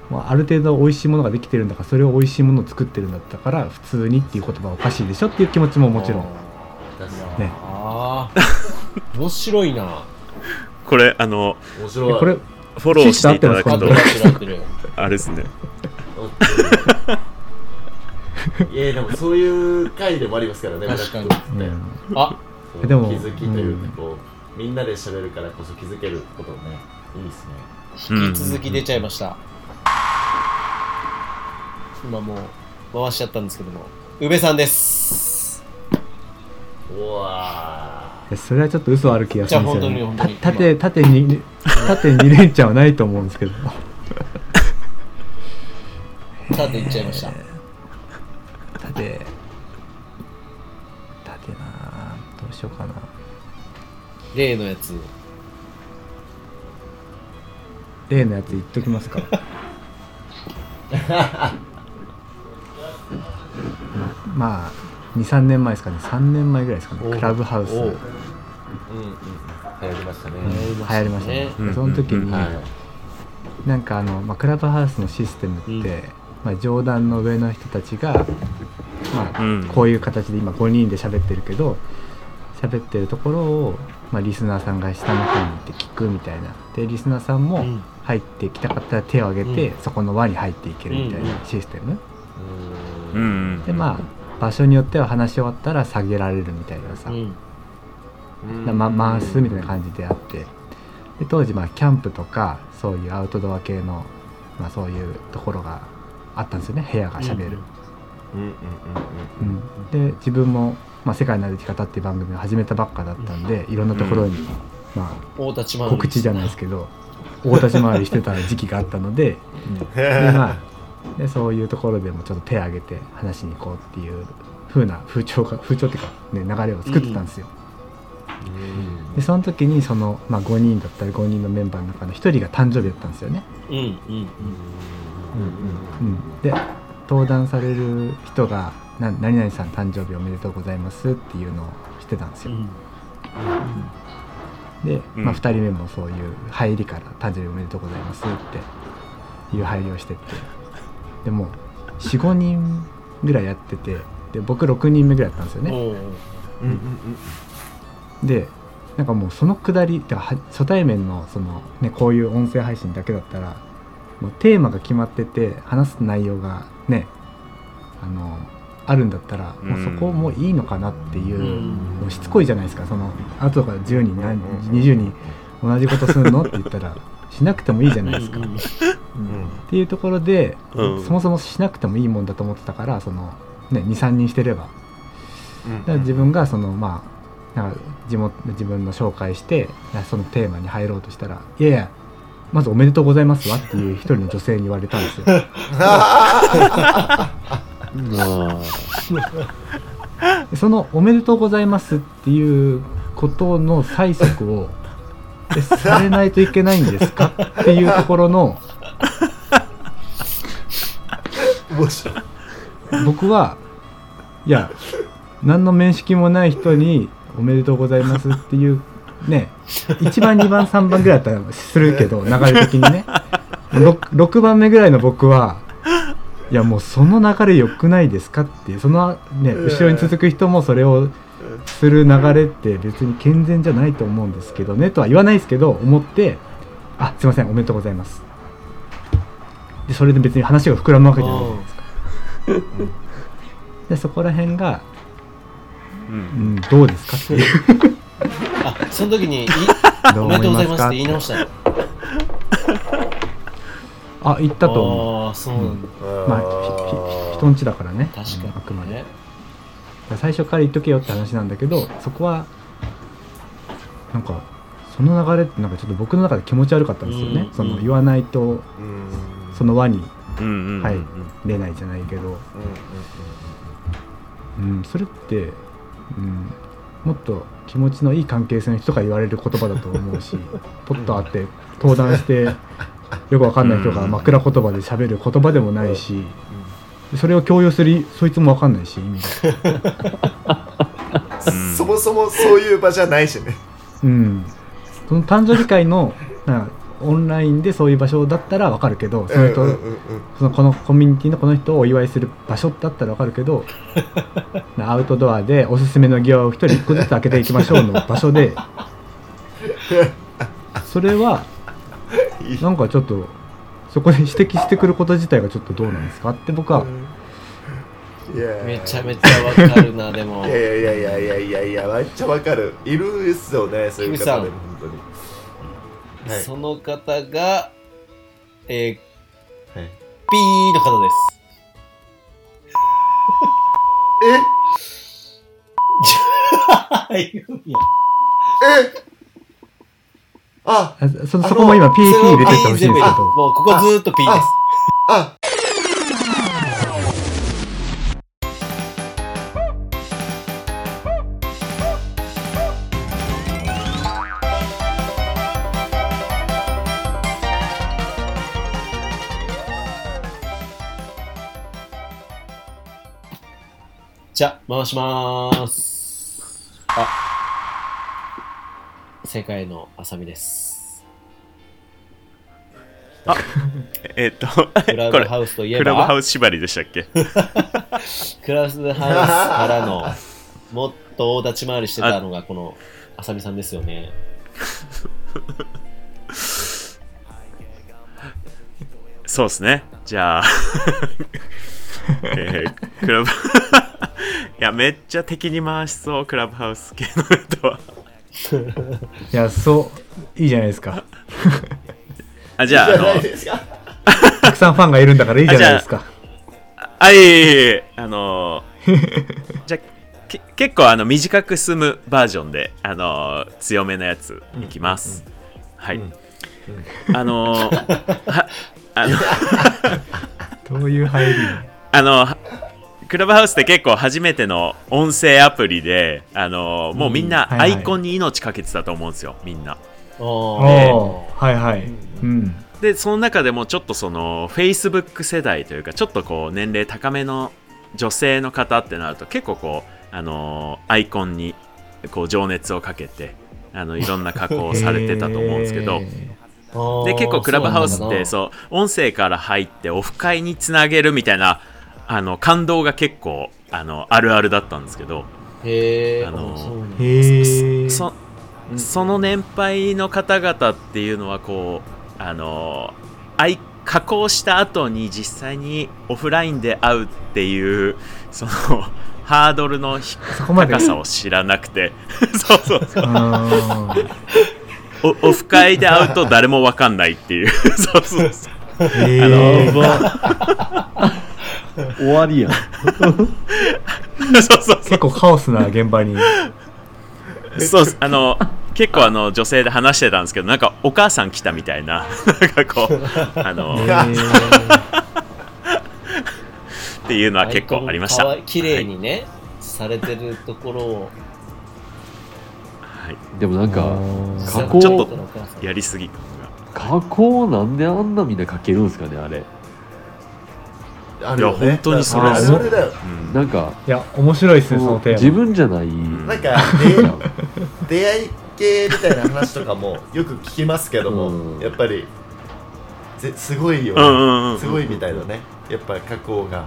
D: まあ、ある程度美味しいものができてるんだからそれを美味しいものを作ってるんだったから普通にっていう言葉はおかしいでしょっていう気持ちももちろんね
B: あー面白いな
E: これあの
C: 面
D: え
C: 白い
D: これ
E: フォローしていただ
D: あ
E: く
B: 合って
E: と
B: る合ってる合ってる
E: あれですね
C: いやでもそういう回でもありますからね
B: 確かに
C: ブラックトークって
B: あ
C: そう
D: でも
C: 気づきという
D: うん
C: かこうみんなで喋るからこそ気づけることねいいですね
B: 引き続き出ちゃいました、今もう回しちゃったんですけども宇部さんです
C: うわ
D: いやそれはちょっと嘘ある気がするんですよ、
B: じゃあ
D: ね
B: 本当に本当に、
D: た縦縦に縦2連チャンはないと思うんですけど
B: さて行っちゃいました
D: 縦縦なあどうしようかな
B: 例のやつ
D: 例のやつ言っときますかまあ23年前ですかね3年前ぐらいですか
C: お
D: ねクラブハウス
C: おうーう
D: 流
C: んうん流行りましたね
D: 行りましたね
B: ね
E: うん
D: その時
E: う
D: に
E: ん
C: は
D: なんかあの、まあ、クラブハウスのシステムって、
B: うん
D: まあ、上段の上の人たちが、まあ
E: うん
D: こういう形で今5人で喋ってるけど喋ってるところを、まあ、リスナーさんが下の方に行って聞くみたいなでリスナーさんも、
B: うん
D: 入ってきたかったら手を挙げて、
B: う
D: そこの輪に入っていけるみたい
B: うんう
D: なシステム、
E: う
C: いうん
D: でまあ場所によっては話し終わったら下げられるみたいなさ、
B: うん
D: なま、回すみたいな感じであってで当時まあキャンプとかそういうアウトドア系の、まあ、そういうところがあったんですよね部屋がしゃべる、
C: うんうんうん
D: うんで自分も、まあ「世界の歩き方」っていう番組を始めたばっかだったんで、いろんなところに、ま
B: 大立ち
D: あ、
B: 回り
D: 告知じゃないですけど大立ち回りしてた時期があったので、
C: うん
D: でまあでそういうところでもちょっと手を挙げて話しに行こうっていう風な風潮が風潮っていうか、ね、流れを作ってたんですよ。でその時にその、まあ、5人だったり5人のメンバーの中の1人が誕生日だったんですよね。
B: うんうん
D: うん、で登壇される人が「な何々さん誕生日おめでとうございます」っていうのをしてたんです
B: う
D: よ。
B: ん
D: で、
E: うん
D: まあ、2人目もそういう入りから「誕生日おめでとうございます」っていう入りをしてってでも45人ぐらいやっててで僕6人目ぐらいやったんですよね
B: おー
C: うんうん
D: でなんかもうそのくだりてかは初対面のその、ね、こういう音声配信だけだったらもうテーマが決まってて話す内容がねあのあるんだったらもうそこもういいのかなっていう、
B: うん
D: もうしつこいじゃないですかその後から10人何20人同じことするのって言ったらしなくてもいいじゃないですか。
B: うん
C: うん
D: っていうところで、
E: うん
D: そもそもしなくてもいいもんだと思ってたからその、ね、23人してればだから
C: うん
D: 自分がそのまあなんか地元自分の紹介してそのテーマに入ろうとしたら「いやいやまずおめでとうございますわ」っていう一人の女性に言われたんですよ。でその「おめでとうございます」っていうことの催促をえされないといけないんですかっていうところの
C: 面白い
D: 僕はいや何の面識もない人に「おめでとうございます」っていうね1番2番3番ぐらいだったらするけど流れ的にね 6, 6番目ぐらいの僕はいやもうその流れ良くないですかっていうそのね後ろに続く人もそれをする流れって別に健全じゃないと思うんですけどねとは言わないですけど思って「あすいませんおめでとうございます」でそれで別に話が膨らむわけじゃないじゃないですか。でそこら辺が
E: う
D: うんん、どうで すかっていう。
B: あその時にい「
D: ど
B: おめでとうございます」って言い直したの
D: あ、言ったと思う。
B: ああーそうなんだ
D: まあ、ひひひ人んちだからね。
B: 確かに
D: あくまで。
B: ね
D: 最初から言っとけよって話なんだけど、そこは、なんか、その流れってなんかちょっと僕の中で気持ち悪かったんですよね。
B: うん
D: その
B: うん
D: 言わないと、
C: うん
D: その輪に
E: うんうんうん
D: はい出ないじゃないけど、
C: うん
D: うん、それって、うん、もっと気持ちのいい関係性の人が言われる言葉だと思う しポッと会って登壇してよくわかんない人が枕言葉で喋る言葉でもないし、それを強要するそいつもわかんないし意味が、
E: うん
C: そもそもそういう場じゃないしね
D: うん、その誕生日会のなんかオンラインでそういう場所だったらわかるけどそれと、
C: うんうんうん
D: そのこのコミュニティのこの人をお祝いする場所だったらわかるけ どアウトドアでおすすめの際を一人一個ずつ開けていきましょうの場所でそれはなんかちょっとそこで指摘してくること自体がちょっとどうなんですかって僕は
C: いや
B: めちゃめちゃわかるな でも
C: いやいやいやいやいやいやめっちゃわかるいるっすよねそういう方
B: キムさ
C: で
B: ん
C: も本当にはい
B: その方が、えー
C: はい
B: ピーの方です。はい、いや
C: ええあ
D: あそそこも今 PP 入れてってほしいんですけ
B: あもうここずーっとピーです。
C: あ
B: じゃあ、回しまーす。あ、世界のあさみです。
E: えっとこ
B: クラブ
E: れ
B: ハウスといえ
E: クラブハ
B: ば、
E: ウス縛りでしたっけ
B: クラブハウスからの、もっと大立ち回りしてたのが、このあさみさんですよね。
E: そうですね。じゃ あ、えークラブ いや、めっちゃ敵に回しそう、クラブハウス系の人は。
D: どいやそういいじゃないですか
E: あ、じゃ
C: じ
E: あ、あ
C: ゃない
E: の、
C: ですか
D: たくさんファンがいるんだからいいじゃないですか
E: あ、いえいえいえ、あのーじゃあけ結構あの短く済むバージョンで、あのー強めのやついきます。 はい。あのーは、あの、
D: どういう入り
E: あのクラブハウスって結構初めての音声アプリであのもうみんな
D: うんは
E: ア
D: いはい
E: イコンに命かけてたと思うんですよ、みんな
B: おー
D: おーはいはいうん
E: でその中でもちょっとその Facebook 世代というかちょっとこう年齢高めの女性の方ってなると結構こうあのアイコンにこう情熱をかけてあのいろんな加工をされてたと思うんですけ
D: へ
E: ど
D: ー
B: あー
E: で結構クラブハウスって
B: そう
E: そう音声から入ってオフ会につなげるみたいなあの感動が結構あのあるあるだったんですけ
B: な
E: ど
B: んだなへえ
E: あのー
D: へー
E: そその年配の方々っていうのはこうあのあい加工した後に実際にオフラインで会うっていうそのハードルの低
D: そこまで
E: 高さを知らなくて そうそうそう
D: うーん
E: おオフ会で会うと誰もわかんないっていう そうそうそう
D: へ
E: あ
D: ー
E: の
F: 終わりやん。
E: そうそうそ
D: 結構カオスな現場に
E: うそうあの結構あの女性で話してたんですけどなんかお母さん来たみたいななんかこうあの
D: へー
E: っていうのは結構ありました。
B: 綺麗にね、されてるところを
E: はい
F: でもなんか、加
E: ちょ
F: 工
E: っ、とやりすぎ感が
F: 加工なんであんなみんなかけるんですかね、あれ。
C: あるよね
E: いや本当にそ
D: れ
C: あるあるだよ
E: うん
F: なんか、
D: いや面白いですねそ
F: こ
D: の
F: う
D: テ
F: 自
D: ーマ
F: 分じゃない。
C: なんか
F: い
C: 出
F: や
C: 出会い系みたいな話とかもよく聞きますけども、
F: うん
C: やっぱりぜすごいよ、
E: うんうんうん
C: すごいみたいなねやっぱ加工が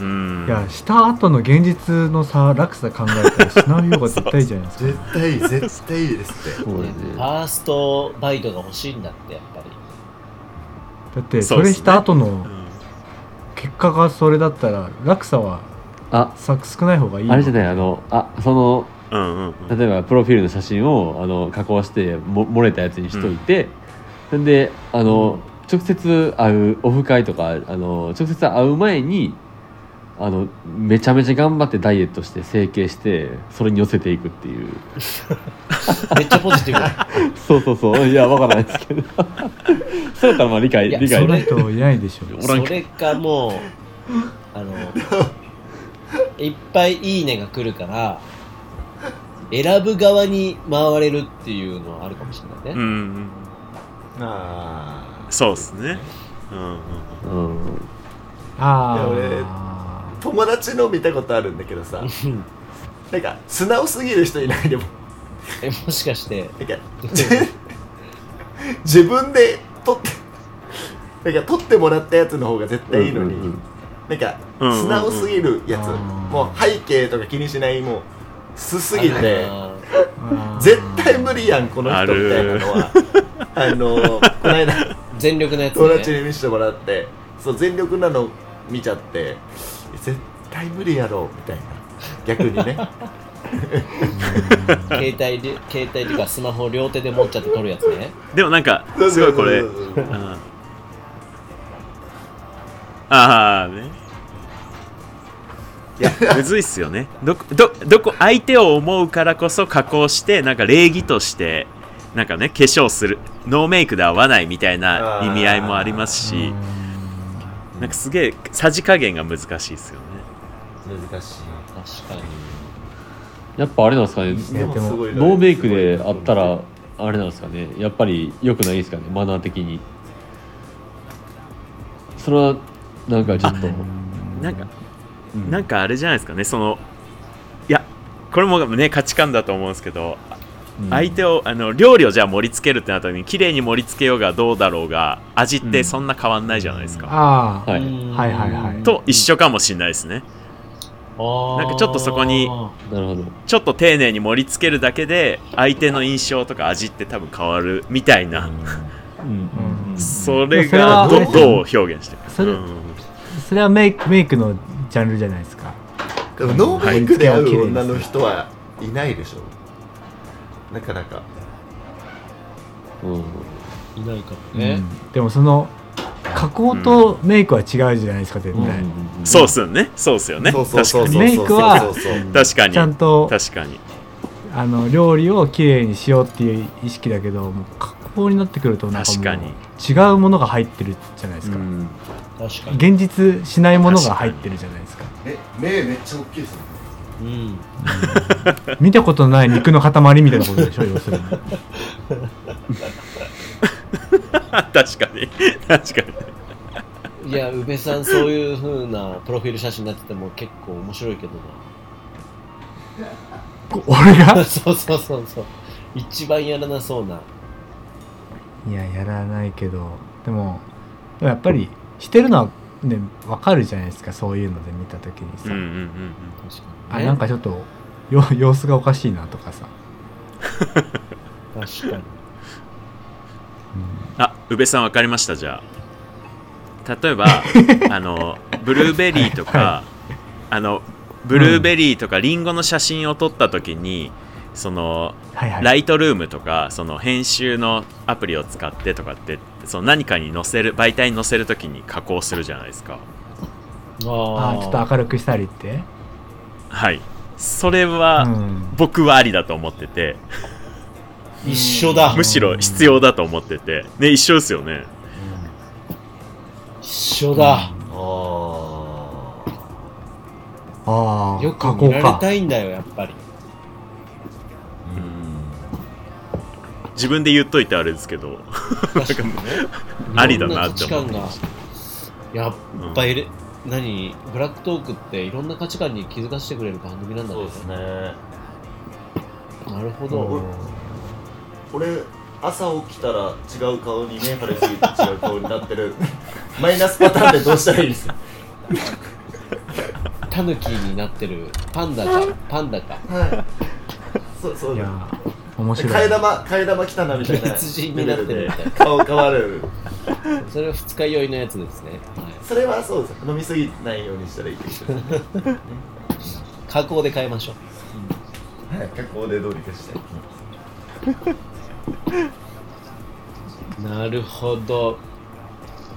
E: うん
D: いやした後の現実のさ落差考えたらしない方が絶対いいじゃないですか
C: 絶対絶対いいですって
F: そう
B: フ
F: やね
B: ァーストバイトが欲しいんだって、やっぱり。
D: だってそれした後の結果がそれだったら落差は
F: あ、
D: さ少ない方がいい
F: あれじゃないい、あの、あ、その、
E: うんうんうん
F: 例えばプロフィールの写真をあの加工しても漏れたやつにしといて、そんであの直接会うオフ会とかあの直接会う前にあのめちゃめちゃ頑張ってダイエットして整形してそれに寄せていくっていう
B: めっちゃポジティブだ。
F: そうそうそういやわからないですけどそうやったらまあ理解
B: いや
F: 理
D: そ
F: 解
D: んな人いないでしょう
B: それかもう、あの、いっぱいいいねが来るから、選ぶ側に回れるっていうのはあるかもしれない
E: うんう
B: ね。
E: ん
C: あ
E: そうですねうんうん
F: うん
D: あ
C: ー友達の見たことあるんだけどさなんか素直すぎる人いないでも
B: えもしかして、
C: なんかじ自分で撮ってなんか撮ってもらったやつの方が絶対いいのに、
F: うんうんうん
C: なんか
E: うんうんうん
C: 素直すぎるやつ、
D: あー
C: もう背景とか気にしないもう素すぎて
B: あ
D: あ
C: 絶対無理やんこの人みたいなのは あのこの間
B: ー全力のやつ
C: 友達
B: ね。
C: に見せてもらってそう全力なの見ちゃって絶対無理やろみたいな逆にね
B: 携帯で、携帯っていうかスマホ両手で持っちゃって撮るやつね。
E: でもなんかすごいこれ
C: そうそうそうそう
E: ああーねいやむずいっすよねどこどどこ相手を思うからこそ加工してなんか礼儀としてなんかね化粧するノーメイクで合わないみたいな意味合いもありますしなんかすげえさじ加減が難しいっすよね
C: 難し
B: 確かに。
F: やっぱあれなんですかね
C: いでもすごいな
F: ノーメイクであったらあれなんですかねやっぱり良くないですかねマナー的にそれはなんかちょっと
E: なんか、なんかあれじゃないですかね、その、いや、これもね、価値観だと思うんですけど、相手を、あの、料理をじゃあ盛り付けるってなった時に、綺麗に盛り付けようがどうだろうが、味ってそんな変わんないじゃないですか。
D: あー
F: はい
D: はいはいはい
E: と一緒かもしれないですね。
B: な
E: なんかちょっとそこに
F: なるほど
E: ちょっと丁寧に盛り付けるだけで、相手の印象とか味って多分変わるみたいな、
F: うん
D: うん
E: それが
D: そ
E: ど
D: れは
E: どう表現してる
D: それ
E: うん
D: それはメイクメイクのジャンルじゃないですか
C: いでもノーメイクで会う女の人はいないでしょなかなか
F: うん
B: いないかもね。
D: でもその加工とメイクは違うじゃないですか絶対
E: そうっすよね、そうっすよね。
C: そうそうそうそう
D: メイクは
C: そうそうそう
E: 確かに。
D: ちゃん
E: 確
D: と
E: かに。確かに。
D: あの料理をきれいにしようっていう意識だけどもうか方になってくるとなんかも
E: 確
D: う
E: かに
D: 違うものが入ってるじゃないですか、
E: うん
B: 確かに。
D: 現実しないものが入ってるじゃないですか
C: え目めっちゃ大きいですね
B: うん。
D: 見たことない肉の塊みたいなことでしょ要する に
E: 確かに確かに
B: いや、宇部さん、そういう風なプロフィール写真になってても結構面白いけど
D: こ俺が
B: な。 そうそうそうそう。一番やらなそうな。
D: いややらないけどでもでもやっぱりしてるのはねわかるじゃないですかそういうので見た時に
E: う
D: さ、
E: んうんうん
B: 確か
D: あ
B: に、ね。
D: なんかちょっとよ様子がおかしいなとかさ、
B: 確かに。
D: う
E: あ宇部さん分かりましたじゃあ例えば あのブルーベリーとか、
D: は
E: あのブルーベリーとかリンゴの写真を撮った時にその
D: ん、はいはい
E: ライトルームとかその編集のアプリを使ってとかってその何かに載せる媒体に載せるときに加工するじゃないですか
B: あ
D: あー
B: あ、
D: ちょっと明るくしたりって
E: はいそれ
D: う
E: は、
D: ん
E: 僕はありだと思ってて
B: 一緒だ
D: うん
E: むしろ必要だと思っててね一緒ですよね
B: 一緒だ。
C: ああ
D: ああ
B: よ
D: 加
B: く
D: 工
B: 見られ
D: か
B: たいんだよ、やっぱり。
E: 自分で言っといてあれですけど
B: 確かにね。
E: ありだなって
B: いろ
E: 思
B: ん
E: っ
B: な価
E: てま
B: 値
E: し
B: 観が、やっぱいる、何、ブラックトークっていろんな価値観に気づかせてくれる番組なんだ
C: そう
B: ね
C: で。すね
B: なるほ
D: う
B: ど。
D: ん
C: 俺朝起きたら違う顔に目腫れすぎて違う顔になってる マイナスパターンでどうしたらいいんですか
B: タヌキになってるパンダ か、パンダか。
C: はいそうそう
D: いや
C: だ
D: ー面白い
C: 替え玉替え玉来たなみたいな
B: 別人になってるみたいな
C: 顔変わる
B: それは二日酔いのやつですね。はい
C: それはそうです飲みすぎないようにしたらいいですね
B: 加工で変えましょう。
C: はい加工でどうにかしたい
B: なるほど。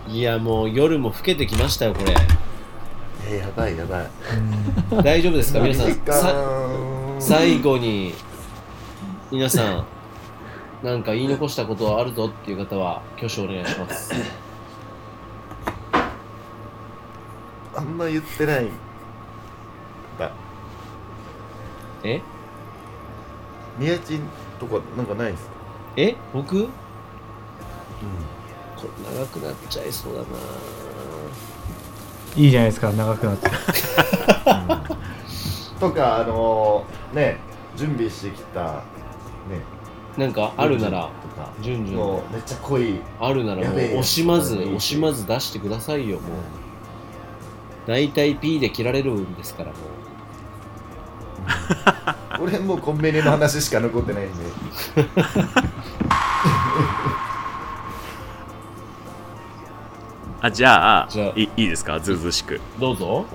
B: いや、もう夜も更けてきましたよ、これ。
C: えー、や ばいやばい
B: 大丈夫 ですか、皆さん。
C: 何か
B: さ最後に、皆さん、なんか言い残したことはあるぞっていう方は、挙手お願いします。
C: あんま言ってないだ
B: え
C: 宮地とかなんかないですか
B: え僕これ長くなっちゃいそうだなぁ
D: いいじゃないですか長くなっ て
C: とかあのー、ね準備してきたね
B: なんかあるなら、
C: とか
B: ジュンジュン
C: もうめっちゃ濃い
B: あるなら
C: や
B: もう
C: べえ
B: 惜しまず
C: やべえ
B: 惜しまず出してくださいよもう大体 P で切られるんですからもう
C: 俺もうコンビニの話しか残ってないんで
E: あじゃあ
B: じゃあ
E: いいいですかずうずうしく
B: どうぞ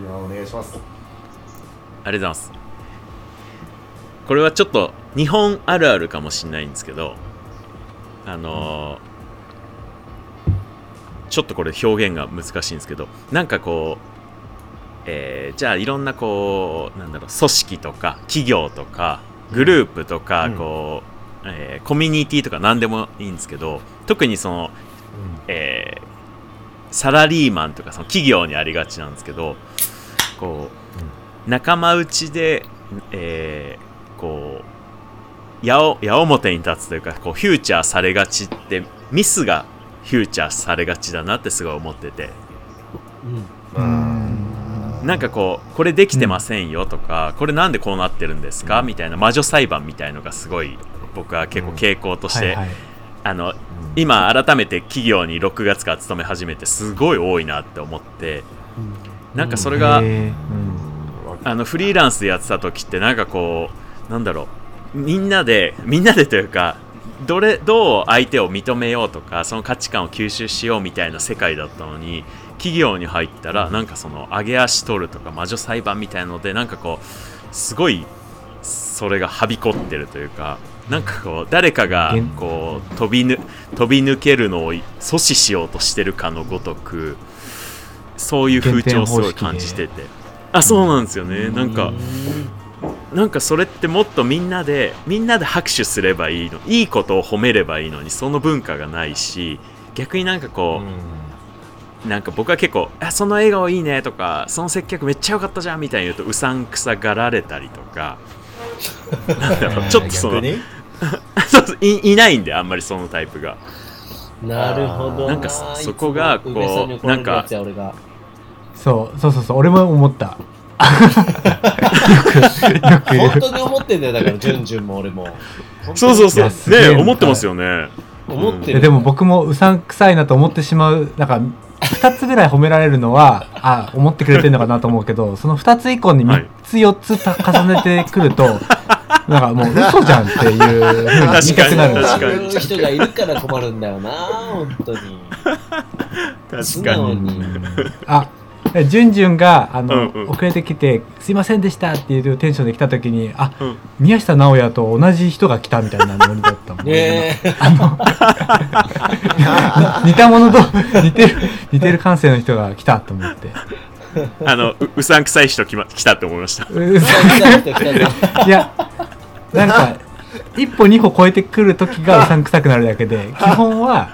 C: いやお願いします
E: ありがとうございますこれはちょっと日本あるあるかもしれないんですけどあのーちょっとこれ表現が難しいんですけどなんかこうえーじゃあいろんなこうなんだろう組織とか企業とかグループとか、
C: うん
E: こう、えーコミュニティとか何でもいいんですけど特にその、えーサラリーマンとかその企業にありがちなんですけどこう、仲間内で、えーこう矢お矢面に立つというかこうフューチャーされがちってミスがフューチャーされがちだなってすごい思ってて。
B: うん
E: なんかこうこれできてませんよとか、これなんでこうなってるんですかみたいな魔女裁判みたいのがすごい僕は結構傾向として、
D: はいはい
E: あの今改めて企業に6月から勤め始めてすごい多いなって思ってなんかそれが、
D: へー
E: あのフリーランスでやってた時ってなんかこうなんだろうみんなでみんなでというかどれどう相手を認めようとかその価値観を吸収しようみたいな世界だったのに企業に入ったらなんかその上げ足取るとか魔女裁判みたいのでなんかこうすごいそれがはびこってるというかなんかこう誰かが
D: 現
E: こう飛びぬ飛び抜けるのを阻止しようとしてるかのごとくそういう風潮をすごい感じててあそうなんですよねなんか
B: うーん
E: なんかそれってもっとみんなでみんなで拍手すればいいのいいことを褒めればいいのにその文化がないし逆になんかこう、なんか僕は結構「あその笑顔いいね」とか「その接客めっちゃ良かったじゃん」みたいに言うとうさんくさがられたりとかなんだろうちょっとその
C: 逆に
E: そうそういいないんであんまりそのタイプが
B: なるほど
E: なんかそそこがこう
B: なんか俺が
D: そうそうそうそう俺も思 った
B: 本当に思ってんだよだからジュンジュンも俺も
E: そうそう
B: う
E: そう
D: いやすげえ
E: ね
D: な
E: 思ってますよね
B: 思って
D: え
B: る
D: でも僕もうさんくさいなと思ってしまうなんか2つぐらい褒められるのはあ思ってくれてるのかなと思うけどその2つ以降に
E: はい
D: 3つ4つた重ねてくると、なんかもう嘘じゃんっていうふうに言い
E: 確か
D: た
E: に
D: くなるんですよ
E: 確か
B: そういう人がいるから困るんだよな本当に素
E: 確か
B: 直
E: に
B: に
D: あジュンジュンがあの、
E: うんうん
D: 遅れてきて「すいませんでした」っていうテンションで来た時にあ、
E: うん
D: 宮下直哉と同じ人が来たみたいなノリだった もん
B: ねえ
D: 似たものと似てる似てる感性の人が来たと思 って
E: あのううさんくさい人来,、ま、来たって思いました
D: う嘘
B: 来た人来た人
D: いや、なんか、一歩二歩超えてくる時 がうさんくさくなるだけで、基本は、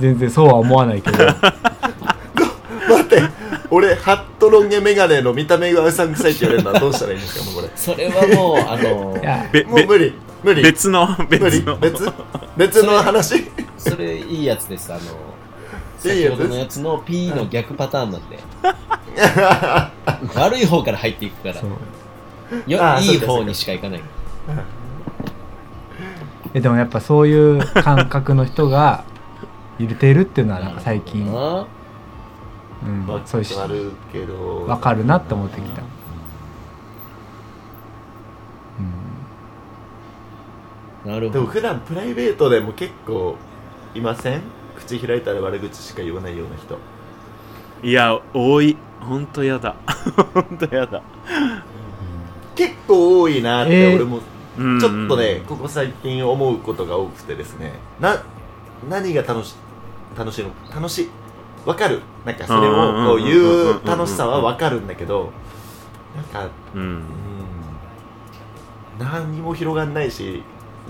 D: 全然そうは思わないけど、
C: 待って俺ハットロン毛メガネの見た目がうさんくさいって言われるのはどうしたらいいんですかもうこ
B: それはもうあの
D: いや、
E: べ
C: れもう
E: べ
C: 無理無理
E: 別の
C: 無
E: 別
C: 理
E: の
C: 別別の話 い
B: それいいやつですあの
C: い
B: 先
C: や
B: ほどのや
C: つ
B: つの P の逆パターンなんで悪い方から入っていくから
D: そう。
B: よ
C: あー
B: いい
C: そうかそう
B: 方
C: か
B: にしかいかない
D: えでもやっぱそういう感覚の人が、いれているっていうのは、なんか最近、う
B: あ
D: ん
C: わ、
D: そういうし
C: か、るけど
D: わかるなって思ってきた。
B: ーなるほ
C: でも
B: ど
C: 普段プライベートでも結構いません口開いたら悪口しか言わないような人
E: いや多い本当やだ 本当やだ
C: 結構多いなって
D: えー
C: 俺も
E: うん
C: ちょっとねここ最近思うことが多くてですねな何が楽し楽しいの楽しいわかるなんかそれ
E: うんうんうんうん
C: をこう言う楽しさはわかるんだけどなんか
E: うん
C: うん何も広がんないし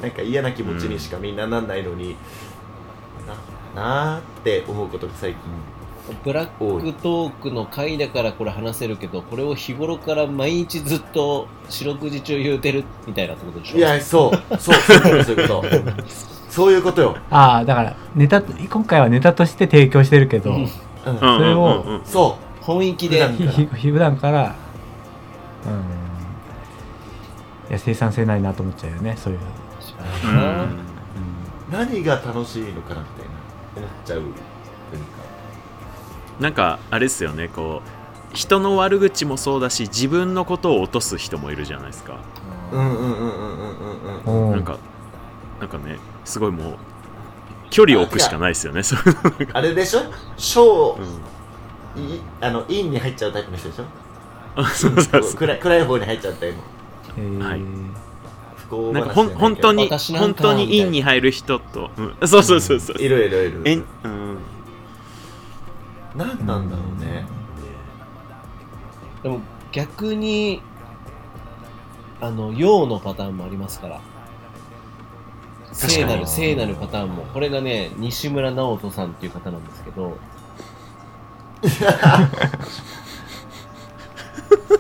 C: なんか嫌な気持ちにしかみんななんないのに、ななあって思うことが最近
B: ブラックトークの回だからこれ話せるけどこれを日頃から毎日ずっと四六時中言うてるみたいなってことでしょ
C: いやそうそうそういうことそういうことそういうことよ、
D: ああ、だから、ネタ、今回はネタとして提供してるけど
B: う、ん
C: うん
E: うん
D: それを
E: うんうんうん
C: そ
B: 本域
C: 普
B: で
C: 段
D: ひ ひ普段から、うん、いや、生産性ないなと思っちゃうよね、そういう。
E: うん
C: う何が楽しいのかなみたいな思っちゃう何か
E: なんかあれですよねこう人の悪口もそうだし自分のことを落とす人もいるじゃないですか、
C: うんうんうんうんうんうんうん
D: う
E: なんかなんかねすごいもう距離を置くしかないですよねそういうの
C: あれでしょ小、
E: うん
C: いあの陰に入っちゃうタイプの人でしょ
E: あそうそうそう
C: 暗い暗い方に入っちゃうタイプ
D: えー
E: はい
C: 不幸話
E: なんかほん本当に
B: 私なん
E: 本
B: か
E: 当にインに入る人と、うん、そうそうそうそう、
C: いろいろいろ
E: えんうん
C: 何なんだろうね
B: でも逆にあの陽のパターンもありますから聖なる聖なるパターンもこれがね西村直人さんっていう方なんですけ ど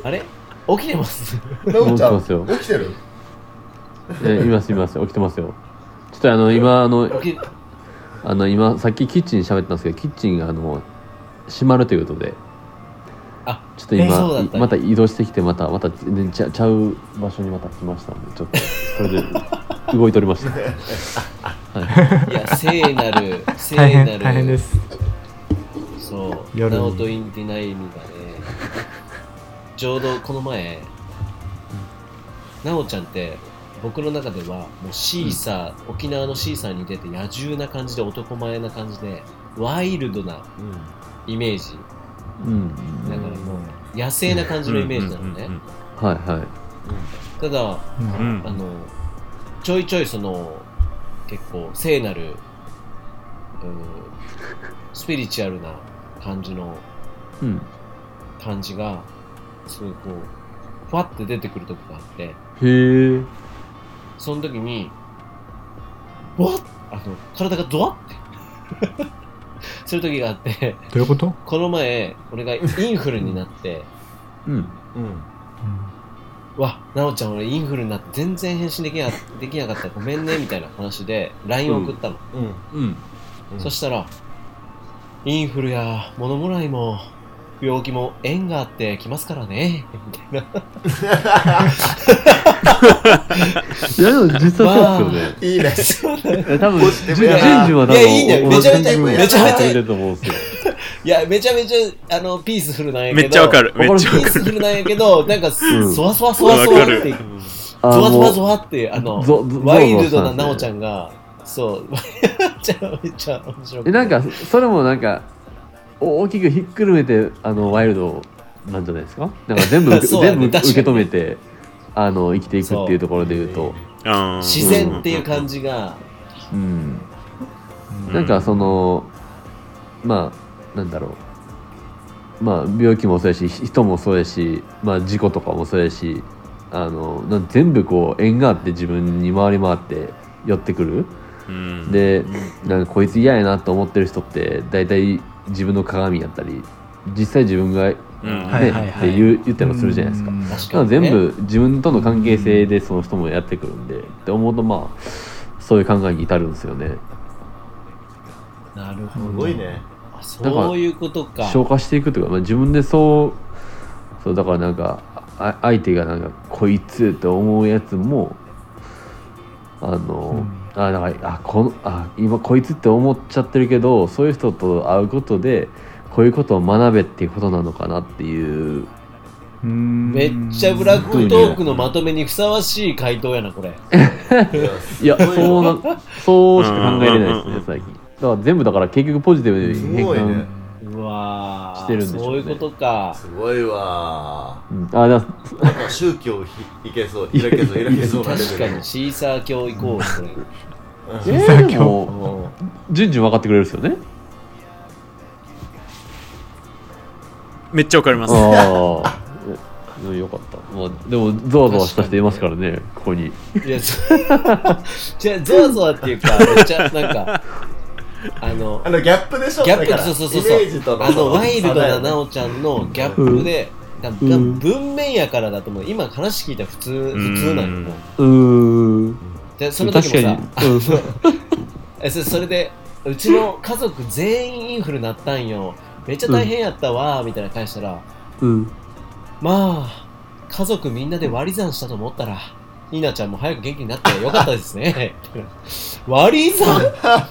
B: あれ起きて ます
C: なおちゃ
F: 起
C: ん
F: きてます
C: 起きてる
F: えいますいます起きてますよちょっとあの今あの
B: 起き
F: あの今さっきキッチン喋ってたんですけどキッチンがあの閉まるということで
B: あ
F: ちょっと
B: えそうだ
F: 今
B: った
F: また移動してきてまたまた全然ちゃちゃう場所にまた来ましたんでちょっとそれで動いておりました
B: いや聖なる聖
D: 大
B: なる
D: 変大変です
B: そう
D: 夜に
B: ナオトインディナイミがね ちょうどこの前ナオちゃんって僕の中ではもうシーサー、沖縄のシーサーに出て野獣な感じで男前な感じでワイルドなイメージ
F: うん
B: だからもう野生な感じのイメージなのね、
E: うん
F: はいはい
B: ただ
E: うんうん
B: あのちょいちょいその結構聖なる、うん、スピリチュアルな感じの
F: うん
B: 感じがすごいこうファって出てくる時があって、
F: へえ。
B: その時に、わっあの、体がドワッて する時があって、
D: どういうこと、
B: この前、俺がインフルになって、
F: うん。
C: うん
B: わ、なおちゃん俺インフルになって全然返信できなできなかったらごめんね、みたいな話で LINE を送ったの。
C: うん
F: うん。
C: うん
B: そしたら、インフルや物もらいも病気も縁があってきますからね、みたいな。
F: いや、でも実際そうですよね。
C: いいね
F: いや多分、
C: ポ
F: ジ
C: ジティ
F: ュン
C: ブ
F: ジ
C: やな
F: ュンは多分、
B: いやいいんだよ
F: 同じ
B: めちゃめちゃいい
F: 感じ
B: めちゃめちゃいい
F: やってると思うんですよ。
B: いや、めちゃめちゃ、あの、ピースフルなんやけど。
E: めっちゃわかるめっちゃ
B: ピ
E: わ
B: ー
E: か
B: ス
E: る
B: フルなんやけど、なんか、
F: ん
B: そわそわそわそわって、ゾ
F: あ
B: ワゾワ
F: も
B: ゾワって、あの
F: ゾゾゾワゾワ、
B: ワイルドななおちゃ
F: し
B: んが、そう、ワイルドななおちゃんめっちゃ面白
F: うえ、
B: く
F: なんか、それもなんか、お大きくひっくるめて、あの、ワイルドなんじゃないですかなんか全部、
B: そうやね
F: 全部受
B: 確か
F: け
B: に
F: 止めて、あの、生きていくっていうところで言うと、
E: あー
B: 自然っていう感じが、
F: うん。
E: うん
F: なんかそのまあなんだろうまあ病気もそうやし人もそうやし、まあ、事故とかもそうやしあのなん全部こう縁があって自分に回り回って寄ってくる
E: うん
F: でなんかこいつ嫌やなと思ってる人って大体自分の鏡やったり実際自分が、ね
E: うん
D: はいはいはい
F: って言う言ったりもするじゃないですか。
D: うん
B: 確か
F: まあ
B: にね。
F: 全部自分との関係性でその人もやってくるんでって思うとまあそういう考えに至るんですよね。
B: なるほ
C: す
B: ど。
C: ごいね
B: あそういうことか。
F: 消化していくというか、まあ、自分でそうそうだからなんかあ相手がなんかこいつって思うやつもあの、あなんかあこのあ今こいつって思っちゃってるけどそういう人と会うことでこういうことを学べっていうことなのかなっていう
D: うん
B: めっちゃブラックトークのまとめにふさわしい回答やな、これ。
F: いやそうなそうしか考えれないです
E: うんうんうんう
F: ね
E: ん
F: 最近だから全部だから結局ポジティブに
C: す
F: 変
C: ごいね
F: 換
B: うわー
F: してるんでしょうね
B: そういうことか。
C: すごいわ
F: うんあだから
C: ーなんか宗教ひいけそう開けそう開けそうなレ ベ
B: 確か
C: ルの
B: に、シーサー教行こう、これ。
F: え
C: うん
F: ーでも
B: もう
F: 順々分かってくれるんですよね
E: めっちゃわかります
F: ああえよかった、まあ、でもゾワゾワした人いますからねここに
B: いや、そう じゃあ、ゾワゾワっていうか、めっちゃ、なんか、あの
C: あ、のギャップでしょ
B: ギャッ
C: だ
B: プ、
C: から
B: そうそうそう
C: イメージと
B: そう、
C: の
B: あの、ワイルドなな
C: お
B: おちゃんのギャップで、多分多分文面やからだと思う。今話聞いたら普通、普通なの
E: うん
B: もう。
F: うーん
B: で、その
F: 確
B: 時も
F: か
B: さ
F: に、うん
B: えそそれで、うちの家族全員インフルなったんよ。めっちゃ大変やったわ、みたいな返したら、
F: うん
B: まあ、家族みんなで割り算したと思ったら、ニーナちゃんも早く元気になってよかったです ね。割り算なんか、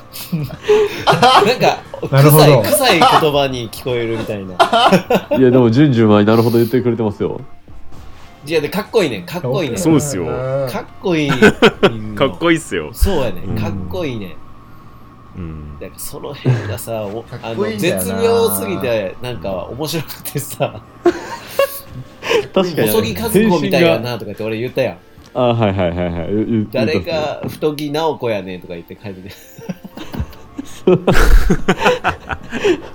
D: なるほ
B: 臭
D: ど
B: い、臭い言葉に聞こえるみたいな。
F: いやでも順々はなるほど言ってくれてますよ
B: いや、で、かっこいいね。かっこいいね。
E: そうっすよ
B: かっこいい。
E: かっこいいっすよ、
B: そうやね
E: う。ん
B: かっこいいね。
E: うん、
B: なんかその辺がさ、お
C: か
B: あ
C: っ
B: の
C: こいいんだよな
B: 絶妙すぎて、なんか面白くてさ、
F: 確かに
B: 細木和子みたいやなとか言って俺言ったやん。
F: あはいはいはいはい言言言
B: 誰
F: ってますね
B: か太木直子やねんとか言って書いてて。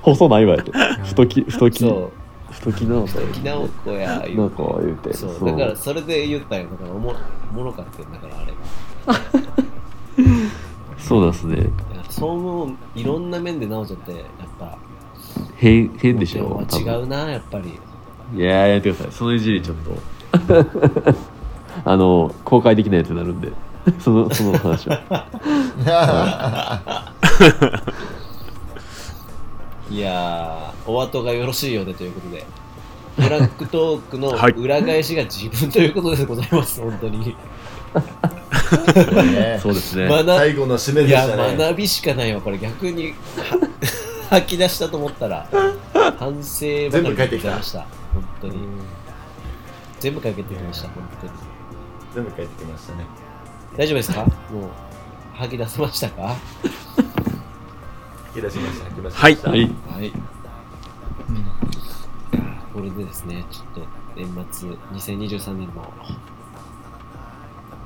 F: 細ないわやて太き太き
B: そう。
F: 太きなのか
B: 沖縄子や言
F: な
B: うん
F: か言うて
B: そうだからそれで言ったんよだからおもおもろかったんだからあれ
F: そうなんですね
B: だからそう思ういろんな面で直ちゃんってやっぱ
F: 変変でしょ
B: モテは違うなやっぱり
F: いやーやってくださいそのいじりちょっとあの公開できないやつになるんでそのその話は
B: いやーお後がよろしいようでということでブラックトー クの
E: はい
B: 裏返しが自分ということでございます、本当に。
F: そうですね
B: 学
C: 最後の締め
B: い
C: でした
B: や、
C: ね
B: 学びしかないわ、これ。逆には吐き出したと思ったら、反省ばかりでございました。本当に。全部解決できました、本当に。
C: 全部帰ってきましたね
B: 大丈夫ですかもう吐き出せましたか
C: 引き出しました引き出しました
E: はい
F: は
B: は
F: い
B: いこれでですねちょっと年末2023年も、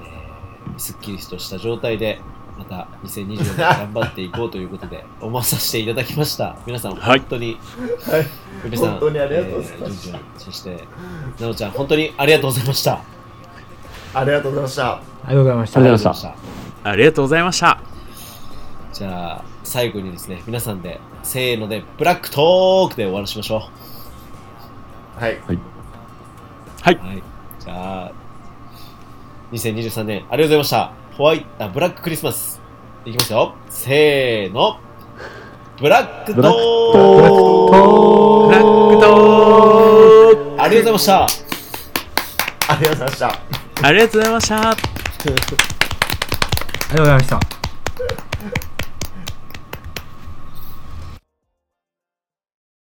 B: えー、すっきりとした状態でまた2024年頑張っていこうということで、思わさせていただきました。皆さん、
E: はい
B: 本当に、
C: はい
B: ふりさん
C: 本当にありがとうございました
B: えー順次そして、なおちゃん、本当にありがとうございました。
C: ありがとうございました
D: ありがとうございまし
A: あ
D: た
A: りがとうございました
B: ありがとうございました。
E: ありがとうございました。
B: じゃあ、最後にですね、皆さんで、せーので、ブラックトークで終わらしましょ
C: はい
B: いう。はい。じゃあ、2023年、ありがとうございました。ホワイト、あブラッククリスマス。いきますよ。せーの。ブラックトー
E: ブラックトー
B: クありがとうございました。
C: ありがとうございました
E: ありがとうございました。
D: ありがとうございました